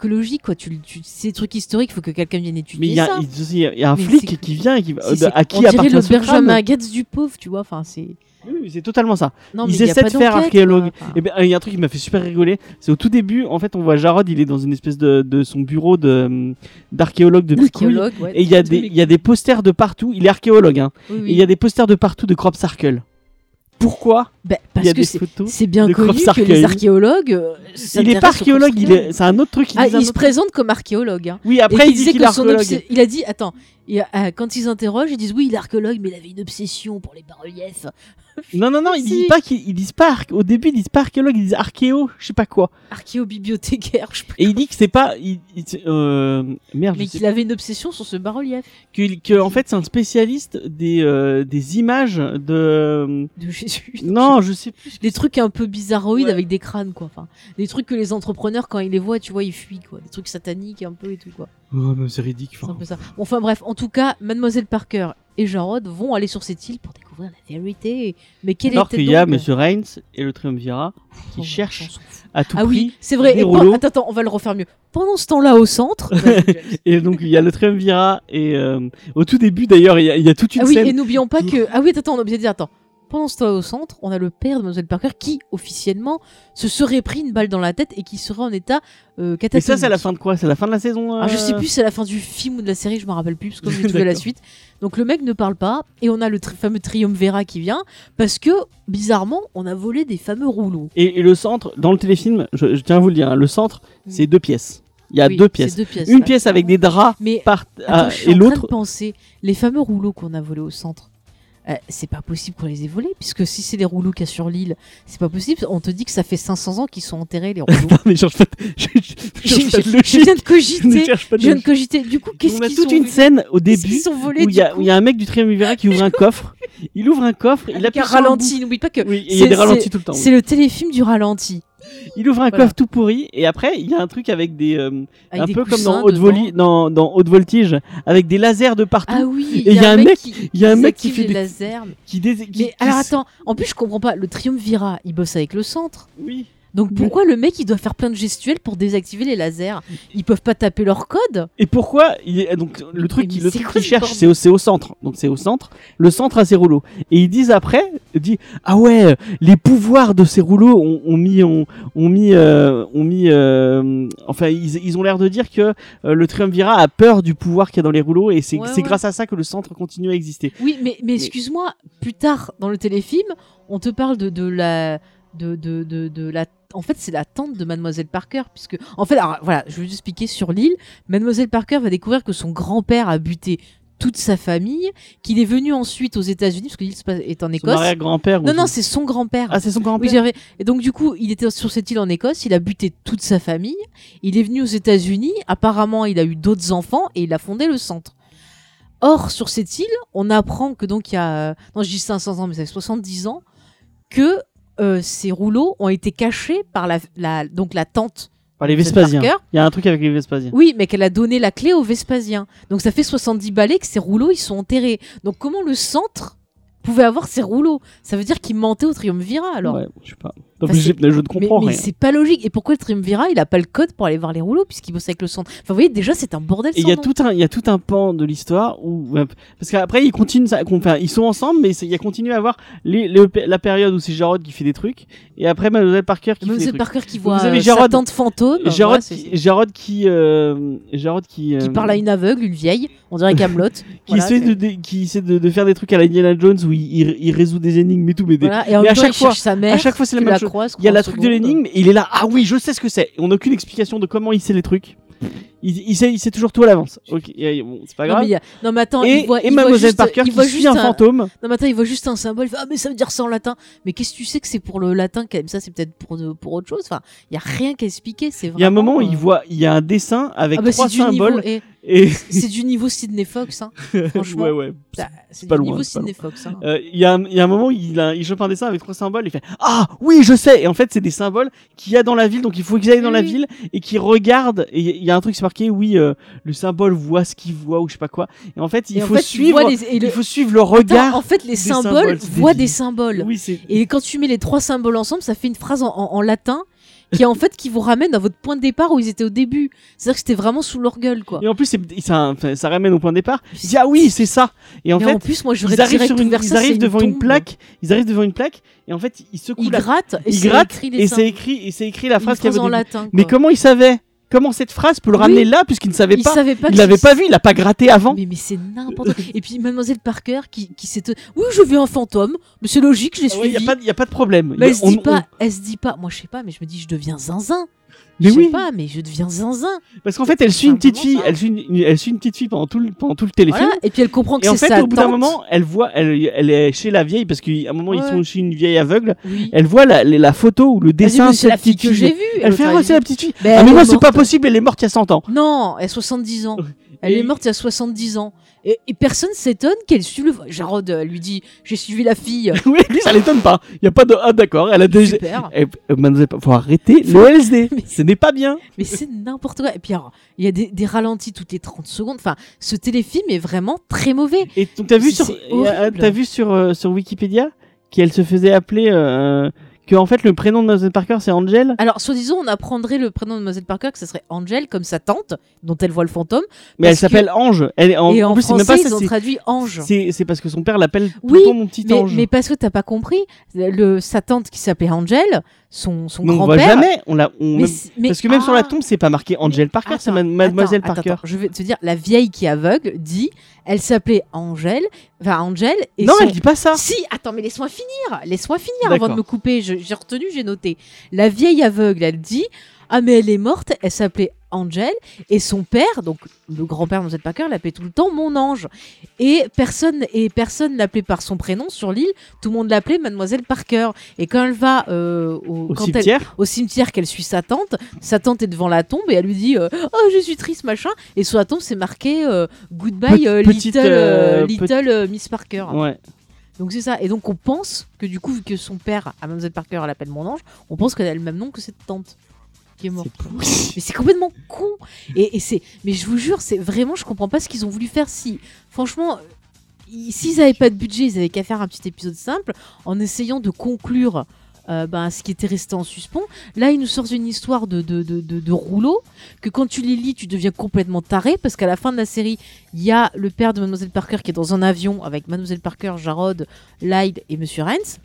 quoi, tu, tu, c'est des trucs historiques, faut que quelqu'un vienne mais étudier il y a, ça. il- il y a- il y a un Mais flic c'est- qui vient et qui va- C'est- c'est- à qui on dirait appartient le ce crâne. bergement à Gates du pauvre, tu vois. Enfin, c'est. Oui, oui, c'est totalement ça. Non, Ils mais il y a essaient pas de faire d'enquête, archéologue. quoi. Enfin, Et ben, il y a un truc qui m'a fait super rigoler. C'est au tout début, en fait, on voit Jarod, il est dans une espèce de, de son bureau de, d'archéologue de Bicouille. archéologue, ouais, Et il y, a tous des, les- il y a des posters de partout. Il est archéologue, hein. oui, Et oui. il y a des posters de partout de Crop Circle. Pourquoi Bah, il y parce a que des c'est, photos c'est bien de connu Crofts que les Arcueil. archéologues. euh, Il est s'intéressent pas au archéologue, il Crofts est, c'est un autre truc qui Ah, dit un il se autre- présente comme archéologue. hein. Oui, Et après, qu'il il dit qu'il est son archéologue. obs- il a dit, attends, il a- ah, quand ils interrogent, ils disent oui, il est archéologue, mais il avait une obsession pour les bas-reliefs. Non, non, non, ils Si. disent pas qu'ils ils disent pas. arch- Au début, ils disent pas archéologue, ils disent archéo, je sais pas quoi. Archéobibliothécaire, je sais pas. Et il dit que c'est pas. il- il- c'est- euh, merde, Mais Ah, je sais qu'il avait une obsession sur ce bas-relief. que, que, en fait c'est un spécialiste des euh, des images de De Jésus. non je sais plus Des trucs un peu bizarroïdes Ouais. avec des crânes, quoi. Enfin, des trucs que les entrepreneurs, quand ils les voient, tu vois, ils fuient, quoi. Des trucs sataniques un peu et tout, quoi. oh, mais c'est ridicule C'est un peu ça. Bon, enfin, bref, en tout cas, Mademoiselle Parker et Jarod vont aller sur cette île pour découvrir la vérité. Mais quelle alors était qu'il y a donc- Monsieur Reigns et le Triumvirat Oh, qui cherchent on s'en fout. à tout Ah prix oui, c'est vrai. des Et pen- rouleaux. Attends, attends, on va le refaire mieux. Pendant ce temps-là, au centre. Vas-y, James. et donc il y a le Triumvirat et euh, au tout début d'ailleurs il y, a- il y a toute une Ah oui, scène et n'oublions pas que. Ah oui, attends, on a oublié de dire, attends. Pendant ce temps au centre, on a le père de Mademoiselle Parker qui, officiellement, se serait pris une balle dans la tête et qui serait en état euh, mais catastrophique. ça c'est la fin de quoi c'est la fin de la saison Alors, Ah, je sais euh, plus si c'est la fin du film ou de la série, je me rappelle plus parce que j'ai tout vu la D'accord. suite. Donc le mec ne parle pas et on a le tri- fameux triumvirat qui vient parce que bizarrement on a volé des fameux rouleaux. et, et le centre dans le téléfilm je, je tiens à vous le dire hein, le centre c'est deux pièces il y a Oui, deux c'est pièces deux pièces. une ouais. pièce avec des draps Mais par- Attends, ah, je suis et en train de l'autre penser, les fameux rouleaux qu'on a volés au centre, euh, c'est pas possible qu'on les ait volés, puisque si c'est les rouleaux qu'il y a sur l'île, c'est pas possible. On te dit que ça fait 500 ans qu'ils sont enterrés, les rouleaux. mais cherche pas de- je- je- je, je cherche pas de je- je logique. viens de Ne cogiter. cherche pas de Je viens de logique. cogiter. Du coup, qu'est-ce on a qu'ils toute sont une scène au Qu'est-ce début qu'ils sont volés où il y, du a- où coup il y a un mec du Triumvirat qui ouvre un coffre. Il ouvre un coffre, il Avec appuie un sur le ralenti. N'oublie pas que bouton. Oui, il y a C'est- des ralentis tout le temps. oui. c'est le téléfilm du ralenti. Il ouvre un Voilà. coffre tout pourri et après il y a un truc avec des euh, avec un des peu comme coussins dans haute, dedans. voli- dans, dans haute voltige avec des lasers de partout Ah oui, Et il y, a un mec qui, il y a un mec qui désactive fait les des- lasers. qui, dés- qui- Mais qui alors s- attends, en plus je comprends pas, le triumvirat, il bosse avec le centre. Oui. Donc pourquoi le mec il doit faire plein de gestuels pour désactiver les lasers Ils peuvent pas taper leur code Et pourquoi il est- donc le truc mais qu'il le c'est truc quoi qu'il ce cherche bordel c'est au, c'est au centre. Donc c'est au centre, le centre a ses rouleaux et ils disent après ils disent ah ouais, les pouvoirs de ces rouleaux ont, ont mis ont, ont mis euh, ont mis euh, enfin ils, ils ont l'air de dire que euh, le triumvirat a peur du pouvoir qu'il y a dans les rouleaux et c'est Ouais, c'est ouais. grâce à ça que le centre continue à exister. Oui, mais, mais excuse-moi, plus tard dans le téléfilm, on te parle de, de la de, de, de, de la. En fait, c'est la tante de Mademoiselle Parker, puisque. En fait, alors, voilà, je vais vous expliquer sur l'île. Mademoiselle Parker va découvrir que son grand-père a buté toute sa famille, qu'il est venu ensuite aux États-Unis, parce que l'île se passe- est en Son Écosse. arrière-grand-père. ou Non, son- non, c'est son grand-père. Ah, c'est son Oui, grand-père. j'avais- Et donc, du coup, il était sur cette île en Écosse, il a buté toute sa famille, il est venu aux États-Unis, apparemment, il a eu d'autres enfants et il a fondé le centre. Or, sur cette île, on apprend que donc il y a. euh, Non, je dis 500 ans, mais ça fait 70 ans, que euh, ces rouleaux ont été cachés par la, la- donc la tante. Par les de Jane Vespasiens. Parker. Il y a un truc avec les Vespasiens. Oui, mais qu'elle a donné la clé aux Vespasiens. Donc ça fait 70 balais que ces rouleaux, ils sont enterrés. Donc comment le centre pouvait avoir ces rouleaux Ça veut dire qu'il mentait au triumvirat alors. Ouais, je sais pas. Donc, Enfin, j'ai- c'est- je ne Mais, comprends mais rien. c'est pas logique. Et pourquoi le Triumvirat, il a pas le code pour aller voir les rouleaux puisqu'il bosse avec le centre Enfin, vous voyez, déjà, c'est un bordel. Et il sans y a nom. tout un, il y a tout un pan de l'histoire où, ouais, parce qu'après ils continuent, ça, qu'on- enfin, ils sont ensemble, mais c'est- il y a continué à avoir les, le- la période où c'est Jarod qui fait des trucs, et après Mademoiselle Parker qui Même fait des c'est trucs. Parker qui voit Vous avez euh, sa Jarod- tante fantôme. Et voilà, Jarod, bah, c'est- qui, Jarod qui, euh, Jarod qui, qui euh, parle à une aveugle, une vieille, on dirait Camelot. qui essaie, de, de- qui essaie de, de faire des trucs à la Indiana Jones où il, il- il résout des énigmes et tout, mais des- Et en Mais même à temps, chaque il fois- cherche sa mère. à chaque fois c'est la tu même la chose. croises, Il y a 30 la truc de secondes. l'énigme, et il est là. Ah oui, je sais ce que c'est. Et On n'a aucune explication de comment il sait les trucs. Il, il sait, il sait toujours tout à l'avance. Ok, et- bon, c'est pas Non, mais grave. il y a- non, mais attends, et il voit, et il voit Mademoiselle juste, Parker il qui voit suit juste un un- fantôme. Non, mais attends, il voit juste un symbole. il fait, ah, mais ça veut dire ça en latin. Mais qu'est-ce que tu sais que c'est pour le latin quand même Ça, c'est peut-être pour, de- pour autre chose. Enfin, il y a rien qu'à expliquer. C'est Il y a un vraiment, moment où euh, il voit, il y a un dessin avec ah bah, trois c'est du niveau- symboles eh, et C'est du niveau Sidney Fox. hein. Franchement, ouais ouais. Ça, C'est pas du loin, niveau c'est pas Sidney Fox. hein. Euh, Il y, a un- il y a un moment, il, a, il chope un dessin avec trois symboles, il fait Ah oui, je sais Et en fait, c'est des symboles qu'il y a dans la ville, donc il faut qu'ils aillent dans la Oui. ville et qu'ils regardent. Et il y a un truc, c'est marqué Oui, euh, le symbole voit ce qu'il voit ou je sais pas quoi. Et en fait, il, Et en faut, fait, tu suivre, vois les- et le- il faut suivre le Attends, regard. en fait, les des symboles, symboles, c'est voient débile. des symboles. Oui, c'est. Et quand tu mets les trois symboles ensemble, ça fait une phrase en, en- en latin qui en fait qui vous ramène à votre point de départ où ils étaient au début. C'est-à-dire que c'était vraiment sous leur gueule quoi. Et en plus, c'est- ça, enfin, ça ramène au point de départ. Il se dit Ah oui, c'est ça Et en Mais fait, plus, moi je ils arrivent, retirais sur tout une, vers ils ça, c'est arrivent devant une tombe. plaque, ils arrivent devant une plaque, et en fait, ils secouent Ils la grattent et ils c'est grattent, écrit les et symboles. c'est écrit, et c'est écrit la Une phrase qu'il y avait au en début. latin. Mais quoi. comment il savait Comment cette phrase peut le ramener Oui. là puisqu'il ne savait Ils pas savaient pas Il que l'avait c'est- pas vu, il l'a pas gratté avant. Mais, mais c'est n'importe quoi. Et puis Mademoiselle Parker qui, qui s'est. Oui, je vu un fantôme, mais c'est logique, je l'ai Il n'y suivi. a, pas- Ah y a pas de problème. Mais Y a- elle Bah, se on- dit on- pas, elle se dit pas. Moi je sais pas, mais je me dis je deviens zinzin. Mais je sais oui, pas, mais je deviens zinzin. parce qu'en fait, elle suit une petite Simplement fille, ça. elle suit une, une- elle suit une petite fille pendant tout le, pendant tout le téléfilm. Voilà. Et puis elle comprend que Et en c'est fait, sa au bout d'un tante. moment, elle voit, elle, elle est chez la vieille parce qu'à un moment ils Ouais. sont chez une vieille aveugle. Oui. Elle voit la, la- la photo ou le Elle dit, dessin mais de c'est la cette fille petite que j'ai fille. vue. Elle fait ah, ouais, aurait c'est la dit- petite fille. Ben, ah elle mais est moi c'est pas morte. possible, elle est morte il y a 100 ans. Non, elle a 70 ans. Elle Et- est morte il y a 70 ans. Et, et personne s'étonne qu'elle suive le. Jarod euh, lui dit J'ai suivi la fille. oui, lui ça l'étonne pas. Il y a pas de ah d'accord, elle a déjà. Super. Eh, euh, mademoiselle, faut arrêter le LSD. Mais- Ce n'est pas bien. Mais c'est n'importe quoi. Et puis alors, il y a des, des ralentis toutes les 30 secondes. Enfin, ce téléfilm est vraiment très mauvais. Et donc t'as vu C'est- sur c'est et, euh, horrible. t'as vu sur euh, sur Wikipédia qu'elle se faisait appeler euh, que en fait le prénom de Mademoiselle Parker c'est Angel. Alors, soi-disant, on apprendrait le prénom de Mademoiselle Parker que ce serait Angel, comme sa tante, dont elle voit le fantôme. Mais elle Parce que- s'appelle Ange. Elle est en, et en en, plus c'est français, même pas ça, ils ont c'est- traduit Ange. C'est c'est parce que son père l'appelle tout Oui, le temps mon petit Mais, ange. mais parce que t'as pas compris, le, sa tante qui s'appelait Angel, son, son Mais on voit grand-père. jamais. On l'a. on- mais même- c'est- mais- Parce que même sur ah. la tombe c'est pas marqué Angel Parker, c'est Attends, ma- Mademoiselle attends, Parker. attends, je vais te dire, la vieille qui est aveugle dit, elle s'appelait Angèle, enfin Angèle, et non, son- elle dit pas ça. Si, attends, mais laisse-moi finir, laisse-moi finir avant de D'accord. me couper, Je- j'ai retenu, j'ai noté. La vieille aveugle, elle dit, ah mais elle est morte, elle s'appelait Angèle, et son père, donc le grand-père de Mademoiselle Parker, l'appelait tout le temps mon ange. Et personne et personne l'appelait par son prénom sur l'île, tout le monde l'appelait Mademoiselle Parker. Et quand elle va euh, au, Au quand elle- cimetière. au cimetière qu'elle suit sa tante. Sa tante est devant la tombe et elle lui dit euh, Oh, je suis triste, machin. Et sur la tombe, c'est marqué euh, Goodbye, Pe- euh, petite, Little, euh, euh, little petite- euh, Miss Parker. Ouais. Donc c'est ça. Et donc on pense que du coup, vu que son père, à Mademoiselle Parker, elle l'appelle mon ange, on pense qu'elle a le même nom que cette tante qui est morte. Mais c'est complètement con. Et, et c'est, mais je vous jure, c'est vraiment, je comprends pas ce qu'ils ont voulu faire. Si, franchement, ils- s'ils avaient pas de budget, ils avaient qu'à faire un petit épisode simple en essayant de conclure. euh, ben, ce qui était resté en suspens. Là, ils nous sortent une histoire de, de, de, de, de rouleau que quand tu les lis, tu deviens complètement taré parce qu'à la fin de la série, il y a le père de Mademoiselle Parker qui est dans un avion avec Mademoiselle Parker, Jarod, Lyle et Monsieur Rens.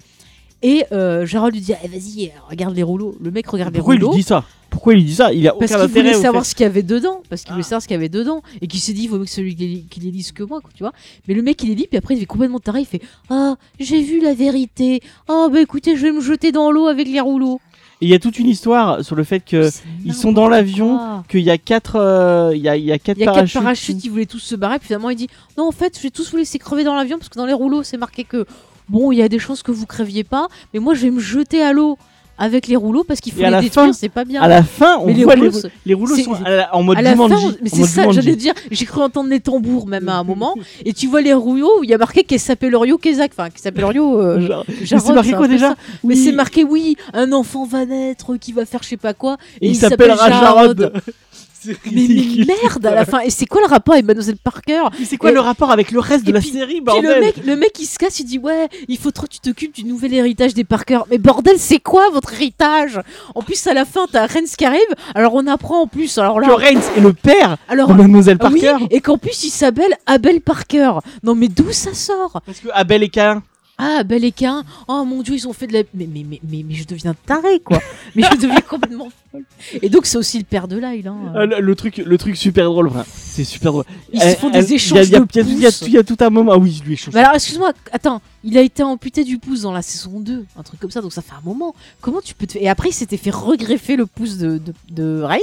Et euh, Jarod lui dit Eh, Vas-y, euh, regarde les rouleaux. Le mec regarde Pourquoi les il lui rouleaux. dit ça Pourquoi il lui dit ça Il a parce aucun qu'il intérêt. voulait au savoir fait. ce qu'il y avait dedans. Parce qu'il voulait Ah. savoir ce qu'il y avait dedans. Et qu'il s'est dit Il faut mieux que celui qui les, qui les lise que moi, quoi, tu vois. Mais le mec, il les lit, puis après, il fait complètement taré. Il fait Ah, j'ai vu la vérité. Ah, bah écoutez, je vais me jeter dans l'eau avec les rouleaux. Et il y a toute une histoire sur le fait que C'est Euh, ils sont dans l'avion, n'importe quoi. qu'il y a quatre, euh, il y a, il y a quatre Il y a parachutes. quatre parachutes, ils voulaient tous se barrer, puis finalement il dit Non, en fait, je vais tous vous laisser crever dans l'avion parce que dans les rouleaux, c'est marqué que bon, il y a des chances que vous creviez pas, mais moi je vais me jeter à l'eau avec les rouleaux parce qu'il faut Et à les la détruire, fin- c'est pas bien. À la fin, on Mais les voit les, rouleaux, rou- les rouleaux c'est- sont à la- en mode À la fin, Jumanji, on- mais en c'est mode ça, Jumanji. j'allais dire, j'ai cru entendre les tambours même à Mm, un moment, et tu vois les rouleaux où il y a marqué qu'elle s'appelle Orio Kezak, enfin qu'elle s'appelle Orio. euh, Genre- Mm. Mais Jarod, c'est marqué un quoi peu déjà ça. Mais Oui, c'est marqué, oui, un enfant va naître qui va faire je sais pas quoi, et et il il s'appellera s'appelle Jarod. C'est mais, mais ridicule. merde à la fin, et c'est quoi le rapport avec Mademoiselle Parker Mais c'est quoi Et- le rapport avec le reste de et la puis- série, Puis le bordel mec, le mec il se casse, il dit ouais, il faut trop que tu t'occupes du nouvel héritage des Parker. Mais bordel, c'est quoi votre héritage En plus à la fin t'as Rennes qui arrive, alors on apprend en plus, alors Que là, Reigns est le père alors de Mademoiselle ah oui, Parker. et qu'en plus il s'appelle Abel Parker. Non mais d'où ça sort Parce que Abel et Cain. Ah Abel et Cain, oh mon dieu ils ont fait de la, mais mais mais mais, mais je deviens taré quoi, mais je deviens complètement folle. Et donc c'est aussi le père de Lyle. Hein. Ah, le, le truc, le truc super drôle, vraiment. c'est super drôle. Ils se Elle- font elle- des il y a- échanges il y a- de il y a- Il y a- pouces. il y a tout un moment. Ah oui, je lui échange. Mais alors, excuse-moi, attends, il a été amputé du pouce dans la saison 2, un truc comme ça, donc ça fait un moment. Comment tu peux te... Et après, il s'était fait regreffer le pouce de, de, de Reigns.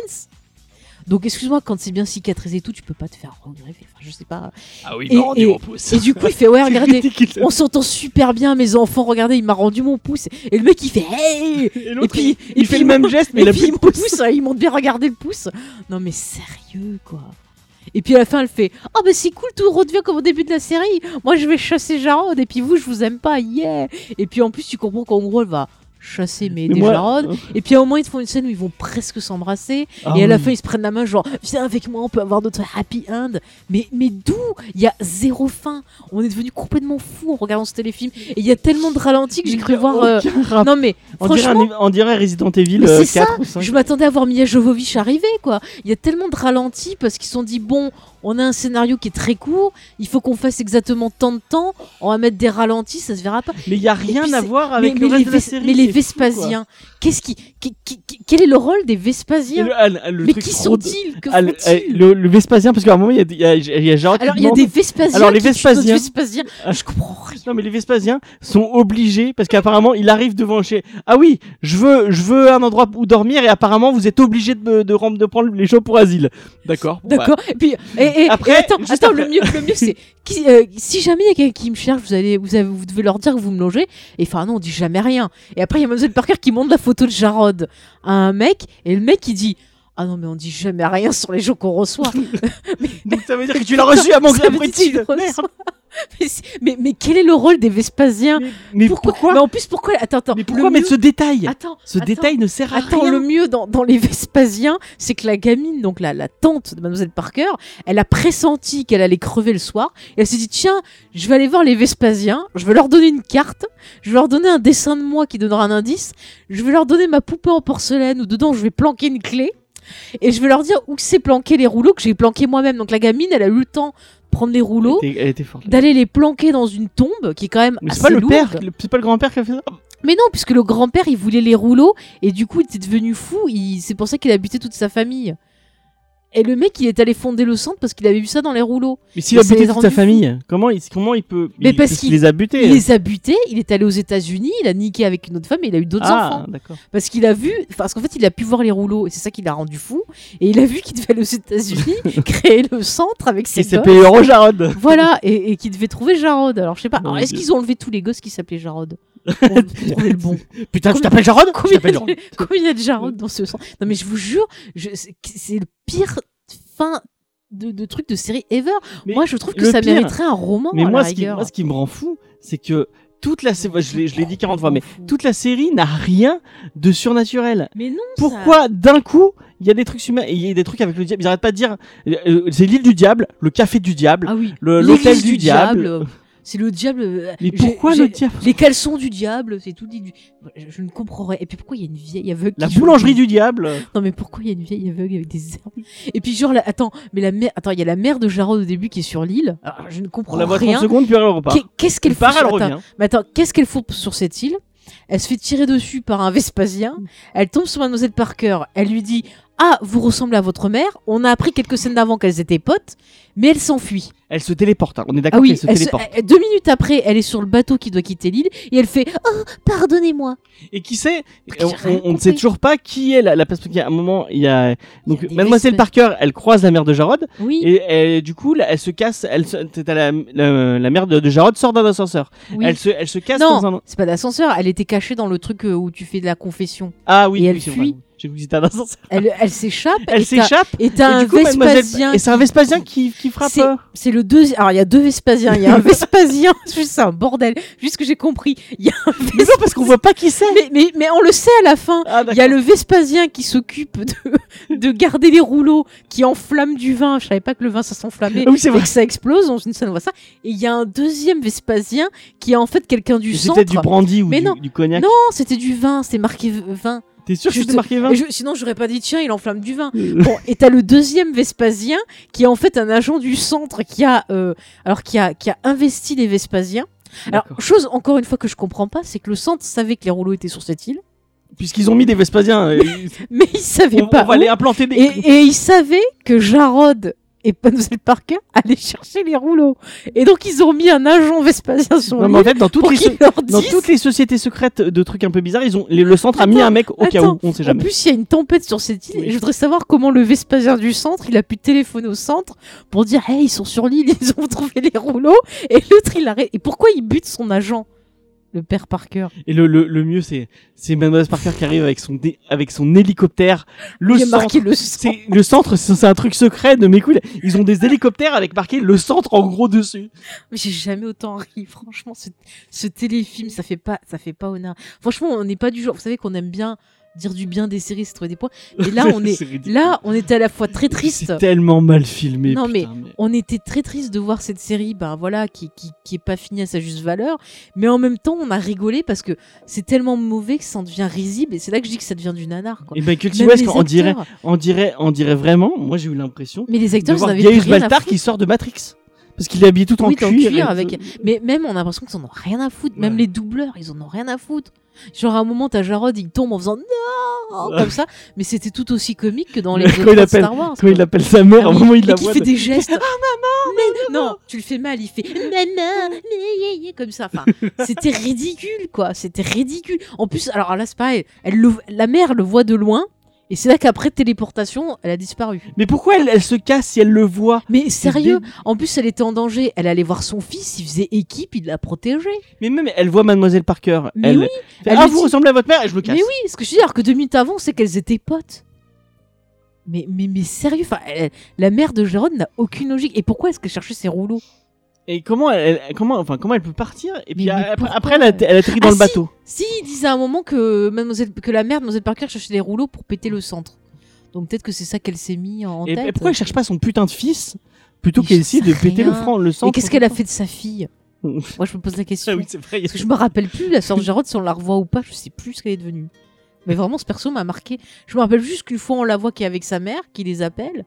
Donc, excuse-moi, quand c'est bien cicatrisé et tout, tu peux pas te faire regreffer. Enfin, je sais pas. Ah oui, il m'a Et- rendu et- mon pouce. Et du coup, il fait Ouais, regardez, ridicule. on s'entend super bien, mes enfants, regardez, il m'a rendu mon pouce. Et le mec, il fait Hey Et Et l'autre, puis, et il, il puis fait le même geste, mais et il a puis plus il de monte le pouce. pouce, hein, il monte bien regarder le pouce. Non mais sérieux quoi. Et puis à la fin elle fait Ah bah c'est cool, tout redevient comme au début de la série. Moi je vais chasser Jarod et puis vous je vous aime pas, yeah. Et puis en plus tu comprends qu'en gros elle va chasser mais, Mais des moi- euh, Jarod. Et puis à un moment ils te font une scène où ils vont presque s'embrasser. Ah et à la oui. fin ils se prennent la main genre Viens avec moi, on peut avoir notre happy end. Mais, mais d'où Il y a zéro fin. On est devenu complètement fou en regardant ce téléfilm. Et il y a tellement de ralentis que j'ai cru voir... euh, Aucun rapport. Non mais on, dirait franchement... un- on dirait Resident Evil Mais euh, c'est ça, 4 ou 5. Je m'attendais à voir Mia Jovovich arriver, quoi. Il y a tellement de ralentis parce qu'ils se sont dit bon, on a un scénario qui est très court, il faut qu'on fasse exactement tant de temps, on va mettre des ralentis, ça se verra pas. Mais il n'y a puis rien à c'est- voir avec mais, le mais les reste de la Ves- série. mais les c'est fou, quoi. Vespasiens, qu'est-ce qui, qui- qui- qui- quel est le rôle des Et Vespasiens le- ah, le- le Mais truc qui trop de- sont-ils Que Ah, le- font-ils le- le Vespasien, parce qu'à un moment, il y a- il y a- il y a Jarod qui Alors il y a demande- des Vespasiens. Alors, les qui tuent d'autres Vespasiens- Vespasiens. Ah. Je comprends rien. Non mais les Vespasiens sont obligés parce qu'apparemment il arrive devant chez ah oui je veux je veux un endroit où dormir et apparemment vous êtes obligés de me- de, rem- de prendre les gens pour asile d'accord bon, bah. D'accord. Et puis, et, et- Après, et attends, juste attends, le après. mieux, le mieux, c'est qui- euh, si jamais il y a quelqu'un qui me cherche, vous allez, vous, avez- vous devez leur dire que vous me logez. Et enfin, non, on dit jamais rien. Et après, il y a Mademoiselle Parker qui montre la photo de Jarod à un mec, et le mec il dit. Ah non mais on dit jamais rien sur les gens qu'on reçoit. donc ça veut dire que tu l'as reçu Oh, à mon Ça gré veut dire que tu le reçois. merde mais, c'est- mais, mais quel est le rôle des Vespasiens mais pourquoi, Mais en plus pourquoi Attends attends. mais le pourquoi mettre mieux- ce détail Attends. ce attends. détail ne sert à Attends, Ah, rien le mieux dans, dans les Vespasiens, c'est que la gamine, donc la, la tante de Mademoiselle Parker, elle a pressenti qu'elle allait crever le soir. Et elle s'est dit tiens, je vais aller voir les Vespasiens, je vais leur donner une carte, je vais leur donner un dessin de moi qui donnera un indice, je vais leur donner ma poupée en porcelaine où dedans je vais planquer une clé. Et je vais leur dire où que c'est planqué les rouleaux que j'ai planqué moi-même. Donc la gamine, elle a eu le temps de prendre les rouleaux, elle était, elle était forte d'aller les planquer dans une tombe qui est quand même mais Ah, c'est assez pas le lourde. père le- c'est pas le grand père qui a fait ça Mais non, puisque le grand-père, il voulait les rouleaux, et du coup, il était devenu fou, il... c'est pour ça qu'il a buté toute sa famille. Et le mec, il est allé fonder le centre parce qu'il avait vu ça dans les rouleaux. mais s'il a Ça les buté a toute sa rendus famille comment il comment il peut Mais il, parce il qu'il- les a butés hein. Il les a butés, il est allé aux États-Unis, il a niqué avec une autre femme et il a eu d'autres ah enfants. d'accord Parce qu'il a vu, enfin, parce qu'en fait, il a pu voir les rouleaux et c'est ça qui l'a rendu fou. Et il a vu qu'il devait aller aux États-Unis, créer le centre avec ses et c'est gosses. payé euro Jarod Voilà, et, et qu'il devait trouver Jarod. Alors, je sais pas, Mon alors, est-ce Dieu. qu'ils ont enlevé tous les gosses qui s'appelaient Jarod pour, pour trouver le bon putain je Combien- t'appelle Jarod je Combien, t'appelle Jarod il y a- combien il y a de Jarod dans ce sens Non, mais je vous jure, je- c'est c'est le pire fin de, de truc de série ever. Mais moi, je trouve que le ça pire- mériterait un roman. Mais à moi la ce, qui, rigueur. moi, ce qui me rend fou, c'est que toute la série, je l'ai- je l'ai dit 40 fois, mais Fou. toute la série n'a rien de surnaturel. Mais non, ça- Pourquoi d'un coup il y a des trucs humains et il y a des trucs avec le diable Ils arrêtent pas de dire euh, c'est l'île du diable, le café du diable, Ah oui, le- l'église l'hôtel du diable. C'est le diable. euh, Mais j'ai- pourquoi j'ai- le diable Les caleçons du diable, c'est tout dit. du- Je, je ne comprends rien. Et puis pourquoi il y a une vieille aveugle La qui joue- boulangerie du diable Non mais pourquoi il y a une vieille aveugle avec des herbes Et puis genre, la- attends, mais la mère, attends, il y a la mère de Jarod au début qui est sur l'île. Alors, Je ne comprends On la voit 30 rien. secondes, puis elle repart. Qu'est- Qu'est-ce qu'elle Elle part, fait elle sur- attends, revient. Mais attends, qu'est-ce qu'elle fout sur cette île Elle se fait tirer dessus par un Vespasien. Elle tombe sur Mademoiselle Parker. Elle lui dit Ah, vous ressemblez à votre mère. On a appris quelques scènes avant qu'elles étaient potes, mais elle s'enfuit. Elle se téléporte, hein. on est d'accord Ah oui, qu'elle se elle se- téléporte. elle- deux minutes après, elle est sur le bateau qui doit quitter l'île et elle fait Oh, pardonnez-moi. Et qui sait J'ai on, rien on ne sait compris. toujours pas qui est la, la personne qui à un moment il y a donc Il y a des mademoiselle espèces- Parker elle croise la mère de Jarod Oui, et, elle- du coup là, elle se casse elle se- t'as la, la, la mère de, de Jarod sort d'un ascenseur oui. elle se elle se casse dans un Non, c'est pas d'ascenseur. Elle était cachée dans le truc euh, où tu fais de la confession. ah oui Et elle oui, c'est fuit. vrai. j'ai cru que c'était un ascenseur Elle, elle s'échappe. et elle t'as- s'échappe Et t'as et un du coup mademoiselle- Vespasien. et c'est un Vespasien qui qui frappe C'est- euh, C'est le deuxième. Alors il y a deux Vespasiens. Il y a un Vespasien. Juste c'est un bordel. Juste que j'ai compris. Il y a un mais non parce qu'on voit pas qui c'est Mais, mais, mais on le sait à la fin. ah Il y a d'accord le Vespasien qui s'occupe de, de garder les rouleaux, qui enflamme du vin. Je savais pas que le vin ça s'enflammait Ah oui c'est et vrai que ça explose. On, ça, on voit ça. Et il y a un deuxième Vespasien qui est en fait quelqu'un du c'est centre. peut-être du brandy ou Mais du, non. du cognac Non, c'était du vin. C'était marqué v- vin. t'es sûr que je c'était te- marqué 20 Et je- sinon j'aurais pas dit tiens il enflamme du vin. Bon, et t'as le deuxième Vespasien qui est en fait un agent du centre qui a, euh, alors qui a, qui a investi les Vespasiens. Alors, D'accord. chose encore une fois que je comprends pas, c'est que le centre savait que les rouleaux étaient sur cette île, puisqu'ils ont mis des Vespasiens euh, mais il savait on, on pas. va où. aller implanter des et, et il savait que Jarod et Mademoiselle Parker allaient chercher les rouleaux. Et donc, ils ont mis un agent Vespasien sur non mais en l'île fait dans toutes pour les qu'il leur Dans dise. toutes les sociétés secrètes de trucs un peu bizarres, ils ont le, le centre a mis Attends, un mec au cas où, attends. on sait En jamais. plus, il y a une tempête sur cette île. Oui. Et je voudrais savoir comment le Vespasien du centre, il a pu téléphoner au centre pour dire Hey, ils sont sur l'île, ils ont trouvé les rouleaux. Et l'autre, il arrête. Et pourquoi il bute son agent Le père Parker. Et le, le, le mieux c'est c'est Mademoiselle Parker qui arrive avec son dé- avec son hélicoptère, le il a centre. marqué le sang. C'est le centre, c'est c'est un truc secret de mes couilles. Ils ont des hélicoptères avec marqué le centre en gros dessus. Mais J'ai jamais autant ri. Franchement, ce, ce téléfilm, ça fait pas, ça fait pas honneur. Franchement, on n'est pas du genre. Vous savez qu'on aime bien dire du bien des séries, se trouver des points. Mais là, on est, C'est ridicule. là, on était à la fois très triste. C'est tellement mal filmé. Non, putain, on était très triste de voir cette série ben voilà qui, qui, qui est pas finie à sa juste valeur mais en même temps on a rigolé parce que c'est tellement mauvais que ça en devient risible et c'est là que je dis que ça devient du nanar quoi. Et Michael T. Même West, les on dirait, acteurs- on dirait, on dirait vraiment. Moi, j'ai eu l'impression mais les de acteurs ils en voir avaient Gaius plus rien à Baltar foutre. qui sort de Matrix parce qu'il est habillé tout en Oui, dans cuir. le cuir et- avec mais même on a l'impression qu'ils en ont rien à foutre même Ouais. les doubleurs ils en ont rien à foutre genre à un moment t'as Jarod il tombe en faisant non comme ça mais c'était tout aussi comique que dans les Quand autres il appelle- Star Wars Quand il quoi. appelle sa mère, Ah à un oui, moment il et la qui voit. fait de- des gestes. Ah maman non, tu le fais mal, il fait maman né, né, né comme ça. Enfin, c'était ridicule quoi, c'était ridicule. En plus, alors là c'est pareil, elle le- la mère le voit de loin et c'est là qu'après téléportation, elle a disparu. Mais pourquoi elle, elle se casse si elle le voit Mais sérieux, débile. en plus elle était en danger, elle allait voir son fils, il faisait équipe, il la protégeait. Mais même elle voit Mademoiselle Parker. Mais elle oui, fait, elle ah, lui vous dit- ressemblez à votre mère et je me casse. Mais oui, ce que je dis alors que deux minutes avant, c'est qu'elles étaient potes. Mais, mais, mais sérieux, enfin, elle- la mère de Jérôme n'a aucune logique. Et pourquoi est-ce qu'elle cherchait ses rouleaux Et comment elle, elle- comment, enfin, comment elle peut partir Et puis Mais- mais après, pourquoi après, elle, a- elle atterrit dans Ah, le si. bateau. Si, il disait à un moment que, mademoiselle, que la mère de Mademoiselle Parker cherchait des rouleaux pour péter le centre. Donc peut-être que c'est ça qu'elle s'est mis en Et, et tête. pourquoi elle cherche pas son putain de fils plutôt Mais qu'elle j'en essaie de sais péter le rien. franc, le sang Et qu'est-ce qu'elle a fait de sa fille Moi, je me pose la question. Ah oui, c'est vrai. il y a- Parce que je me rappelle plus, la sœur Jarod, si on la revoit ou pas, je sais plus ce qu'elle est devenue. Mais vraiment, ce perso m'a marqué. Je me rappelle juste qu'une fois, on la voit qui est avec sa mère, qui les appelle.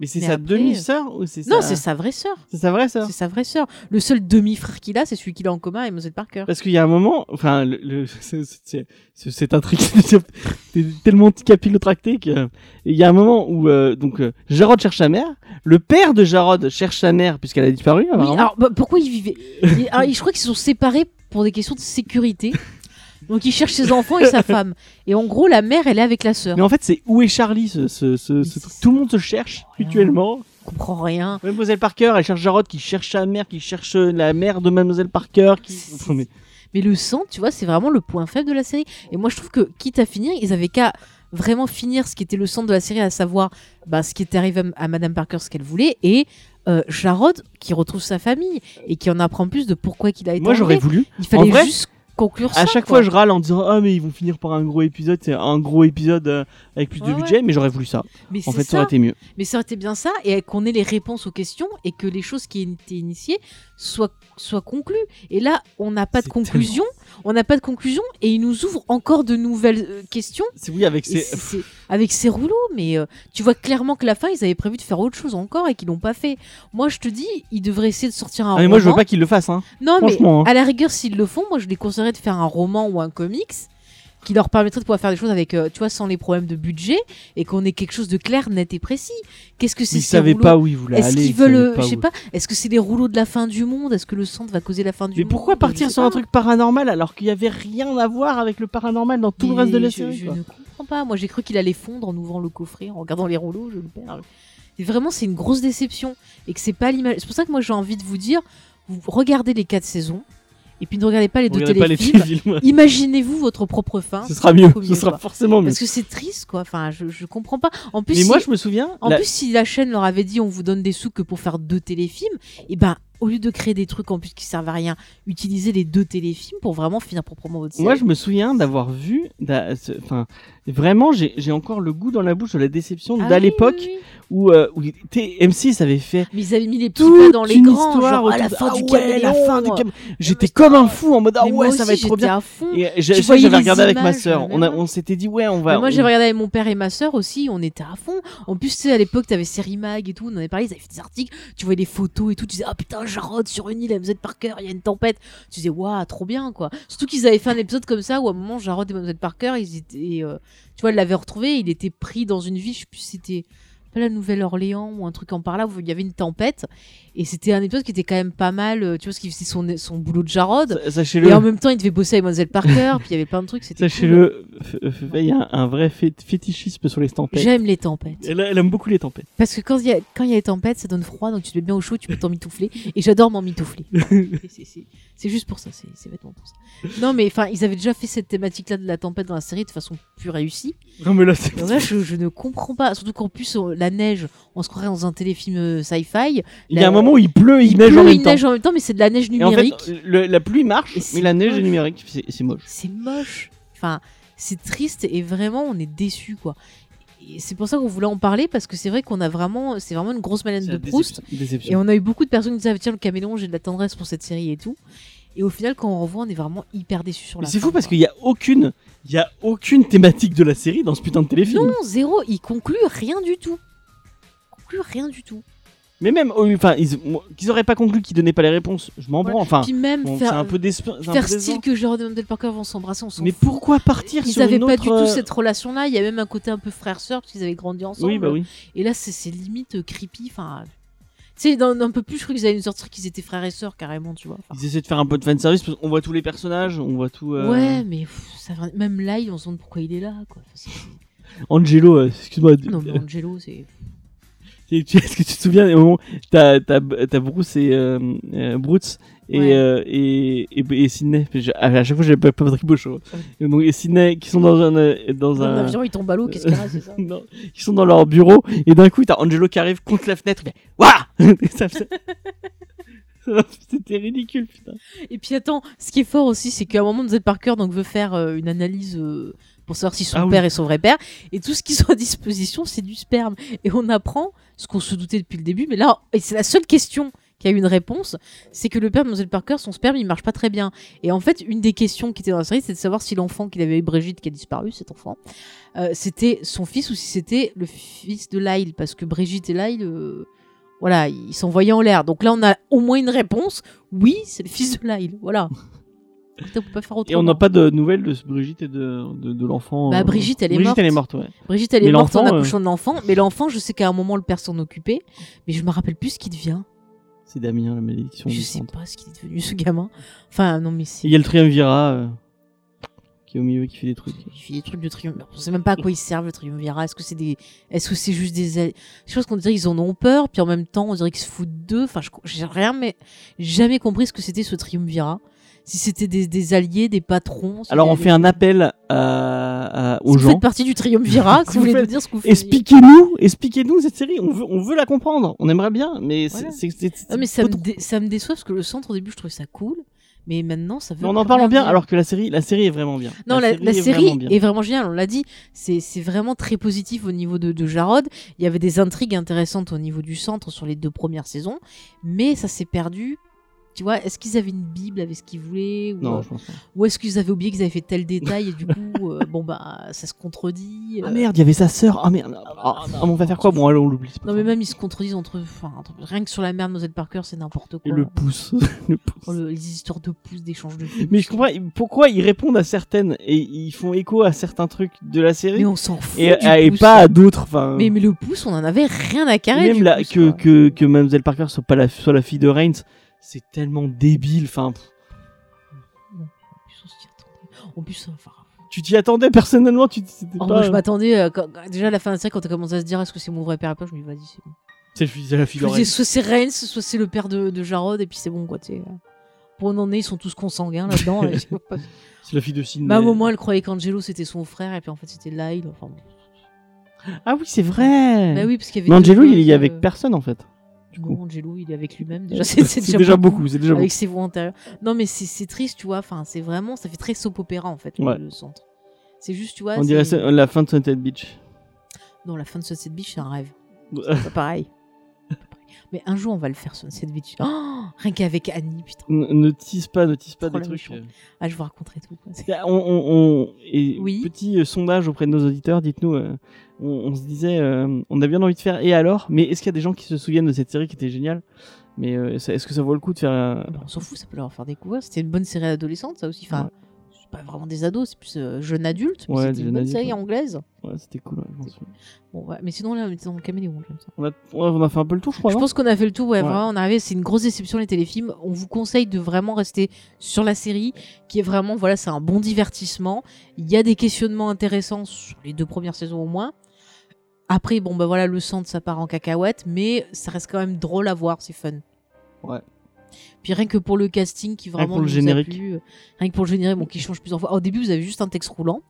Mais c'est Mais sa après- euh, demi-sœur ou c'est Non, sa- c'est sa vraie sœur. C'est sa vraie sœur. C'est sa vraie sœur. Le seul demi-frère qu'il a, c'est celui qu'il a en commun avec Mademoiselle Parker. Parce qu'il y a un moment, enfin, le, le- c'est- c'est- c'est- cette intrigue, c'est- c'est tellement capillotracté que il y a un moment où euh, donc euh, Jarod cherche sa mère, le père de Jarod cherche sa mère puisqu'elle a disparu. Oui, apparemment. alors bah, pourquoi ils vivaient Ils- alors, ils- Je crois qu'ils se sont séparés pour des questions de sécurité. Donc ils cherchent ses enfants et sa femme. Et en gros, la mère, elle est avec la sœur. Mais en fait, c'est où est Charlie ce, ce, ce, ce Mais truc. c'est- Oh, Tout le monde se cherche Rien. mutuellement. Je comprends rien. Mademoiselle Parker, elle cherche Jarod qui cherche sa mère, qui cherche euh, la mère de Mademoiselle Parker. Qui... C'est- Mais le sang, tu vois, c'est vraiment le point faible de la série. Et moi, je trouve que, quitte à finir, ils avaient qu'à vraiment finir ce qui était le centre de la série, à savoir bah, ce qui était arrivé à, à Madame Parker, ce qu'elle voulait, et euh, Jarod qui retrouve sa famille et qui en apprend plus de pourquoi qu'il a été Moi, j'aurais enlevé. voulu. Il fallait vrai, juste conclure ça. À chaque quoi. fois, je râle en disant Ah, mais ils vont finir par un gros épisode. C'est un gros épisode euh, avec plus de Ouais, ouais. budget, mais j'aurais voulu ça. Mais c'est En fait, ça ça. aurait été mieux. Mais ça aurait été bien ça, et qu'on ait les réponses aux questions, et que les choses qui étaient initiées soient, soient conclues. Et là, on n'a pas de C'est conclusion, on n'a pas de conclusion, et ils nous ouvrent encore de nouvelles euh, questions. C'est oui, avec Et ces. c'est- c'est- avec ces rouleaux, mais euh, tu vois clairement que la fin, ils avaient prévu de faire autre chose encore et qu'ils l'ont pas fait. Moi, je te dis, ils devraient essayer de sortir un Ah, mais moi, je veux roman. pas qu'il le fasse, hein. Non, mais Franchement, hein. à la rigueur, s'ils le font, moi, je les conseillerais de faire un roman ou un comics qui leur permettrait de pouvoir faire des choses avec, euh, tu vois, sans les problèmes de budget et qu'on ait quelque chose de clair, net et précis. Qu'est-ce que c'est Ils ces savaient rouleaux pas où ils voulaient aller. Est-ce ils qu'ils savaient veulent, euh, je où- sais pas, est-ce que c'est les rouleaux de la fin du monde Est-ce que le centre va causer la fin du Mais monde pourquoi partir Je sais sur un pas. truc paranormal alors qu'il y avait rien à voir avec le paranormal dans tout le Mais reste de la je- série Je, quoi. ne comprends pas. Moi, j'ai cru qu'il allait fondre en ouvrant le coffret, en regardant les rouleaux, je le perds. Et vraiment, c'est une grosse déception. Et que c'est pas l'image. C'est pour ça que moi, j'ai envie de vous dire vous regardez les quatre saisons, et puis ne regardez pas les deux Regardez pas les téléfilms. téléfilms. Imaginez-vous votre propre fin. Ce c'est sera mieux, beaucoup ce sera quoi. forcément mieux. Parce que c'est triste, quoi. Enfin, je, je comprends pas. En plus, Mais moi, si- je me souviens. en la- plus, si la chaîne leur avait dit on vous donne des sous que pour faire deux téléfilms, et ben au lieu de créer des trucs en plus qui servent à rien, utilisez les deux téléfilms pour vraiment finir proprement votre série. Moi, je me souviens d'avoir vu, d'a- ce- enfin, vraiment, j'ai j'ai encore le goût dans la bouche de la déception Ah d'à oui, l'époque oui, oui. où, euh, où il était- M6 avait fait Mais ils avaient mis les petits toute pas dans les une grands, histoire genre, à la autour fin de- du Ah ouais, la caméléon. fin du cam- J'étais mais comme un fou en mode ah Mais moi ouais, ça aussi, va être trop j'étais bien. à fond. Et j'ai- Tu ça, voyais j'avais les regardé avec ma images, sœur. mais On, a- ouais. on s'était dit ouais, on Mais va. moi, on- j'ai regardé avec mon père et ma sœur aussi, on était à fond. En plus, tu sais, à l'époque, t'avais série mag et tout, on en avait parlé, ils avaient fait des articles, tu voyais des photos et tout, tu disais, ah putain, Jarod sur une île, Mademoiselle Parker, il y a une tempête. Tu disais, waouh, trop bien, quoi. Surtout qu'ils avaient fait un épisode comme ça où à un moment, Jarod et Mademoiselle Parker, ils étaient, euh, tu vois, ils l'avaient retrouvé, il était pris dans une vie, je sais plus si c'était pas la Nouvelle-Orléans ou un truc en par là où il y avait une tempête. Et c'était un épisode qui était quand même pas mal, euh, tu vois, parce qu'il faisait son, son boulot de Jarod. sa- Sachez-le. Et en même temps, il devait bosser avec Mademoiselle Parker, puis il y avait plein de trucs. c'était cool. Sachez-le, F- F- il y a un vrai fét- fétichisme sur les tempêtes. J'aime les tempêtes. Elle, elle aime beaucoup les tempêtes. Parce que quand il y, a- quand il y a les tempêtes, ça donne froid, donc tu te mets bien au chaud, tu peux t'en mitoufler. Et j'adore m'en mitoufler. C'est- c'est- c'est- C'est juste pour ça, c'est c'est bêtement pour ça. Non, mais enfin, ils avaient déjà fait cette thématique-là de la tempête dans la série de façon plus réussie. Non, mais là, c'est- Donc là, je, je ne comprends pas. Surtout qu'en plus, on- la neige, on se croirait dans un téléfilm euh, sci-fi. il y a la- un moment où il pleut, il neige Plus en même il temps. neige en même temps, mais c'est de la neige Et en fait, euh, numérique. le- la pluie marche, Et c'est mais la neige est moche. numérique. C'est c'est moche. C'est moche. Enfin, c'est triste et vraiment, on est déçu, quoi. Et C'est pour ça qu'on voulait en parler parce que c'est vrai qu'on a vraiment, c'est vraiment une grosse malade de Proust. Déception. Et on a eu beaucoup de personnes qui disaient Ah, tiens le caméléon j'ai de la tendresse pour cette série et tout. Et au final quand on revoit on est vraiment hyper déçu sur Mais la. c'est fin, fou parce quoi. qu'il y a aucune, il y a aucune thématique de la série dans ce putain de téléfilm. non zéro il conclut rien du tout. Il Conclut rien du tout. Mais même, oh, enfin, ils, moi, qu'ils auraient pas conclu qu'ils donnaient pas les réponses. Je m'en Voilà. branle. Enfin, Puis même Ah, bon, c'est faire, euh, un peu décevant. c'est un peu faire décevant. style que Jérôme et Mandel Parker vont s'embrasser on s'en Mais fout. pourquoi partir Ils sur avaient une pas autre, du euh, tout cette relation là. Il y a même un côté un peu frère sœur parce qu'ils avaient grandi ensemble. Oui, bah oui. Et là c'est c'est limite euh, creepy. Enfin. Tu sais, dans un peu plus, je crois qu'ils avaient une sortie qu'ils étaient frères et sœurs carrément, tu vois. Enfin, Ils essaient de faire un peu de fan service. On voit tous les personnages, on voit tout. euh, Ouais, mais pff, ça, va- même là, on se demande pourquoi il est là, quoi. Enfin, c'est- c'est- Angelo, euh, excuse-moi. non, mais euh, Angelo, c'est. tu- tu- Est-ce que tu te souviens des moments t'as t'as t'as Bruce et euh, euh, Broots et, Ouais. euh, et et et Sydney. Mais j'ai- À à chaque fois, j'avais pas Patrick Beauchot. Et donc et Sydney qui sont dans un euh, dans Dans un l'avion, il tombe à l'eau, qu'est-ce qu'il y a, c'est ça Non, ils sont dans leur bureau et d'un coup t'as Angelo qui arrive contre la fenêtre. Mais voilà, Ça faisait- c'était ridicule putain. Et puis attends, ce qui est fort aussi, c'est qu'à un moment, Mademoiselle Parker donc, veut faire euh, une analyse euh, pour savoir si son Ah oui. père est son vrai père. Et tout ce qui sont à disposition, c'est du sperme. Et on apprend ce qu'on se doutait depuis le début, mais là, et c'est la seule question qui a eu une réponse, c'est que le père de Mademoiselle Parker, son sperme, il marche pas très bien. Et en fait, une des questions qui était dans la série, c'est de savoir si l'enfant qu'il avait eu, Brigitte, qui a disparu, cet enfant, euh, c'était son fils ou si c'était le fils de Lyle. Parce que Brigitte et Lyle, euh, voilà, ils s'envoyaient en l'air. Donc là, on a au moins une réponse. Oui, c'est le fils de Lyle. Voilà. Putain, on peut pas faire Et on autrement. n'a pas de nouvelles de Brigitte et de de, de l'enfant. Bah, euh, Brigitte, elle est Brigitte, morte. elle est morte. Ouais. Brigitte, elle est Mais morte en l'enfant, euh, accouchant de l'enfant. Mais l'enfant, je sais qu'à un moment, le père s'en occupait. Mais je me rappelle plus ce qu'il devient. C'est Damien la malédiction. je du sais centre. pas ce qu'il est devenu, ce gamin. Enfin, non, mais Et c'est. il y a le triumvirat euh, qui est au milieu qui fait des trucs. Il fait des trucs de triumvirat. On sait même pas à quoi ils servent le triumvirat. Est-ce que c'est des, est-ce que c'est juste des, a- je pense qu'on dirait qu'ils en ont peur, puis en même temps on dirait qu'ils se foutent d'eux. Enfin, je co- j'ai rien mais jamais compris ce que c'était ce triumvirat. Si c'était des, des alliés, des patrons. si Alors on des- fait un appel à- à- Si aux Vous gens. faites partie du triumvirat. Si si vous vous voulez nous faites- dire ce que vous faites. Expliquez-nous, expliquez-nous cette série. On veut, on veut la comprendre. On aimerait bien, mais c'est- Voilà. c'est c'est- c'est Non, mais ça pas me, trop- dé- ça me déçoit parce que le centre au début je trouvais ça cool, mais maintenant ça veut. Mais on en plus parle en rien bien, dire. alors que la série, la série est vraiment bien. Non, la, la série, vraiment bien. est vraiment géniale, on l'a dit. C'est c'est vraiment très positif au niveau de, de Jarod. Il y avait des intrigues intéressantes au niveau du centre sur les deux premières saisons, mais ça s'est perdu. Tu vois, est-ce qu'ils avaient une Bible avec ce qu'ils voulaient Ou, Non, euh, je pense pas. ou est-ce qu'ils avaient oublié qu'ils avaient fait tel détail et du coup. euh, bon bah ça se contredit. Ah euh, merde, il y avait sa sœur. Ah merde. Ah, ah, on va faire quoi Bon, allez, on l'oublie. c'est pas Non mais grave. même ils se contredisent entre eux. Enfin, entre- rien que sur la merde Moselle Parker, c'est n'importe Et quoi. le pouce. le pouce. Oh, le- les histoires de pouces, d'échanges de pouces. Mais je comprends pourquoi ils répondent à certaines et ils font écho à certains trucs de la série Mais on s'en fout. et, euh, du et pouce. pas à d'autres. Enfin, Mais, mais le pouce, on en avait rien à carrer. même du là pouce, que, quoi. que que Mademoiselle Parker soit pas la soit la fille de Reigns, c'est tellement débile. Enfin, pff, En plus, on s'y attendait. En plus, enfin, tu t'y attendais personnellement, tu c'était oh, moi, pas. hein. je m'attendais euh, quand- quand- déjà à la fin de la série quand t'as commencé à se dire est-ce que c'est mon vrai père ou pas, je me dis vas-y c'est bon. C'est c'est la fille Je de me disais, Reigns. soit c'est Reigns, soit c'est le père de, de Jarod et puis c'est bon quoi. tu sais. Pour on en est, ils sont tous consanguins là-dedans. et c'est pas- C'est la fille de Sidney. Mais à un moment, elle croyait qu'Angelo c'était son frère et puis en fait c'était Lyle. Enfin, bon. Ah oui, c'est vrai. Bah oui, parce qu'il y avait. Mais deux Angelo, il est choses, avec euh, personne en fait. du non, coup. Angelo, il est avec lui-même. Déjà, c'est c'est déjà, déjà beaucoup. C'est déjà beaucoup. Avec ses voix intérieures. Non, mais c'est- c'est triste, tu vois. Enfin, c'est vraiment, ça fait très soap opéra en fait, le- Ouais. le centre. C'est juste, tu vois. On dirait c'est- ça- la fin de Sunset Beach. Non, la fin de Sunset Beach, c'est un rêve. C'est pas pareil. Mais un jour, on va le faire, Sunset Beach. Oh, rien qu'avec Annie, putain. Ne ne tease pas, ne tease pas Trop des la trucs. euh. méchante. Ah, je vous raconterai tout. quoi. On, on- on- et Oui. Petit euh, sondage auprès de nos auditeurs, dites-nous, euh, on, on se disait, euh, on a bien envie de faire et alors, mais est-ce qu'il y a des gens qui se souviennent de cette série qui était géniale Mais euh, ça- est-ce que ça vaut le coup de faire euh, un- Bon, on s'en fout, ça peut leur faire découvrir. C'était une bonne série adolescente, ça aussi. Enfin, Ouais. c'est pas vraiment des ados, c'est plus euh, jeunes adultes. Mais Ouais, des c'était une jeunes bonne adultes, série ouais. anglaise. Ouais, C'était cool. ouais, je m'en souviens. Bon, ouais. Mais sinon, là, on était dans le caméléon, j'aime ça. on, a, on a fait un peu le tour, je crois. Je non pense qu'on a fait le tour, ouais, Ouais. vraiment, on est arrivé, c'est une grosse déception les téléfilms. On vous conseille de vraiment rester sur la série, qui est vraiment, voilà, c'est un bon divertissement. Il y a des questionnements intéressants sur les deux premières saisons au moins. Après, bon, bah voilà, le centre, ça part en cacahuète, mais ça reste quand même drôle à voir, c'est fun. Ouais. Puis rien que pour le casting qui vraiment pour le nous a générique. plu, euh, rien que pour le générique, bon, qui change plusieurs fois. Au début, vous avez juste un texte roulant,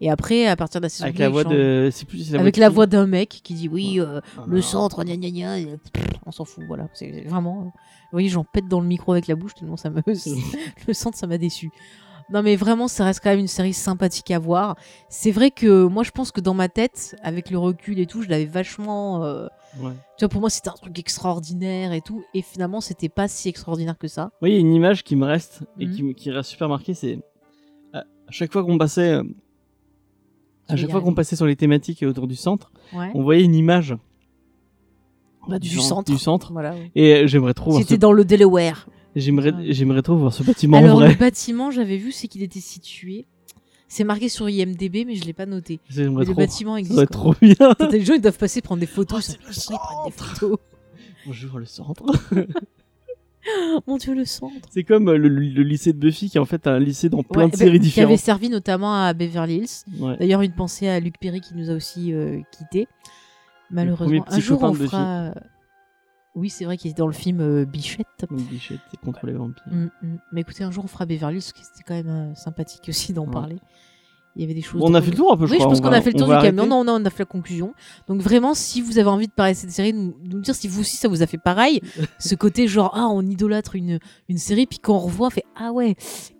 et après, à partir de la saison Avec deux, la il voix change. de, c'est plus c'est Avec la qui voix d'un mec qui dit oui, euh, Ah, le centre, gna gna gna, et pff, on s'en fout, voilà. C'est c'est vraiment. euh, Vous voyez, j'en pète dans le micro avec la bouche, tellement ça me. le centre, ça m'a déçu. Non, mais vraiment, ça reste quand même une série sympathique à voir. C'est vrai que moi, je pense que dans ma tête, avec le recul et tout, je l'avais vachement. euh, ouais. Tu vois, pour moi, c'était un truc extraordinaire et tout. Et finalement, c'était pas si extraordinaire que ça. Oui, il y a une image qui me reste et Mhm. qui, me- qui reste super marquée, c'est à à chaque fois qu'on passait, euh, à Oui, chaque y fois a- qu'on passait sur les thématiques et autour du centre, Ouais. on voyait une image Bah, du genre- centre. du centre. Voilà, ouais. Et euh, j'aimerais trop, voir ce... C'était dans le Delaware. j'aimerais, Ouais. j'aimerais trop voir ce bâtiment en Ah Alors, vrai. le bâtiment, j'avais vu, c'est qu'il était situé. C'est marqué sur IMDB, mais je l'ai pas noté. J'aimerais Mais trop. le bâtiment Ça existe. doit être quoi. trop bien. Attends, les gens ils doivent passer prendre des photos. Oh, ils c'est sont- le Pourquoi ils prennent des photos Bonjour le centre. Mon dieu, le centre. C'est comme euh, le, le lycée de Buffy qui est en fait un lycée dans plein Ouais, de bah, séries Qui avait différentes. servi notamment à Beverly Hills. Ouais. D'ailleurs, une pensée à Luc Perry qui nous a aussi euh, quittés. Malheureusement, un petit jour copain on de Buffy. fera. euh, Oui, c'est vrai qu'il était dans le film euh, Bichette. Une bichette contre les vampires. Mm, mm. Mais écoutez, un jour on fera Beverly Hills, qui c'était quand même euh, sympathique aussi d'en Ouais. parler. Il y avait des choses. Bon, on a drôles. fait le tour un peu, je Oui, je crois. pense On qu'on va- a fait le on tour du va camion. arrêter. Non, non, on a fait la conclusion. Donc vraiment, si vous avez envie de parler de cette série, nous, nous dire si vous aussi ça vous a fait pareil, ce côté genre ah on idolâtre une, une série puis qu'on revoit on fait ah ouais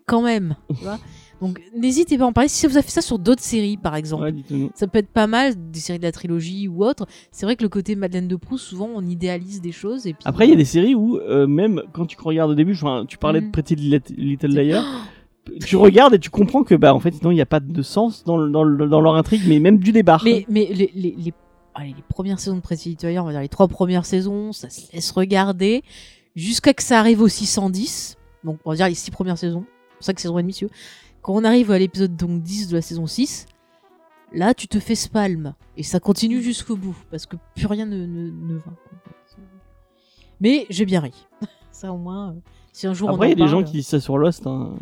quand même. Tu vois Donc n'hésitez pas à en parler. Si ça vous a fait ça sur d'autres séries par exemple, Ouais, dites-nous. ça peut être pas mal des séries de la trilogie ou autre. C'est vrai que le côté Madeleine de Proust, souvent on idéalise des choses et puis Après, il y a des séries où, euh, même quand tu regardes au début, enfin, tu parlais de Mhm. Pretty Little Little Liars, tu regardes et tu comprends que, bah, en fait, non, il n'y a pas de sens dans, le- dans, le- dans leur intrigue, mais même du débarque. Mais, mais les, les, les- allez, les premières saisons de Pretty Little Liars, on va dire les trois premières saisons, ça se laisse regarder jusqu'à que ça arrive au 610. Donc, on va dire les six premières saisons, 5 saisons et demie, si tu veux. Quand on arrive à l'épisode donc 10 de la saison 6, là, tu te fais spalm. Et ça continue jusqu'au bout, parce que plus rien ne, ne, ne va. Mais j'ai bien ri. ça, au moins, euh, si un jour on Après, il y a en des gens parle- qui disent ça sur Lost. hein.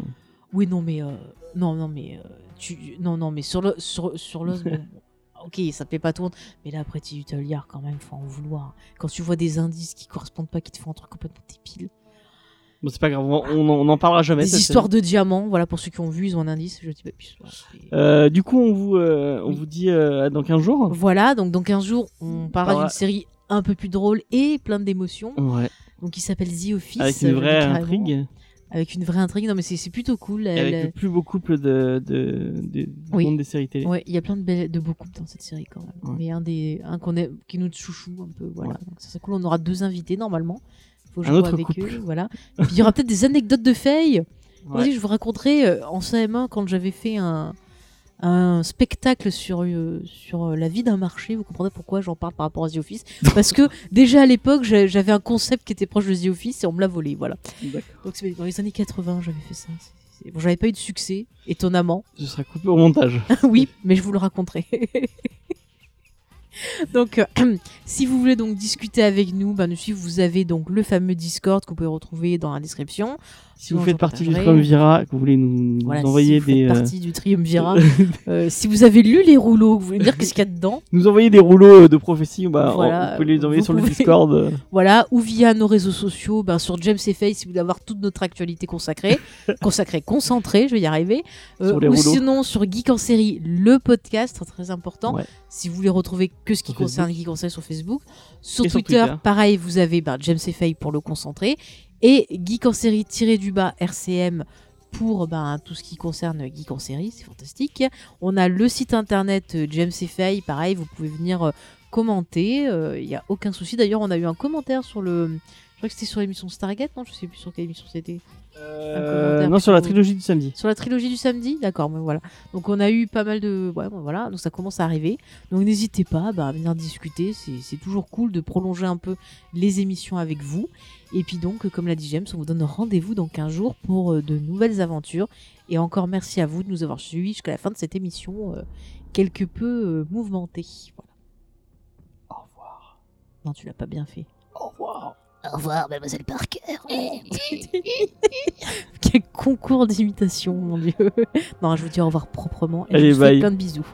oui, non, mais. euh, non, non, mais. euh, tu, non, non, mais sur, le, sur, sur l'os, bon, bon, ok, ça plaît pas tout le monde. Mais là, après, tu liard quand même, faut en vouloir. Quand tu vois des indices qui correspondent pas, qui te font un truc complètement débile. Bon, c'est pas grave, on, on en- on en parlera jamais. Des ça, c'est- histoires de diamants, voilà, pour ceux qui ont vu, ils ont un indice, je dis pas plus. Voilà, c'est- Euh, du coup, on vous, euh, on vous dit euh, à dans 15 jours. Voilà, donc dans 15 jours, on parlera Parlera- d'une série un peu plus drôle et pleine d'émotions. Ouais. Donc, il s'appelle The Office. Avec euh, une vraie carrément. intrigue. Avec une vraie intrigue, non, mais c'est, c'est plutôt cool. euh, Et la- avec la- le plus beau couple de, de, de- du Oui. monde des séries télé. Ouais, il y a plein de, belles, de beaux couples dans cette série quand même. Ouais. Mais un des un qu'on est qui nous chouchou un peu, voilà. Donc ça c'est cool. On aura deux invités normalement. Faut que je Un vois autre avec couple. eux, voilà. Et puis il y aura peut-être des anecdotes de Faye. Ouais. Vas-y, je vous raconterai euh, en CM1 quand j'avais fait un un spectacle sur, euh, sur euh, la vie d'un marché. Vous comprenez pourquoi j'en parle par rapport à The Office Parce que déjà à l'époque, j'a- j'avais un concept qui était proche de The Office et on me l'a volé. Voilà. Donc c'est dans les années 80, j'avais fait ça. C'est- c'est- Bon, j'avais pas eu de succès, étonnamment. Ce sera coupé au montage. oui, mais je vous le raconterai. donc, euh, si vous voulez donc discuter avec nous, ben, nous suivre, vous avez donc le fameux Discord que vous pouvez retrouver dans la description. Si vous Sinon, faites je partie du partagerai. Triumvirat, que vous voulez nous, nous Voilà, si envoyer vous des, faites euh, partie du Triumvirat. euh, si vous avez lu les rouleaux, que vous voulez dire qu'est-ce qu'il y a dedans, nous envoyer des rouleaux euh, de prophétie, bah, Voilà, on- vous pouvez les envoyer vous sur le pouvez. Discord. euh. voilà, ou via nos réseaux sociaux, ben, sur James et Face, si vous voulez avoir toute notre actualité consacrée, consacrée, concentrée, je vais y arriver, Euh, Sur les ou rouleaux. sinon sur Geek en série, le podcast, très important, Ouais. si vous voulez retrouver que ce qui Sur concerne Geek en série sur Facebook, sur, Et sur Twitter, Twitter. pareil, vous avez ben, James et Face pour le concentrer, et Geek en série tiré du bas RCM pour ben, tout ce qui concerne Geek en série, c'est fantastique. On a le site internet euh, James et Fay, pareil, vous pouvez venir euh, commenter, il n'y a aucun souci. D'ailleurs, on a eu un commentaire sur le... Je crois que c'était sur l'émission Stargate, non Je sais plus sur quelle émission c'était. Euh, commentaire non, sur la plutôt- trilogie du samedi. Sur la trilogie du samedi D'accord, mais voilà. Donc on a eu pas mal de... Ouais, bon, voilà, donc ça commence à arriver. Donc n'hésitez pas bah, à venir discuter, c'est c'est toujours cool de prolonger un peu les émissions avec vous. Et puis donc, comme l'a dit James, on vous donne rendez-vous dans 15 jours pour euh, de nouvelles aventures. Et encore merci à vous de nous avoir suivis jusqu'à la fin de cette émission euh, quelque peu euh, mouvementée. Voilà. Au revoir. Non, tu l'as pas bien fait. Au revoir, mademoiselle Parker. Quel concours d'imitation, mon dieu. Non, je vous dis au revoir proprement et Allez, je vous fais bye. plein de bisous.